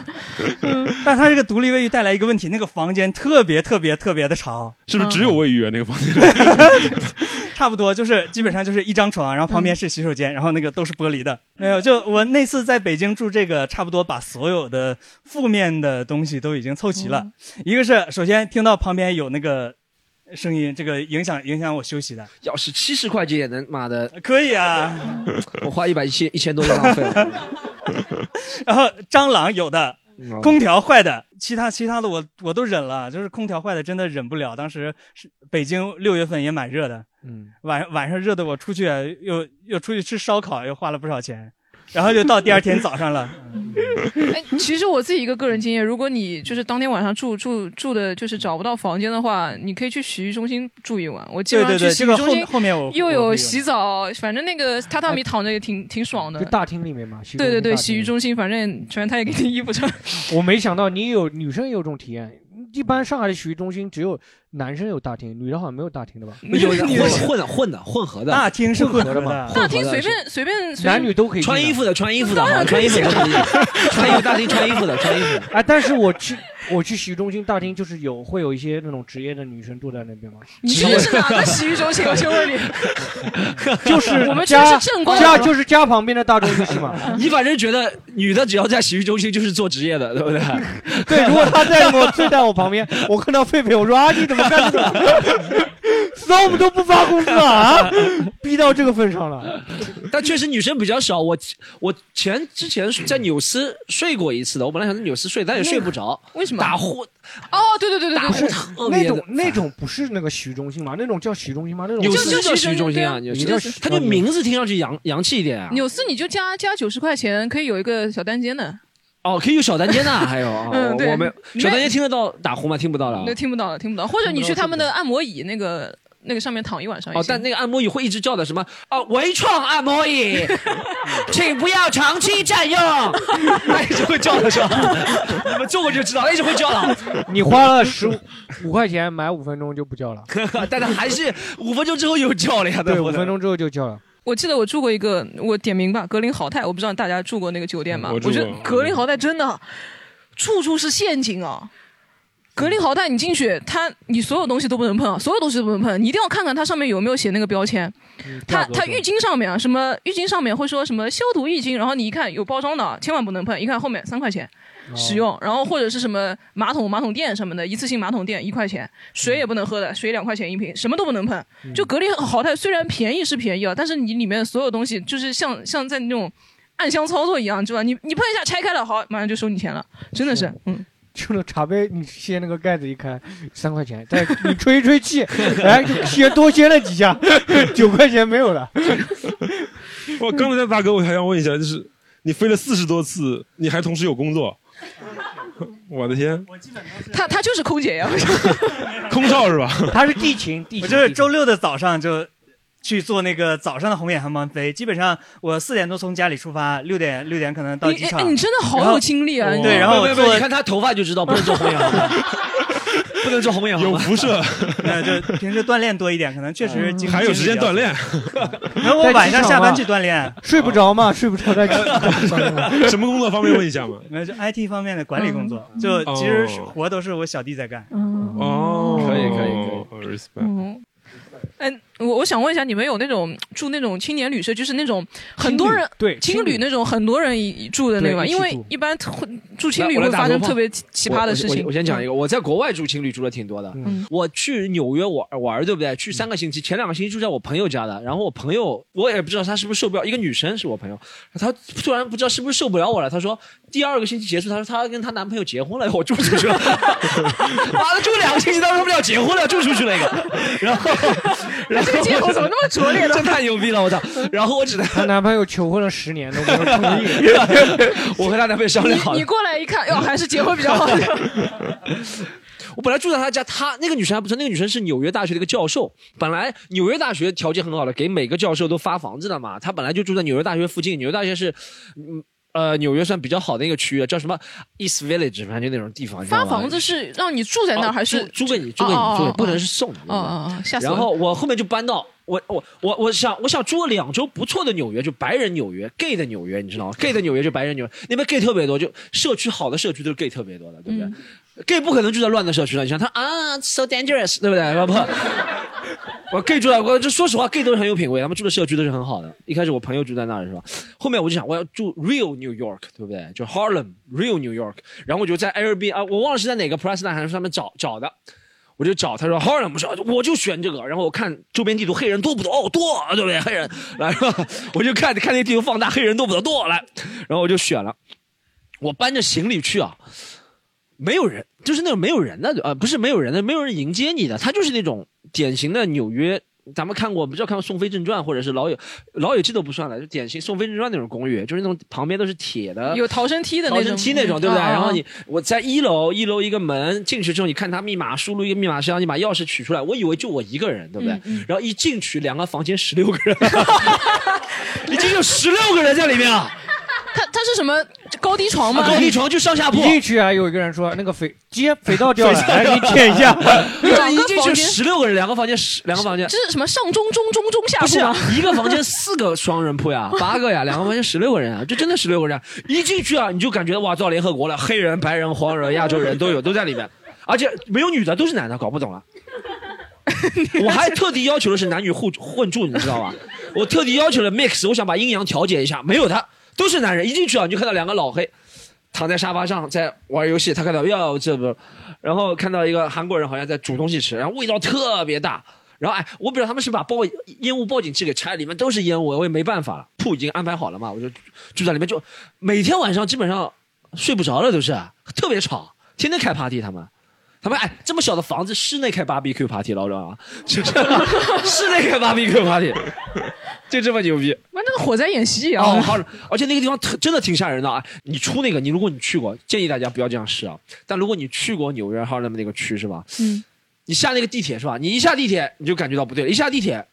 Speaker 6: 但它这个独立卫浴带来一个问题，那个房间特别特别特别的潮，
Speaker 5: 是不是只有卫浴啊？那个房间
Speaker 6: 差不多就是基本上就是一张床，然后旁边是洗手间，然后那个都是玻璃的。没有，就我那次在北京住这个，差不多把所有的负面的东西都已经凑齐了。一个是首先听到旁边有那个声音，这个影响影响我休息的，
Speaker 1: 要是七十块钱也能，妈的，
Speaker 6: 可以啊。
Speaker 1: 我花 一百一千一千多就浪费 了。
Speaker 6: 然后蟑螂有的，
Speaker 1: 嗯
Speaker 6: 空调坏的，其他其他的我我都忍了，就是空调坏的真的忍不了。当时是北京六月份也蛮热的，
Speaker 2: 嗯，
Speaker 6: 晚晚上热的我出去啊又又出去吃烧烤，又花了不少钱，然后就到第二天早 上了。
Speaker 3: 哎，其实我自己一个个人经验，如果你就是当天晚上住住住的，就是找不到房间的话，你可以去洗浴中心住一晚。我基
Speaker 6: 对
Speaker 3: 本
Speaker 6: 对
Speaker 3: 上
Speaker 6: 对，
Speaker 3: 去
Speaker 6: 这
Speaker 3: 洗浴
Speaker 6: 个
Speaker 3: 中
Speaker 6: 后
Speaker 3: 心
Speaker 6: 后面我
Speaker 3: 又
Speaker 6: 我
Speaker 3: 有
Speaker 6: 会
Speaker 3: 洗澡，反正那个榻榻米躺着也挺挺爽的
Speaker 2: 就。大厅里面嘛，洗
Speaker 3: 对对对，
Speaker 2: 洗
Speaker 3: 洗浴中心，反正反正他也给你衣服穿。
Speaker 2: 我没想到你有女生也有这种体验，一般上海的洗浴中心只有男生有大厅，女的好像没有大厅的吧？
Speaker 1: 有的混混的混的混合的，
Speaker 2: 大厅是混合的
Speaker 1: 吗？
Speaker 3: 大厅随便随便随
Speaker 2: 男女都可以
Speaker 1: 穿衣服的，穿衣服的，
Speaker 2: 当然
Speaker 1: 好穿衣服的，穿衣服的，穿衣服大厅穿衣服的，穿衣服的。
Speaker 2: 哎，但是我去我去洗浴中心大厅，就是有会有一些那种职业的女生坐在那边吗？
Speaker 3: 你去的是哪个洗浴中心？我先问你。
Speaker 2: 就是
Speaker 3: 我们去的
Speaker 2: 家
Speaker 3: 是正规的
Speaker 2: 家就是家旁边的大众中心嘛。
Speaker 1: 你反正觉得女的只要在洗浴中心就是做职业的，对不对？
Speaker 2: 对，如果他在我睡在我旁 边，我看到狒狒，我说啊，你怎么干这 种？那我们都不发工资啊？啊逼到这个份上了，
Speaker 1: 但确实女生比较少。我我前之前在纽斯睡过一次的，我本来想在纽斯睡，但也睡不着。
Speaker 3: 为什么
Speaker 1: 打呼？
Speaker 3: 哦，对对对对
Speaker 2: 不是
Speaker 3: 对，
Speaker 2: 那种那种不是那个洗浴中心吗？那种叫洗浴中心吗？那种
Speaker 1: 纽斯叫洗浴中心啊，纽
Speaker 2: 你
Speaker 1: 斯
Speaker 2: 叫
Speaker 1: 它就名字听上去洋洋气一点啊。
Speaker 3: 纽斯你就加加九十块钱，可以有一个小单间的，
Speaker 1: 哦，可以有小单间的， 还有啊，
Speaker 3: 嗯
Speaker 1: 我
Speaker 3: 对
Speaker 1: 我们
Speaker 3: 里面
Speaker 1: 小单间听得到打呼吗？听不到了
Speaker 3: 那。听不到了，听不到。或者你去他们的按摩椅那个那个上面躺一晚上也
Speaker 1: 哦，
Speaker 3: 行。
Speaker 1: 但那个按摩椅会一直叫的什么？哦，微创按摩 椅，请不要长期占用。那一直会叫的 是吧？你们做过就知道，那一直会叫的。
Speaker 2: 你花了十五五块钱买五分钟就不叫了，
Speaker 1: 但他还是五分钟之后又叫了呀，
Speaker 2: 对，
Speaker 1: 不
Speaker 2: 五分钟之后就叫了。
Speaker 3: 我记得我住过一个，我点名吧，格林豪泰，我不知道大家住过那个酒店吗？
Speaker 2: 嗯我
Speaker 3: 我
Speaker 2: 住过
Speaker 3: 觉得格林豪泰真的处处是陷阱啊！格林豪泰，你进去，它你所有东西都不能碰，所有东西都不能碰，你一定要看看它上面有没有写那个标签。它它浴巾上面啊，什么浴巾上面会说什么消毒浴巾，然后你一看有包装的啊，千万不能碰，一看后面三块钱使用，然后或者是什么马桶马桶垫什么的，一次性马桶垫一块钱，水也不能喝的，水两块钱一瓶，什么都不能碰。就格力豪泰虽然便宜是便宜啊，但是你里面所有东西就是像像在那种暗箱操作一样，知道吧？你你碰一下拆开了，好，马上就收你钱了，真的是，嗯。
Speaker 2: 就那茶杯，你掀那个盖子一开，三块钱，再你吹一吹气， 哎，就掀多掀了几下， 九块钱没有了。
Speaker 5: 我刚才大哥，我还想问一下，就是你飞了四十多次，你还同时有工作？我的天，
Speaker 3: 他他就是空姐呀，
Speaker 5: 空少是吧？
Speaker 2: 他是地勤，地
Speaker 6: 我就是周六的早上就去做那个早上的红眼航班飞，基本上我四点多从家里出发，六点六点可能到机
Speaker 1: 你
Speaker 6: 场。
Speaker 1: 哎你真的好有
Speaker 6: 然后哦
Speaker 1: 精力啊你
Speaker 6: 对，然后我
Speaker 1: 不不不
Speaker 6: 做
Speaker 1: 你看他头发就知道不能做红 眼航班不能做红眼航班有辐
Speaker 5: 射。
Speaker 6: 那就平时锻炼多一点，可能确
Speaker 1: 嗯
Speaker 6: 实精
Speaker 5: 还有时间锻炼。
Speaker 6: 然后我晚上下班去锻炼，
Speaker 2: 睡不着嘛，睡不着 在机场
Speaker 5: 什么工作方便问一下吗？
Speaker 6: 没有就 IT 方面的管理工作，就其实活都是我小弟在干。
Speaker 5: 哦，
Speaker 6: 可以
Speaker 5: 可以可以，respect。
Speaker 3: 嗯，哎，我我想问一下，你们有那种住那种青年旅社，就是那种很多人
Speaker 2: 对
Speaker 3: 青
Speaker 2: 青旅
Speaker 3: 旅那种很多人一一住的那个吗？
Speaker 1: 对一起
Speaker 3: 因为
Speaker 1: 住
Speaker 3: 一般会住青旅
Speaker 1: 我来
Speaker 3: 会
Speaker 1: 打
Speaker 3: 发
Speaker 1: 个
Speaker 3: 生
Speaker 1: 比方
Speaker 3: 特别奇奇葩的事
Speaker 1: 我我
Speaker 3: 情。
Speaker 1: 我我先讲一
Speaker 3: 个，
Speaker 1: 个，我在国外住青旅住的挺多的。
Speaker 3: 嗯
Speaker 1: 我去纽约玩玩，对不对？去三个星期，前两个星期住在我朋友家的。然后我朋友，我也不知道她是不是受不了，一个女生是我朋友，她突然不知道是不是受不了我了，她说第二个星期结束，她说她跟她男朋友结婚了，我住出去了。 妈的，住两个星期，她说他们要结婚了，住出去了一个。然后，然后
Speaker 2: 这个借口怎么那么拙劣呢
Speaker 1: 这太牛逼了，我操！然后我只能，
Speaker 2: 她男朋友求婚了十年都没有同意。
Speaker 1: 我和她男朋友商量好了
Speaker 3: 你你过来一看，哟，还是结婚比较好。
Speaker 1: 我本来住在她家，她那个女生还不错，那个女生是纽约大学的一个教授。本来纽约大学条件很好的，给每个教授都发房子的嘛。她本来就住在纽约大学附近，纽约大学是，嗯呃，纽约算比较好的一个区域，叫什么 East Village，反正就那种地方。你知道
Speaker 3: 嗯发
Speaker 1: 吗
Speaker 3: 房子是让你住在那儿，
Speaker 1: 哦
Speaker 3: 还是
Speaker 1: 租租给你，租给你，
Speaker 3: 哦哦
Speaker 1: 租给
Speaker 3: 哦
Speaker 1: 你，不能是送你。
Speaker 3: 哦哦哦吓死
Speaker 1: 然
Speaker 3: 我了
Speaker 1: 后我后面就搬到我我我我想我想住了两周不错的纽约，就白人纽约，gay 的纽约，你知道吗？gay 的纽约就白人纽约，那边 gay 特别多，就社区好的社区都是 gay 特别多的，对不对、g a y 不可能住在乱的社区了，你想他啊，so dangerous，对不对？ 不不。我 gay 住在，我就说实话，gay 都是很有品位，他们住的社区都是很好的。一开始我朋友住在那儿是吧？后面我就想我要住 real New York，对不对？就 Harlem real New York。然后我就在 Airbnb 啊，我忘了是在哪个 Plus 那还是上面找找的。我就找他说 Harlem，我说我就选这个，然后我看周边地图黑人多不多？哦，多，对不对？黑人来， 我就看看那地图放大，黑人多不多？多来，然后我就选了。我搬着行李去啊，没有人，就是那种没有人的，呃，不是没有人的，没有人迎接你的，他就是那种典型的纽约。咱们看过，不知道看过《宋飞正传》或者是《老友老友记》都不算了，就典型《宋飞正传》那种公寓，就是那种旁边都是铁的，
Speaker 3: 嗯有逃生梯的那种
Speaker 1: 逃生梯那种，对不对？
Speaker 3: 嗯啊啊啊
Speaker 1: 然后你我在一楼，一楼一个门进去之后，你看他密码，输入一个密码箱，你把钥匙取出来，我以为就我一个人，对不
Speaker 3: 嗯
Speaker 1: 对？然后一进去，两个房间十六 个人，已经有十六个人在里面了。啊
Speaker 3: 他他是什么高
Speaker 8: 高低床吗？
Speaker 2: 啊高低床
Speaker 1: 就上下铺。
Speaker 2: 一进去啊，有一个人说那个肥接肥皂掉了，来给你舔一下
Speaker 1: 这一进去十六个人，两个房间十两个房间，
Speaker 8: 这是什么上中中中中下
Speaker 1: 不是
Speaker 8: 铺
Speaker 1: 啊
Speaker 8: 吗？
Speaker 1: 一个房 间四个双人 铺呀，八个呀，两个房间十六个人啊，这真的十六个人啊！一进去啊，你就感觉哇，到联合国了，黑人、白人、黄人、亚洲人都有，都在里面，而且没有女的，都是男的，搞不懂了。 我还特地要求的是男女互混住，你知道吧？我特地要求了 mix，我想把阴阳调节一下，没有他，都是男人。一进去啊，你就看到两个老黑躺在沙发上在玩游戏，他看到哟这不，然后看到一个韩国人好像在煮东西吃，然后味道特别大。然后哎，我不知道他们是把报烟雾报警器给拆了，里面都是烟雾，我也没办法了。铺已经安排好了嘛，我就住在里面，就每天晚上基本上睡不着了，都是特别吵，天天开 party 他们。他们哎，这么小的房子，室内开 BBQ party 老知道吗？就是室内开 BBQ party，就这么牛逼。
Speaker 8: 妈，那个火灾演习啊！
Speaker 1: 哦，好，而且那个地方特真的挺吓人的啊！你出那个，你如果你去过，建议大家不要这样试啊。但如果你去过纽约、哈勒姆那个区是吧？
Speaker 8: 嗯，
Speaker 1: 你下那个地铁是吧？你一下地铁你就感觉到不对了，一下地铁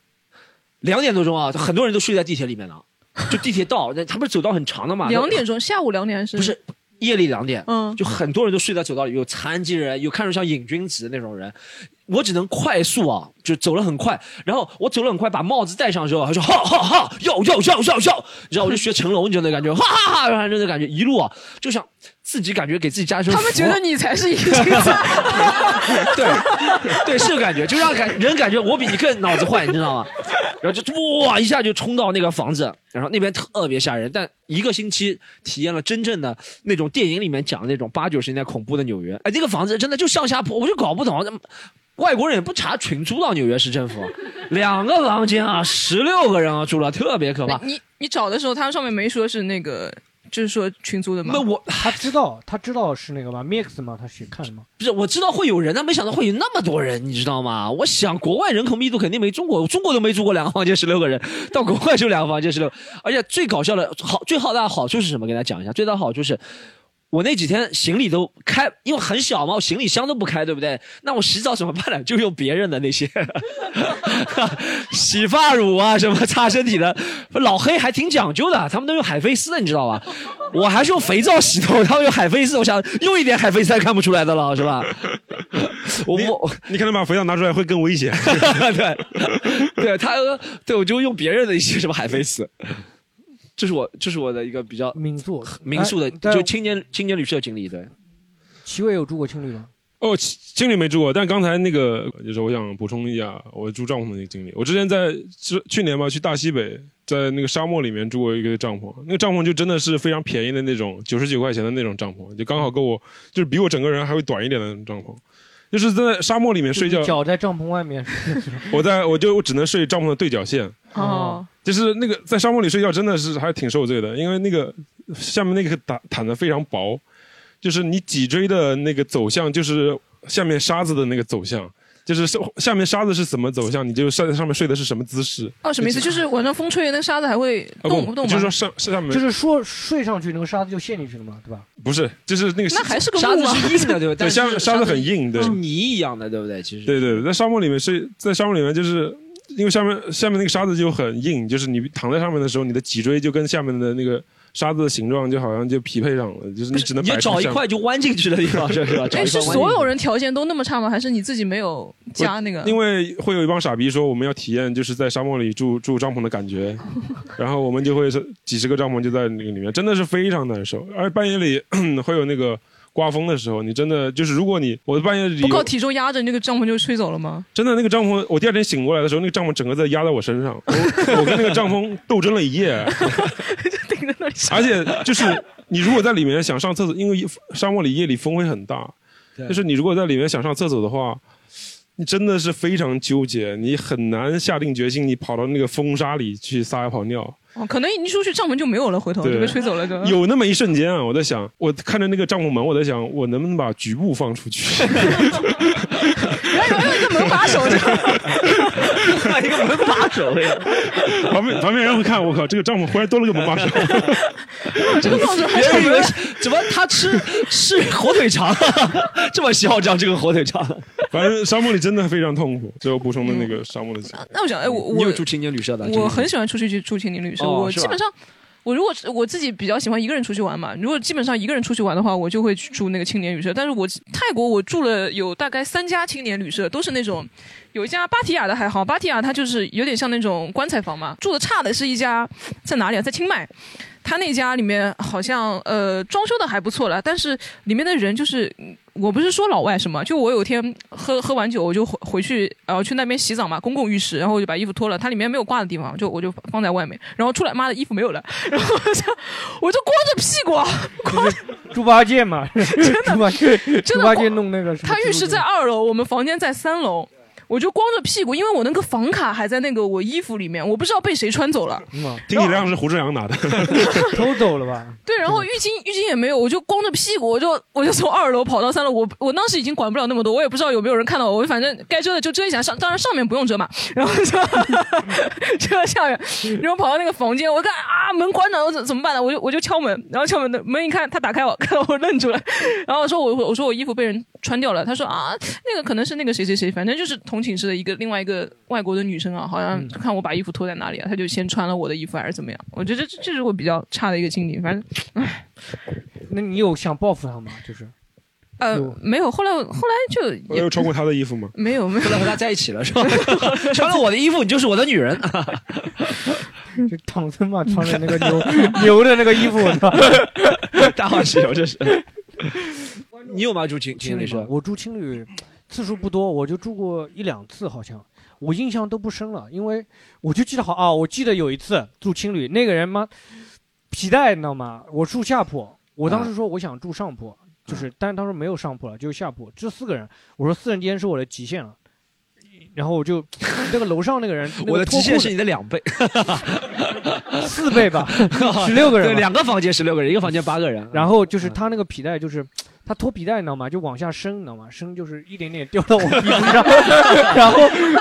Speaker 1: 两点多钟啊，很多人都睡在地铁里面了，就地铁道，那他们走道很长的嘛，
Speaker 8: 两点钟，下午两点还是？不
Speaker 1: 是，夜里两点，
Speaker 8: 嗯
Speaker 1: 就很多人都睡在走道里，有残疾人，有看着像瘾君子那种人。我只能快速啊，就走了很快，然后我走了很快，把帽子戴上之后，他说哈哈哈，要要要要要，你知道我就学成龙，你知道那感觉，哈哈哈，然后就那感觉一路啊，就想自己感觉给自己加一身
Speaker 8: 他们
Speaker 1: 符
Speaker 8: 觉得你才是一个子。
Speaker 1: 对，对，是有感觉，就让感人感觉我比你更脑子坏，你知道吗？然后就哇一下就冲到那个房子，然后那边特呃别吓人。但一个星期体验了真正的那种电影里面讲的那种八九十年代恐怖的纽约。哎，那个房子真的就上下铺，我就搞不懂，外国人也不查群租到纽约市政府，两个房间啊，十六个人啊住了，特别可怕。
Speaker 8: 你你找的时候，他上面没说是那个，就是说群租的吗？
Speaker 1: 那我
Speaker 2: 他知道他知道是那个吗？Mix 吗？他去看的吗？
Speaker 1: 不是，我知道会有人，但没想到会有那么多人，你知道吗？我想国外人口密度肯定没中国，中国都没住过两个房间十六个人，到国外就两个房间十六，而且最搞笑的好，最好大的好处是什么？给大家讲一下，最大的好处是。我那几天行李都开，因为很小嘛，我行李箱都不开，对不对？那我洗澡怎么办呢？就 用别人的那些 洗发乳啊，什么擦身体的。老黑还挺讲究的，他们都用海飞丝的，你知道吧？我还是用肥皂洗头，他们用海飞丝，我想用一点海飞丝还看不出来的了，是吧？ 我我
Speaker 5: 你可能把肥皂拿出来会更危险。
Speaker 1: 对，对他对我就用别人的一些什么海飞丝，这是我这是我的一个比较
Speaker 2: 民宿
Speaker 1: 民宿的
Speaker 2: 哎但
Speaker 1: 就青年青年旅社经历，对。
Speaker 2: 齐伟有住过青旅吗？
Speaker 5: 哦，青青旅没住过，但刚才那个就是我想补充一下我住帐篷的那个经历。我之前在去去年吧去大西北，在那个沙漠里面住过一个帐篷，那个帐篷就真的是非常便宜的那种，九十几块钱的那种帐篷，就刚好够我就是比我整个人还会短一点的那种帐篷，就是在沙漠里面睡
Speaker 2: 就
Speaker 5: 觉
Speaker 2: 是。脚在帐篷外面。
Speaker 5: 我在我就我只能睡帐篷的对角 线。
Speaker 8: 哦，
Speaker 5: 就是那个在沙漠里睡觉真的是还挺受罪的，因为那个下面那个毯毯子非常薄，就是你脊椎的那个走向就是下面沙子的那个走向，就是下下面沙子是怎么走向，你就上上面睡的是什么姿势。
Speaker 8: 哦，什么意思？就是晚上风吹，那沙子还会
Speaker 5: 啊
Speaker 8: 动不动吗？
Speaker 5: 就是说上上面
Speaker 2: 就是说睡上去那个沙子就陷进去了嘛， 对吧？
Speaker 5: 不是，就是那个
Speaker 8: 那还是个
Speaker 1: 沙
Speaker 8: 路
Speaker 1: 子
Speaker 8: 啊
Speaker 1: 是硬的，对吧？嗯但
Speaker 5: 对
Speaker 1: 是
Speaker 5: 沙沙子很硬，嗯对，
Speaker 1: 是泥一样的，对不对？其实
Speaker 5: 对对，对在沙漠里面睡，在沙漠里面就是因为下面下面那个沙子就很硬，就是你躺在上面的时候，你的脊椎就跟下面的那个沙子的形状就好像就匹配上了，就是你只能
Speaker 1: 你
Speaker 5: 摆
Speaker 1: 就
Speaker 5: 出
Speaker 1: 找一
Speaker 5: 上
Speaker 1: 块就弯进去的地方，是 吧？找
Speaker 8: 哎，
Speaker 1: 一
Speaker 8: 是
Speaker 1: 块
Speaker 8: 所
Speaker 1: 弯
Speaker 8: 有人条件都那么差吗？还是你自己没有加那个？
Speaker 5: 因为会有一帮傻逼说我们要体验就是在沙漠里住住帐篷的感 觉，然后我们就会是几十个帐篷就在那个里面，真的是非常难受。而半夜里 会有那个刮风的时候，你真的就是如果你我半夜里
Speaker 8: 不靠体重压着，你那个帐篷就吹走了吗？
Speaker 5: 真的那个帐篷，我第二天醒过来的时候，那个帐篷整个在压在我身上，我 我跟那个帐篷斗争了一 夜，而且就是你如果在里面想上厕所，因为沙漠里夜里风会很大，
Speaker 1: 对
Speaker 5: 就是你如果在里面想上厕所的话，你真的是非常纠结，你很难下定决心，你跑到那个风沙里去撒一泡尿。
Speaker 8: 哦，可能一出去帐篷就没有了，回头哦就
Speaker 5: 对
Speaker 8: 被吹走了，对吧？
Speaker 5: 有那么一瞬间啊，我在想，我看着那个帐篷门，我在想，我能不能把局部放出去？
Speaker 8: 一个门把手， 这个
Speaker 1: 一个门把手呀。
Speaker 5: 旁边旁边人会看，我靠，这个帐篷忽然多了个门把手。
Speaker 8: 这个放着还
Speaker 1: 别人以
Speaker 8: 有
Speaker 1: 为
Speaker 8: 人
Speaker 1: 是怎么他吃吃火腿肠， 这么嚣张，这个火腿肠。
Speaker 5: 反正沙漠里真的非常痛苦，这是我补充的那个沙漠的经历。
Speaker 8: 嗯那我想，哎，我
Speaker 1: 你有
Speaker 8: 我
Speaker 1: 住青年旅社的？
Speaker 8: 我很喜欢出去去住青年旅社，
Speaker 1: 哦
Speaker 8: 我
Speaker 1: 是吧
Speaker 8: 基本上。
Speaker 3: 我如果是我自己比较喜欢一个人出去玩嘛，如果基本上一个人出去玩的话，我就会去住那个青年旅社。但是我泰国我住了有大概三家青年旅社，都是那种有一家芭提雅的还好，芭提雅它就是有点像那种棺材房嘛。住的差的是一家在哪里啊？在清迈。他那家里面好像呃装修的还不错了，但是里面的人就是，嗯我不是说老外什么，就我有一天喝喝完酒，我就回回去，然后去那边洗澡嘛，公共浴室，然后我就把衣服脱了，它里面没有挂的地方，就我就放在外面，然后出来，妈的衣服没有了，然后我就 我就光着屁股啊，
Speaker 2: 猪八 戒嘛，真的，
Speaker 3: 真
Speaker 2: 猪
Speaker 3: 的
Speaker 2: 八戒弄那个什么
Speaker 3: 他浴室在二楼，我们房间在三楼。我就光着屁股，因为我那个房卡还在那个我衣服里面，我不知道被谁穿走了。
Speaker 5: 嗯啊
Speaker 1: 嗯
Speaker 5: 听起来像是胡志阳 拿的，
Speaker 2: 偷走了吧？
Speaker 3: 对，然后浴巾浴巾也没有，我就光着屁股，我就我就从二楼跑到三楼，我我当时已经管不了那么多，我也不知道有没有人看到我，我反正该遮的就遮一下，上当然上面不用遮嘛，然后就遮下面，然后跑到那个房间，我看啊门关着，我怎怎么办呢？我就我就敲门，然后敲门的门一看，他打开我， 看到我愣住了，然后我说我我说我衣服被人穿掉了，他说啊那个可能是那个谁谁谁，反正就是同寝室的一个另外一个外国的女生啊，好像看我把衣服脱在哪里啊，他就先穿了我的衣服还是怎么样，我觉得这这这是我比较差的一个经历，反正。
Speaker 2: 那你有想报复他吗？就是
Speaker 3: 呃，没有，后来我后来就
Speaker 5: 我
Speaker 3: 也
Speaker 5: 有穿过他的衣服吗？
Speaker 3: 没有没有，
Speaker 1: 后来和他在一起了是 吧？穿了我的衣服，你就是我的女人。
Speaker 2: 就唐僧嘛，穿着那个牛牛的那个衣服， 是吧？
Speaker 1: 大话西游这是。 你有吗？住青青
Speaker 2: 青
Speaker 1: 旅
Speaker 2: 旅
Speaker 1: 社
Speaker 2: 嘛？我住青旅次数不多，我就住过一两次，好像我印象都不深了，因为我就记得好啊，我记得有一次住青旅，那个人妈皮带，你知道吗？我住下铺，我当时说我想住上铺，
Speaker 1: 嗯
Speaker 2: 就是，但是当时没有上铺了，就是下铺，就四个人，我说四人间是我的极 限了。然后我就，那个楼上那个人，那个
Speaker 1: 我的
Speaker 2: 脱
Speaker 1: 极限
Speaker 2: 裤子
Speaker 1: 是你的两 倍，
Speaker 2: 四 倍吧，十六个人
Speaker 1: 对，
Speaker 2: 吧
Speaker 1: 两个房间十六个人，一个房间八个人。嗯
Speaker 2: 然后就是他那个皮带，就是他脱皮带，你知道吗？就往下伸，你知道吗？伸就是一点点掉到我屁股上， 然后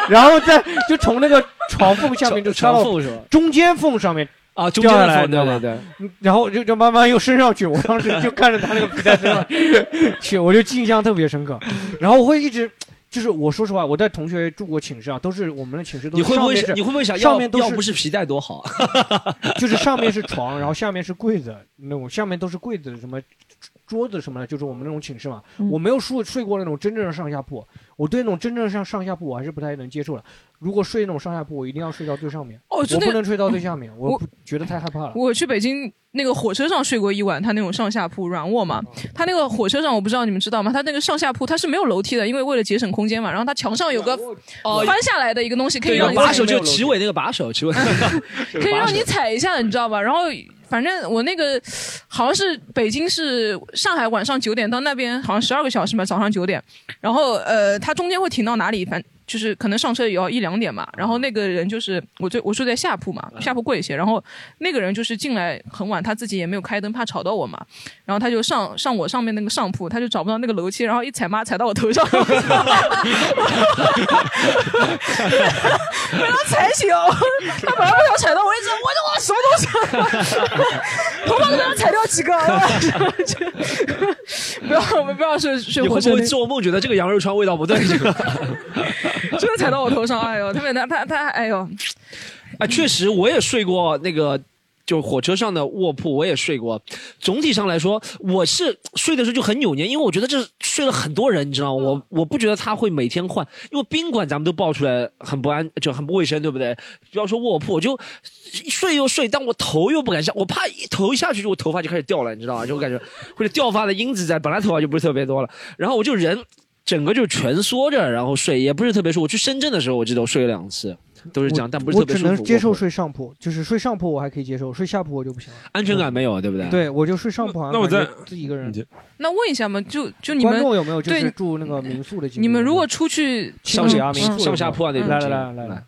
Speaker 2: 然后再就从那个床缝下面就插
Speaker 1: 床
Speaker 2: 到
Speaker 1: 缝是吧？
Speaker 2: 中间缝上面，
Speaker 1: 啊，中间的
Speaker 2: 掉下来
Speaker 1: 缝，对
Speaker 2: 对
Speaker 1: 对
Speaker 2: 吧
Speaker 1: 对。
Speaker 2: 嗯然后就就慢慢又升上去。我当时就看着他那个皮带升上去，我就印象特别深刻。然后我会一直。就是我说实话，我在同学住过寝室啊，都是我们的寝室都
Speaker 1: 你
Speaker 2: 是
Speaker 1: 会不
Speaker 2: 上
Speaker 1: 会
Speaker 2: 面
Speaker 1: 想
Speaker 2: 是
Speaker 1: 你会不会想要
Speaker 2: 上面都
Speaker 1: 要
Speaker 2: 是
Speaker 1: 不是皮带多好？
Speaker 2: 啊就是上面是床，然后下面是柜子那种，下面都是柜子什么桌子什么的，就是我们那种寝室嘛。
Speaker 4: 嗯
Speaker 2: 我没有睡睡过那种真正的上下铺，我对那种真正的上上下铺我还是不太能接受了。如果睡那种上下铺，我一定要睡到最上面，
Speaker 3: 哦，真
Speaker 2: 我不
Speaker 3: 的，
Speaker 2: 能睡到最下面，我
Speaker 3: 我
Speaker 2: 不觉得太害怕了。
Speaker 3: 我去北京那个火车上睡过一晚，他那种上下铺软卧
Speaker 1: 哦
Speaker 3: 嘛，他那个火车上我不知道你们知道吗？他那个上下铺它是没有楼梯的，因为为了节省空间嘛。然后它墙上有个
Speaker 1: 哦
Speaker 3: 翻下来的一个东西，可以
Speaker 1: 对，
Speaker 3: 让
Speaker 1: 有
Speaker 3: 你
Speaker 1: 把
Speaker 3: 踩
Speaker 1: 手
Speaker 2: 没
Speaker 1: 就
Speaker 2: 有楼
Speaker 1: 齐
Speaker 2: 梯
Speaker 1: 伟那个把 手，齐伟
Speaker 3: 可以让你踩一下的，你知道吧？然后反正我那个好像是北京是上海晚上九点到那边好像十二个小时吧，早上九点。然后呃，它中间会停到哪里？反就是可能上车也要一两点嘛。然后那个人就是我最我睡在下铺嘛，下铺贵一些。然后那个人就是进来很晚，他自己也没有开灯，怕吵到我嘛。然后他就上上我上面那个上铺，他就找不到那个楼梯，然后一踩妈踩到我头上， 被他踩醒哦。 他本来不想踩到我，一直我就哇 什么东西啊， 头发都被他踩掉几个。 不要我们不要睡睡
Speaker 1: 你
Speaker 3: 火
Speaker 1: 会
Speaker 3: 车
Speaker 1: 不
Speaker 3: 那
Speaker 1: 会做梦觉得这个羊肉串味道不 对？ 这个
Speaker 3: 真的踩到我头上，哎呦，特别难，他他哎呦，
Speaker 1: 啊，确实我也睡过那个。就火车上的卧铺，我也睡过。总体上来说，我是睡的时候就很扭捏，因为我觉得这睡了很多人，你知道吗？我我不觉得他会每天换，因为宾馆咱们都爆出来很不安，就很不卫生，对不对？不要说卧铺，我就睡又睡，但我头又不敢下，我怕一头一下去，就我头发就开始掉了，你知道吗？就我感觉或者掉发的因子在，本来头发就不是特别多了，然后我就人整个就蜷缩着，然后睡，也不是特别舒服。我去深圳的时候，我记得我睡了两次，都是这样，但不是特
Speaker 2: 我
Speaker 1: 别
Speaker 2: 只
Speaker 1: 舒服。
Speaker 2: 能接受
Speaker 1: 卧铺
Speaker 2: 睡上铺，就是睡上铺我还可以接受，睡下铺我就不行了。
Speaker 1: 安全感没有，对不啊对？，
Speaker 2: 对，我就睡上铺，啊好像
Speaker 5: 那我
Speaker 2: 感
Speaker 5: 在
Speaker 2: 觉自己一个人
Speaker 5: 你。
Speaker 3: 那问一下嘛，就就你
Speaker 2: 观
Speaker 3: 们
Speaker 2: 众有没有就
Speaker 3: 对
Speaker 2: 是住那个民宿的经历？
Speaker 3: 你们如果出去
Speaker 1: 上
Speaker 2: 嗯
Speaker 1: 下
Speaker 2: 嗯
Speaker 1: 上下铺啊那种。
Speaker 2: 来来来来来，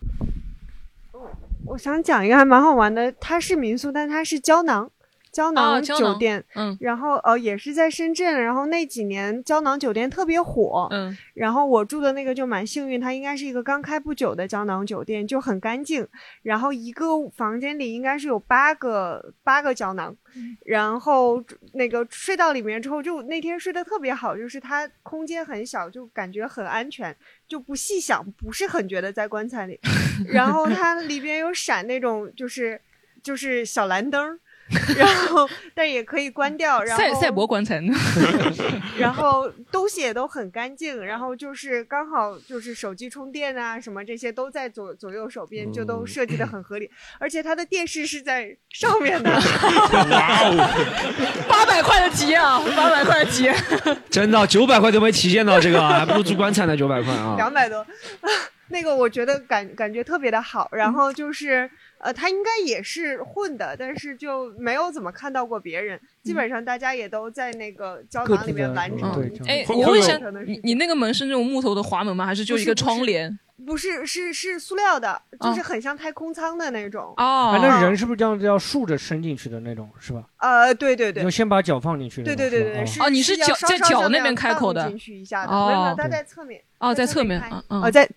Speaker 10: 我想讲一个还蛮好玩的，它是民宿，但它是胶囊，胶
Speaker 3: 啊
Speaker 10: 囊
Speaker 3: 胶
Speaker 10: 酒
Speaker 3: 囊
Speaker 10: 店。
Speaker 3: 嗯
Speaker 10: 然后呃也是在深圳，然后那几年胶囊酒店特别火，
Speaker 3: 嗯
Speaker 10: 然后我住的那个就蛮幸运，它应该是一个刚开不久的胶囊酒店，就很干净。然后一个房间里应该是有八个八个胶囊，
Speaker 9: 嗯
Speaker 10: 然后那个睡到里面之后，就那天睡得特别好，就是它空间很小，就感觉很安全，就不细想，不是很觉得在棺 材里。然后它里边有闪那种就是就是小蓝灯儿。然后但也可以关掉，然后
Speaker 3: 赛赛博关城，
Speaker 10: 然后东西也都很干净，然后就是刚好就是手机充电啊什么这些都在左左右手边，就
Speaker 3: 嗯
Speaker 10: 都设计的很合理，而且它的电视是在上面的，
Speaker 3: 八百块的体验啊，八百块的体验，
Speaker 1: 真的九百块都没体验到这个啊，还不如住棺材呢，九百块
Speaker 2: 嗯
Speaker 1: 啊。
Speaker 10: 两百多， 那个我觉得感感觉特别的好，
Speaker 2: 嗯
Speaker 10: 然后就是呃，他应该也是混的，但是就没有怎么看到过别人，基本上大家也都在那个胶
Speaker 2: 嗯各
Speaker 10: 囊
Speaker 2: 自
Speaker 10: 里面
Speaker 2: 的嗯
Speaker 10: 完成。
Speaker 2: 对
Speaker 3: 哎，
Speaker 10: 会
Speaker 3: 我问一下
Speaker 10: 会有，
Speaker 3: 你你那个门是那种木头的滑门吗？还是就一个窗帘？
Speaker 10: 不是，是是塑料的，就是很像太空舱的那种。
Speaker 3: 嗯哦
Speaker 2: 哎，那人是不是这样子要竖着伸进去的那种，是吧？
Speaker 10: 呃，对对
Speaker 2: 你
Speaker 10: 对
Speaker 2: 就，先把脚放进去那
Speaker 10: 对
Speaker 2: 种。
Speaker 10: 对对对，
Speaker 2: 是
Speaker 10: 是
Speaker 2: 吧
Speaker 3: 哦你是脚在脚那边开口的
Speaker 10: 进去一下的，
Speaker 3: 哦
Speaker 10: 没有没有，它在侧面，
Speaker 3: 哦，在侧面，嗯嗯
Speaker 10: 哦，在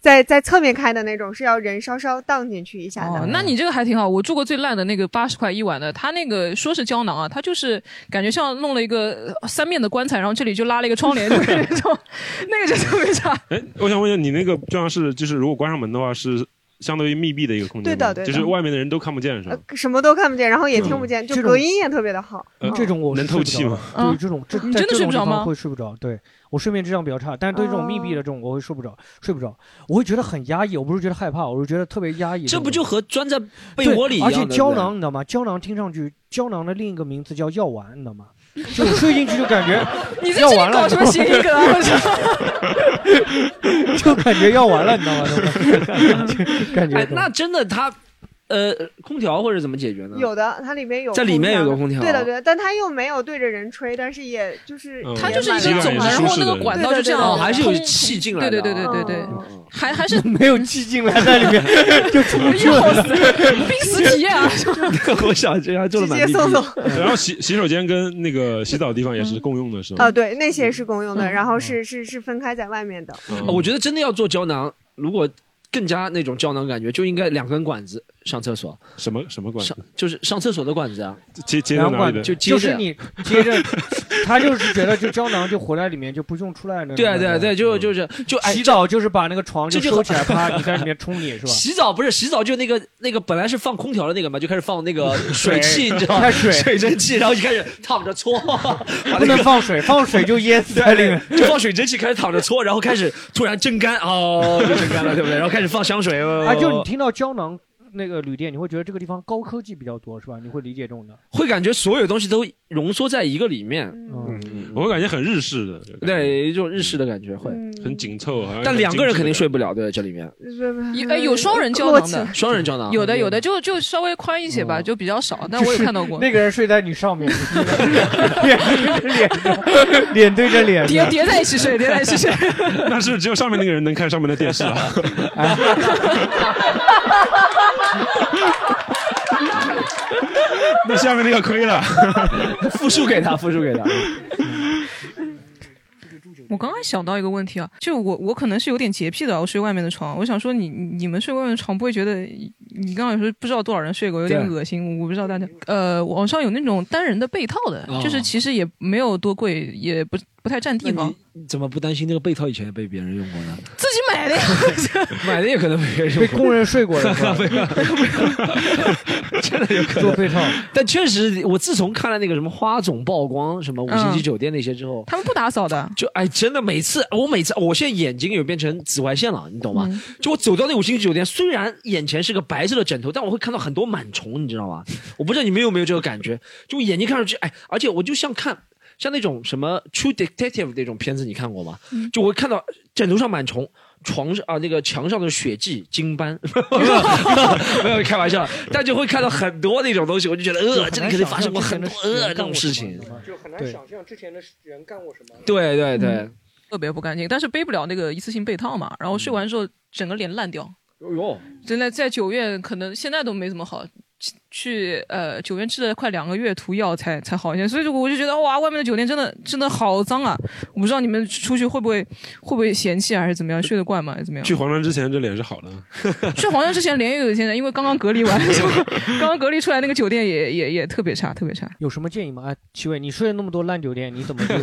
Speaker 10: 在在侧面开的那种，是要人稍稍荡进去一下的。
Speaker 2: 嗯
Speaker 10: 嗯
Speaker 3: 哦，那你这 个还挺好。我住过最烂的那个八十块一碗的，它那个说是胶囊啊，它就是感觉像弄了一个呃三面的棺材，然后这里就拉了一个窗 帘，就是那种，那个就特别差。
Speaker 5: 哎，我想问一下，你那个这样是就是如果关上门的话，是相当于密闭的一个空间吗，
Speaker 10: 对的对
Speaker 5: 就
Speaker 10: 的
Speaker 5: 是外面的人都看不见，是吧？
Speaker 10: 呃什么都看不见，然后也听不见，
Speaker 2: 这
Speaker 10: 就
Speaker 2: 种
Speaker 10: 隔音也特别的好。
Speaker 5: 呃
Speaker 2: 这种我是
Speaker 5: 能透
Speaker 2: 睡不
Speaker 5: 气
Speaker 2: 着
Speaker 5: 吗
Speaker 2: 的
Speaker 3: 啊
Speaker 2: 对，这种这
Speaker 3: 你
Speaker 2: 在
Speaker 3: 真的
Speaker 2: 这
Speaker 3: 睡不
Speaker 2: 种地
Speaker 3: 着
Speaker 2: 方
Speaker 3: 吗
Speaker 2: 会睡不着，对我睡眠质量比较差，但是对这种密闭的这种我会睡不着，睡不着，我会觉得很压抑，我不是觉得害怕，我是觉得特别压抑。
Speaker 1: 这不就和钻在被
Speaker 2: 对
Speaker 1: 窝里一样
Speaker 2: 而
Speaker 1: 的
Speaker 2: 且
Speaker 1: 对
Speaker 2: 胶囊你知道吗？胶囊听上去，胶囊的另一个名字叫药丸，你知道吗？就我睡进去就感觉
Speaker 3: 你在
Speaker 2: 药
Speaker 3: 这
Speaker 2: 丸
Speaker 3: 里
Speaker 2: 了，
Speaker 3: 搞什么谐音梗啊？我操
Speaker 2: 就感觉药丸了，你知道吗？就 感
Speaker 1: 哎
Speaker 2: 觉，
Speaker 1: 那真的它，呃，空调或者怎么解决呢？
Speaker 10: 有的，它里面有
Speaker 1: 在里面有个空调啊
Speaker 10: 对的对的，但它又没有对着人吹，但是也就是
Speaker 5: 嗯
Speaker 10: 也
Speaker 3: 它就是一
Speaker 10: 蛮
Speaker 3: 根
Speaker 5: 这样
Speaker 3: 总，
Speaker 5: 也是
Speaker 3: 然
Speaker 5: 舒
Speaker 3: 后
Speaker 5: 适
Speaker 3: 那
Speaker 5: 的
Speaker 3: 个管道就这样
Speaker 10: 对对
Speaker 1: 哦，
Speaker 10: 对
Speaker 1: 还是有
Speaker 3: 通
Speaker 1: 气进来
Speaker 3: 对
Speaker 1: 的
Speaker 3: 对
Speaker 1: 啊。
Speaker 3: 对对对对，还还是
Speaker 2: 没有气进来，在 里面就出不去了。
Speaker 3: 濒死体 验啊！
Speaker 1: 对，我想这样做的
Speaker 10: 直
Speaker 1: 蛮
Speaker 10: 接
Speaker 1: 密
Speaker 10: 送
Speaker 1: 闭
Speaker 10: 走
Speaker 1: 的。
Speaker 5: 然后洗洗手间跟那个洗澡地方也是共用的，是吧？
Speaker 10: 啊，对，那些是公用的，然后是是是分开在外面的。
Speaker 5: 嗯
Speaker 1: 哦我觉得真的要做胶囊，如果更加那种胶囊感觉，就应该两根管子上厕所，
Speaker 5: 什么什么管
Speaker 1: 上就是上厕所的管子啊，
Speaker 5: 接接到
Speaker 2: 然后
Speaker 5: 哪里
Speaker 2: 管
Speaker 5: 的？
Speaker 1: 就接
Speaker 2: 就是
Speaker 1: 着。
Speaker 2: 你接 着，他就是觉得就胶囊就活在里面，就不用出来那种。
Speaker 1: 对啊对啊
Speaker 2: 嗯
Speaker 1: 对啊，就就是就哎
Speaker 2: 洗澡就是把那个床就
Speaker 1: 这就
Speaker 2: 收起来，啪，你在里面冲你是吧？
Speaker 1: 洗澡不是洗澡，就那个那个本来是放空调的那个嘛，就开始放那 个水器，你知道吗？
Speaker 2: 开水
Speaker 1: 水蒸气，然后就开始躺着搓，把
Speaker 2: 不
Speaker 1: 那
Speaker 2: 能
Speaker 1: 个。
Speaker 2: 放水，放水就淹死在里面。
Speaker 1: 就放水蒸气开始躺着搓，然后开始突然蒸干，哦，就蒸干了，对不对？然后开始放香水，哦
Speaker 2: 啊，就
Speaker 1: 呃
Speaker 2: 你听到胶囊那个旅店，你会觉得这个地方高科技比较多，是吧？你会理解这种的。
Speaker 1: 会感觉所有东西都浓缩在一个里面，
Speaker 2: 嗯，
Speaker 5: 我会感觉很日式的，就感觉，
Speaker 1: 对，一种日式的感觉会。
Speaker 10: 嗯，
Speaker 5: 很紧凑，好像
Speaker 1: 但
Speaker 5: 很
Speaker 1: 两个
Speaker 5: 精致的
Speaker 1: 人肯定
Speaker 5: 感觉
Speaker 1: 睡不了，对，这里面
Speaker 10: 有
Speaker 3: 哎，有双人胶囊的，，
Speaker 1: 双人胶囊
Speaker 3: 有的有
Speaker 2: 嗯
Speaker 3: 的就就稍微宽一些吧，就比 较少，但我也看到过。
Speaker 2: 那个人睡在 你上面，脸对着脸， 脸对着脸，
Speaker 3: 叠叠在一起睡，叠在一起睡，
Speaker 5: 那是不是只有上面那个人能看上面的电视啊？ 那下面那个亏 了。
Speaker 1: 复述给他，复述给他。
Speaker 3: 我刚刚想到一个问题啊，就我我可能是有点洁癖的，啊我睡外面的床。我想说你你你们睡外面的床不会觉得你刚刚有时候不知道多少人睡过，有点
Speaker 1: 对
Speaker 3: 恶心。我不知道大家呃，网上有那种单人的被套的，
Speaker 1: 哦
Speaker 3: 就是其实也没有多贵，也不不太占地方，
Speaker 1: 你怎么不担心那个被套以前也被别人用过 呢？
Speaker 3: 自己买的呀。
Speaker 1: 买的也可能被别人
Speaker 2: 被
Speaker 1: 用过。
Speaker 2: 工人睡过了，是吧
Speaker 1: 真的有可
Speaker 2: 做
Speaker 1: 能，
Speaker 2: 配套。
Speaker 1: 但确实，我自从看了那个什么花总曝光、什么五星
Speaker 2: 嗯
Speaker 1: 级酒店那些之后，
Speaker 3: 他们不打扫的，
Speaker 1: 就哎，真的每次我每次我现在眼睛有变成紫外线了，你懂吗？
Speaker 3: 嗯
Speaker 1: 就我走到那五星级酒店，虽然眼前是个白色的枕头，但我会看到很多螨虫，你知道吗？我不知道你们有没有这个感觉，就我眼睛看上去，哎，而且我就像看像那种什么 True Detective 那种片子，你看过吗？就我会看到枕头上螨虫。床上啊，那个墙上的血迹、金斑， 没有开玩笑，但就会看到很多那种东西，我就觉得，呃，这里肯定发生过很多呃这种事情。
Speaker 2: 就很
Speaker 1: 对
Speaker 2: 象之前的人干过什么。
Speaker 1: 对对对，
Speaker 3: 特别不干净，但是背不了那个一次性被套嘛，然后睡完之后整个脸烂掉。
Speaker 1: 哎呦，
Speaker 3: 真的在九月，可能现在都没怎么好。去去呃，九院吃了快两个月涂药才才好一些，所以就我就觉得哇，外面的酒店真的真的好脏啊！我不知道你们出去会不会会不会嫌弃啊还是怎么样，睡得惯吗？还是怎么样？
Speaker 5: 去黄山之前，这脸是好的。
Speaker 3: 去黄山之前连夜有现在，因为刚刚隔离完， 就刚刚隔离出来那个酒店也也也特别差，特别差。
Speaker 2: 有什么建议吗？哎，七伟，你睡了那么多烂酒店，你怎么去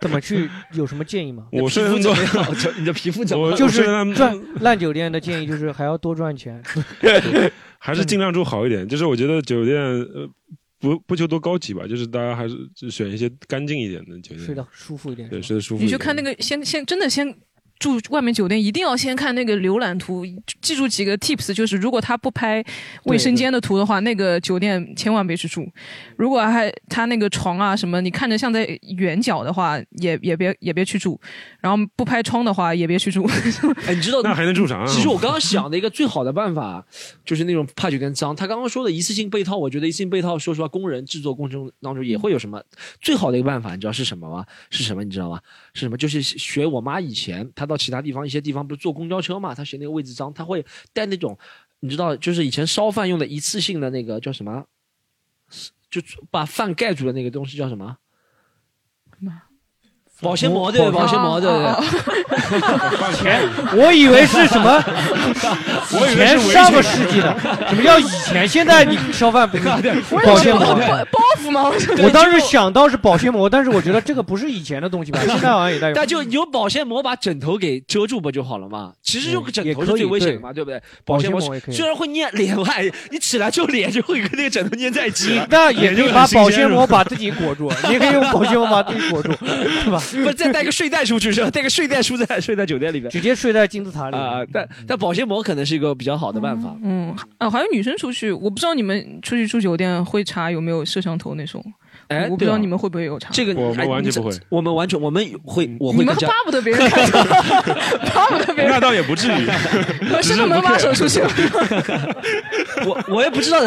Speaker 2: 怎么去？有什么建议吗？
Speaker 5: 我
Speaker 1: 皮
Speaker 5: 睡
Speaker 1: 肤
Speaker 5: 很
Speaker 1: 怎
Speaker 5: 多
Speaker 1: 么，样？就你的皮肤怎么
Speaker 5: 我
Speaker 1: 样？
Speaker 2: 就是
Speaker 5: 我睡那么
Speaker 2: 赚烂酒店的建议就是还要多赚钱。
Speaker 5: 还是尽量住好一点。就是我觉得酒店呃，不不求多高级吧，就是大家还是就选一些干净一点的酒店，
Speaker 2: 睡得舒服一点。
Speaker 5: 对，睡得舒服一点。
Speaker 3: 你就看那个先先真的先住外面酒店，一定要先看那个浏览图，记住几个 tips，就是如果他不拍卫生间的图的话，那个酒店千万别去住。如果还他那个床啊什么，你看着像在圆角的话，也也别也别去住。然后不拍窗的话，也别去住。
Speaker 1: 哎，你知道
Speaker 5: 那还能住啥啊
Speaker 1: 其实我刚刚想的一个最好的办法，就是那种怕酒店脏。他刚刚说的一次性被套，我觉得一次性被套，说实话，工人制作过程中当中也会有什么最好的一个办法，你知道是什么吗？是什么？你知道吗？是什么？就是学我妈以前，她到其他地方一些地方不是坐公交车嘛，她嫌那个位置脏，她会带那种，你知道，就是以前烧饭用的一次性的那个叫什么，就把饭盖住的那个东西叫什么？保鲜膜对，保鲜膜对对。对
Speaker 2: 哦钱，我以为是什么？
Speaker 1: 我以为是
Speaker 2: 前
Speaker 1: 围裙
Speaker 2: 上个世纪的，什么叫以前？现在你烧饭不是保鲜膜？
Speaker 3: 包袱吗？
Speaker 2: 我当时想到是保鲜膜，但是我觉得这个不是以前的东西吧？现在好像也在用。
Speaker 1: 但就有保鲜膜把枕头给遮住不就好了嘛？其实用个枕头是最危险的嘛，对不对？保鲜膜
Speaker 2: 保鲜膜也可以
Speaker 1: 虽然会粘脸外，你起来就脸就会跟那个枕头粘在一起。
Speaker 2: 那也可以把保鲜膜把自己 裹住，你也可以用保鲜膜把自己裹住，对吧？
Speaker 1: 不是再带个睡袋出去是吧？带个睡袋出在睡在酒店里边
Speaker 2: 直接睡在金字塔里
Speaker 1: 啊、但但保鲜膜可能是一个比较好的办法。
Speaker 3: 嗯，啊，还有女生出去，我不知道你们出去住酒店会查有没有摄像头那种，
Speaker 1: 哎
Speaker 3: 我不知
Speaker 1: 对啊
Speaker 3: 道你们会不会有查。
Speaker 1: 这个
Speaker 5: 我们
Speaker 1: 哎
Speaker 5: 完
Speaker 1: 你
Speaker 5: 全不
Speaker 1: 这
Speaker 5: 会
Speaker 1: 我们完全我们会我会
Speaker 3: 你
Speaker 1: 更
Speaker 3: 们
Speaker 1: 加
Speaker 3: 巴不得别人看到，巴不得别
Speaker 5: 那
Speaker 3: 人，
Speaker 5: 倒也不至 于，
Speaker 3: 我
Speaker 5: 只是
Speaker 3: 伸个
Speaker 5: 不
Speaker 3: 门把
Speaker 5: care
Speaker 3: 手出去。
Speaker 1: 我我也不知道，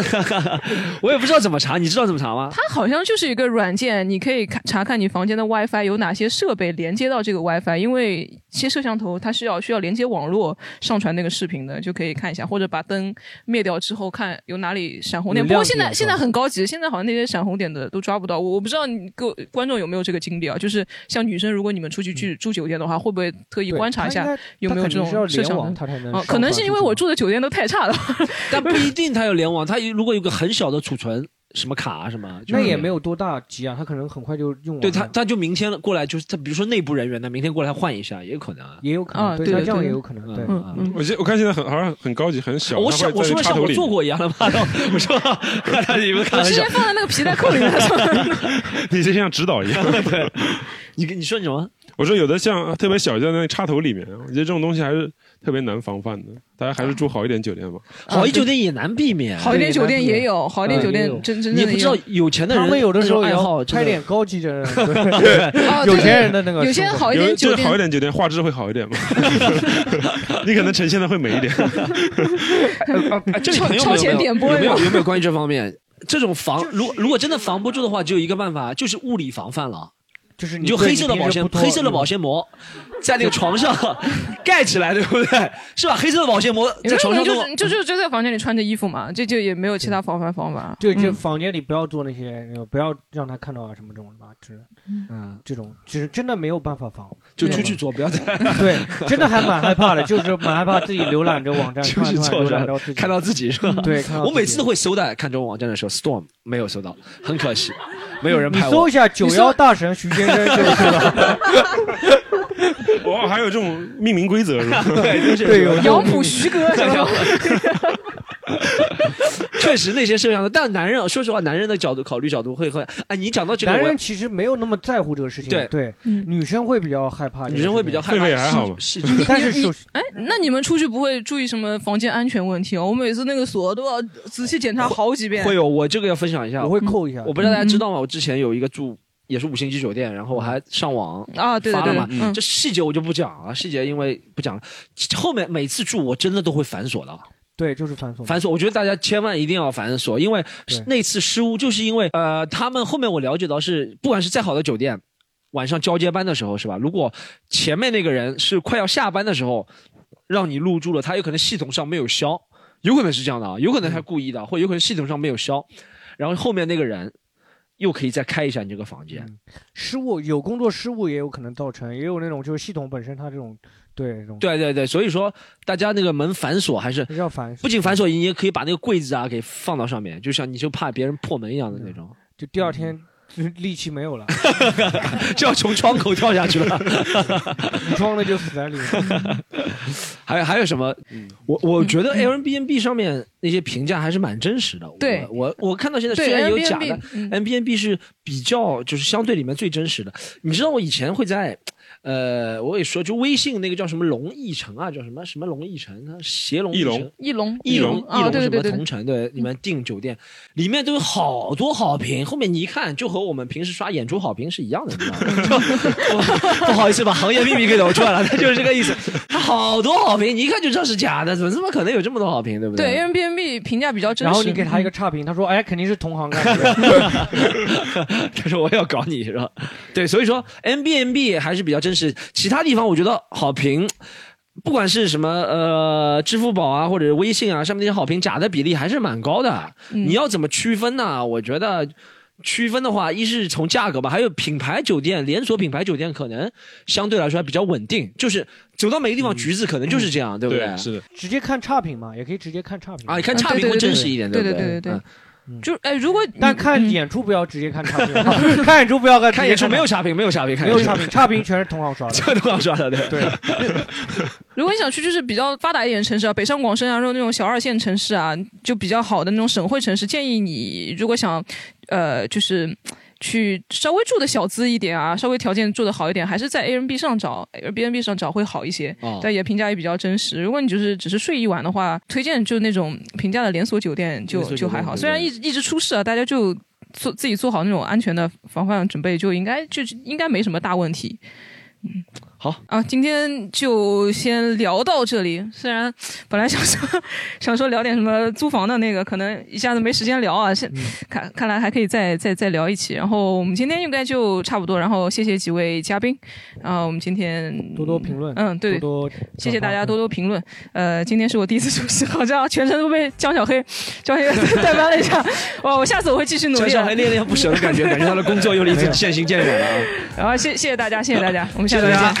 Speaker 1: 我也不知道怎么查，你知道怎么查吗？
Speaker 3: 它好像就是一个软件，你可以看查看你房间的 WiFi 有哪些设备连接到这个 WiFi，因为一些摄像头它是要需要连接网络上传那个视频的，就可以看一下，或者把灯灭掉之后看有哪里闪红点。
Speaker 2: 有
Speaker 3: 不过
Speaker 2: 亮
Speaker 3: 现在
Speaker 2: 点是
Speaker 3: 现
Speaker 2: 吧
Speaker 3: 在很高级，现在好像那些闪红点的都抓不到。我我不知道你各观众有没有这个经历啊，就是像女生，如果你们出去
Speaker 2: 嗯
Speaker 3: 去住酒店的话，会不会特意
Speaker 2: 你
Speaker 3: 观察一下有没有这种摄像头？
Speaker 2: 它才能
Speaker 3: 啊，可能是因为我住的酒店都太 差了。
Speaker 1: 但不一定它有联网，它如果有个很小的储存什么卡啊什么，就
Speaker 2: 那
Speaker 1: 是
Speaker 2: 也没有啊多大急啊，它可能很快就用完了。
Speaker 1: 对他，他就明天过来，就是他，比如说内部人员，他明天过来换一下，也有可能啊。
Speaker 2: 也有可能，
Speaker 3: 啊
Speaker 2: 对，
Speaker 3: 对
Speaker 2: 它
Speaker 3: 的
Speaker 2: 这样
Speaker 3: 对的
Speaker 2: 也有 可能，对。
Speaker 1: 嗯嗯，
Speaker 5: 我现我看现在很好像很高级很小，
Speaker 1: 我
Speaker 5: 它
Speaker 1: 想
Speaker 5: 会
Speaker 1: 我
Speaker 5: 在
Speaker 1: 说的
Speaker 5: 插
Speaker 1: 像
Speaker 5: 头
Speaker 1: 我
Speaker 5: 里
Speaker 1: 做
Speaker 5: 面，
Speaker 1: 过一样的嘛，然后我说看到你们开
Speaker 3: 我
Speaker 1: 玩
Speaker 3: 之
Speaker 1: 笑
Speaker 3: 前，放在那个皮带扣里面的时候，
Speaker 5: 你这像指导 一样。
Speaker 1: 你跟你说你什么？
Speaker 5: 我说有的像特别小，就在那个插头里面，我觉得这种东西还是特别难防范的。大家还是住好一点酒店吧。
Speaker 1: 哦好一酒店也难避免。
Speaker 3: 好一点酒店也有，好一点
Speaker 1: 嗯
Speaker 3: 酒店
Speaker 2: 也有
Speaker 3: 真真正
Speaker 1: 你
Speaker 3: 的
Speaker 1: 不知道
Speaker 3: 也
Speaker 1: 有钱的人
Speaker 2: 他们有的时候也
Speaker 1: 爱好
Speaker 2: 要
Speaker 1: 真的
Speaker 2: 拍点高 级的，
Speaker 3: 有哦
Speaker 2: 有
Speaker 3: 对
Speaker 2: 钱人的那个生活。
Speaker 3: 有些好一
Speaker 5: 有
Speaker 3: 点
Speaker 5: 就
Speaker 3: 酒
Speaker 5: 是好一点
Speaker 3: 店，
Speaker 5: 酒店画质会好一 点嘛，你可能呈现的会美一点。
Speaker 1: 哎这里
Speaker 3: 超
Speaker 1: 朋友
Speaker 3: 超
Speaker 1: 们有
Speaker 3: 前
Speaker 1: 没有
Speaker 3: 点播
Speaker 1: 有没
Speaker 3: 有
Speaker 1: 有
Speaker 3: 没
Speaker 1: 有没有关于这方面？这种防，如如果真的防不住的话，只有一个办法，就是物理防范了，
Speaker 2: 就是
Speaker 1: 你就黑色的保鲜黑色的保
Speaker 2: 鲜，
Speaker 1: 鲜膜，
Speaker 2: 嗯
Speaker 1: 在那个床 上盖起来，对不对？是吧？黑色的保鲜膜在床上
Speaker 3: 就
Speaker 1: 弄
Speaker 3: 是就就就在房间里穿着衣服嘛，这就也没有其他防范方法。
Speaker 2: 对，就
Speaker 3: 嗯
Speaker 2: 房间里不要做那些，那个不要让他看到啊什么这种吧，就是
Speaker 1: 嗯，
Speaker 2: 这种，就是真的没有办法防。
Speaker 1: 就出去做，不要再
Speaker 2: 对，真的还蛮害怕的，就是蛮害怕自己浏览着网 站，
Speaker 1: 出
Speaker 2: 看
Speaker 1: 去
Speaker 2: 看
Speaker 1: 做
Speaker 2: 浏
Speaker 1: 是
Speaker 2: 览
Speaker 1: 吧
Speaker 2: 到自己，嗯
Speaker 1: 看到自己是吧？
Speaker 2: 对，看到
Speaker 1: 我每
Speaker 2: 自己
Speaker 1: 次都会搜的，看中文网站的时候，Storm 没有搜到，很可惜，没有人
Speaker 2: 你
Speaker 1: 拍
Speaker 2: 搜
Speaker 1: 我
Speaker 2: 一。下九幺大神徐先生就是了，
Speaker 5: 哇，哦还有这种命名规则是 吧？
Speaker 1: 对，就是
Speaker 2: 对有
Speaker 3: 杨浦徐哥，
Speaker 1: 确实那些摄像头，但男人，说实话，男人的角度考虑角度会会，哎，你讲到这个，
Speaker 2: 男
Speaker 1: 我
Speaker 2: 人其实没有那么在乎这个事情，
Speaker 1: 对
Speaker 2: 对，
Speaker 3: 嗯
Speaker 2: 女生会比较害怕，
Speaker 1: 女生会比较，害
Speaker 5: 狒狒也
Speaker 1: 怕，
Speaker 5: 还好吧
Speaker 1: 细菌
Speaker 2: 但是首
Speaker 3: 哎，那你们出去不会注意什么房间安全问题哦？我每次那个锁都要仔细检查好几遍。
Speaker 1: 会有。我这个要分享一下，
Speaker 2: 我会扣一下，嗯
Speaker 1: 我不知道大家知道吗？我之前有一个住也是五星级酒店，然后我还上网
Speaker 3: 啊，对对
Speaker 1: 发了
Speaker 3: 对
Speaker 1: 嘛，，
Speaker 3: 嗯
Speaker 1: 这细节我就不讲了，细节因为不讲了。后面每次住我真的都会反锁的，
Speaker 2: 对，就是反锁，
Speaker 1: 反锁，我觉得大家千万一定要反锁，因为
Speaker 2: 嗯对
Speaker 1: 那次失误就是因为呃，他们后面我了解到是，不管是再好的酒店，晚上交接班的时候是吧？如果前面那个人是快要下班的时候让你入住了，他有可能系统上没有消，有可能是这样的啊，有可能他故意的，或者有可能系统上没有消，然后后面那个人又可以再开一下你这个房间。
Speaker 2: 嗯失误有工作失误也有可能造成，也有那种就是系统本身它这种对这种
Speaker 1: 对对对，所以说大家那个门反锁还是
Speaker 2: 比较反，
Speaker 1: 不仅反锁，你也可以把那个柜子啊给放到上面，就像你就怕别人破门一样的那种。
Speaker 2: 就第二天力气没有了，
Speaker 1: 就要从窗口跳下去了。
Speaker 2: 装了就死在里面。
Speaker 1: 还有还有什么？我我觉得 Airbnb 上面那些评价还是蛮真实的。
Speaker 3: 对
Speaker 1: 我我我看到现在
Speaker 3: 对
Speaker 1: 虽然有假的
Speaker 3: Airbnb 嗯
Speaker 1: ，Airbnb 是比较就是相对里面最真实的。你知道我以前会在。呃，我也说，就微信那个叫什么龙翼城啊，叫什么什么龙翼城，它协龙
Speaker 5: 翼
Speaker 1: 城
Speaker 5: 龙
Speaker 3: 翼龙
Speaker 1: 翼龙
Speaker 3: 翼龙啊
Speaker 1: 翼龙
Speaker 3: 对
Speaker 1: 什
Speaker 3: 对
Speaker 1: 么
Speaker 3: 对对嗯
Speaker 1: 同城对，里面订酒店，里面都有好多好评，后面你一看就和我们平时刷演出好评是一样的，你知道吗？ 不好意思，把行业秘密给抖出来了，他 就是这个意思。他好多好评，你一看就知道是假的，怎么怎么可能有这么多好评，对不
Speaker 3: 对 Airbnb 评价比较真实。
Speaker 2: 然后你给他一个差评，他说：“哎，肯定是同行干 的。
Speaker 1: 他说我要搞你是吧？对，所以说 M B M B 还是比较真实，其他地方我觉得好评。不管是什么呃，支付宝啊，或者微信啊，上面那些好评假的比例还是蛮高的。
Speaker 5: 嗯
Speaker 1: 你要怎么区分呢？我觉得区分的话，一是从价格吧，还有品牌酒店、连锁品牌酒店可能相对来说还比较稳定，就是走到每个地方，橘子可能就是这样，对不对？
Speaker 5: 嗯是的。”
Speaker 2: 直接看差评嘛，也可以直接看差评
Speaker 1: 啊，你看差评会真实一点，
Speaker 3: 对
Speaker 1: 不
Speaker 3: 对对对
Speaker 1: 嗯
Speaker 3: 对，就哎，如果你
Speaker 2: 嗯但看演出不要直接看 差评，看演出不要看
Speaker 1: 看演出没有差评，没有差评，看
Speaker 2: 没有
Speaker 1: 演出
Speaker 2: 差评，，差评全是同行 刷的。
Speaker 1: 这个都要刷的，对
Speaker 2: 对，
Speaker 3: 如果你想去就是比较发达一点的城市啊，北上广深啊，然后那种小二线城市啊，就比较好的那种省会城市，建议你如果想，呃，就是去稍微住的小资一点啊，稍微条件住的好一点，还是在 Airbnb 上找，Airbnb 上找会好一些，
Speaker 1: 哦
Speaker 3: 但也评价也比较真实。如果你就是只是睡一晚的话，推荐就那种平价的连锁酒店就
Speaker 1: 连锁酒店
Speaker 3: 就还好，
Speaker 1: 对
Speaker 3: 虽然一直一直出事啊，大家就。做自己做好那种安全的防范准备，就应该就应该没什么大问题。
Speaker 1: 好，
Speaker 3: 啊，今天就先聊到这里。虽然本来想说 想说聊点什么租房的那个，可能一下子没时间聊啊。
Speaker 2: 嗯
Speaker 3: 现看看来还可以再再再聊一期。然后我们今天应该就差不多。然后谢谢几位嘉宾，啊，我们今天
Speaker 2: 多多评论，
Speaker 3: 嗯对
Speaker 2: 多多
Speaker 3: 谢谢大家多多评论。呃，今天是我第一次主持，好像全程都被江小黑江小 黑代班了一下。哇，我下次我会继续努力
Speaker 1: 江
Speaker 3: 的。
Speaker 1: 少还恋 恋不舍的感觉，感觉他的工作又离自己渐行渐远了啊。
Speaker 3: 然后谢谢谢大家，谢谢大家，我们下次
Speaker 1: 谢
Speaker 3: 见
Speaker 1: 谢大家，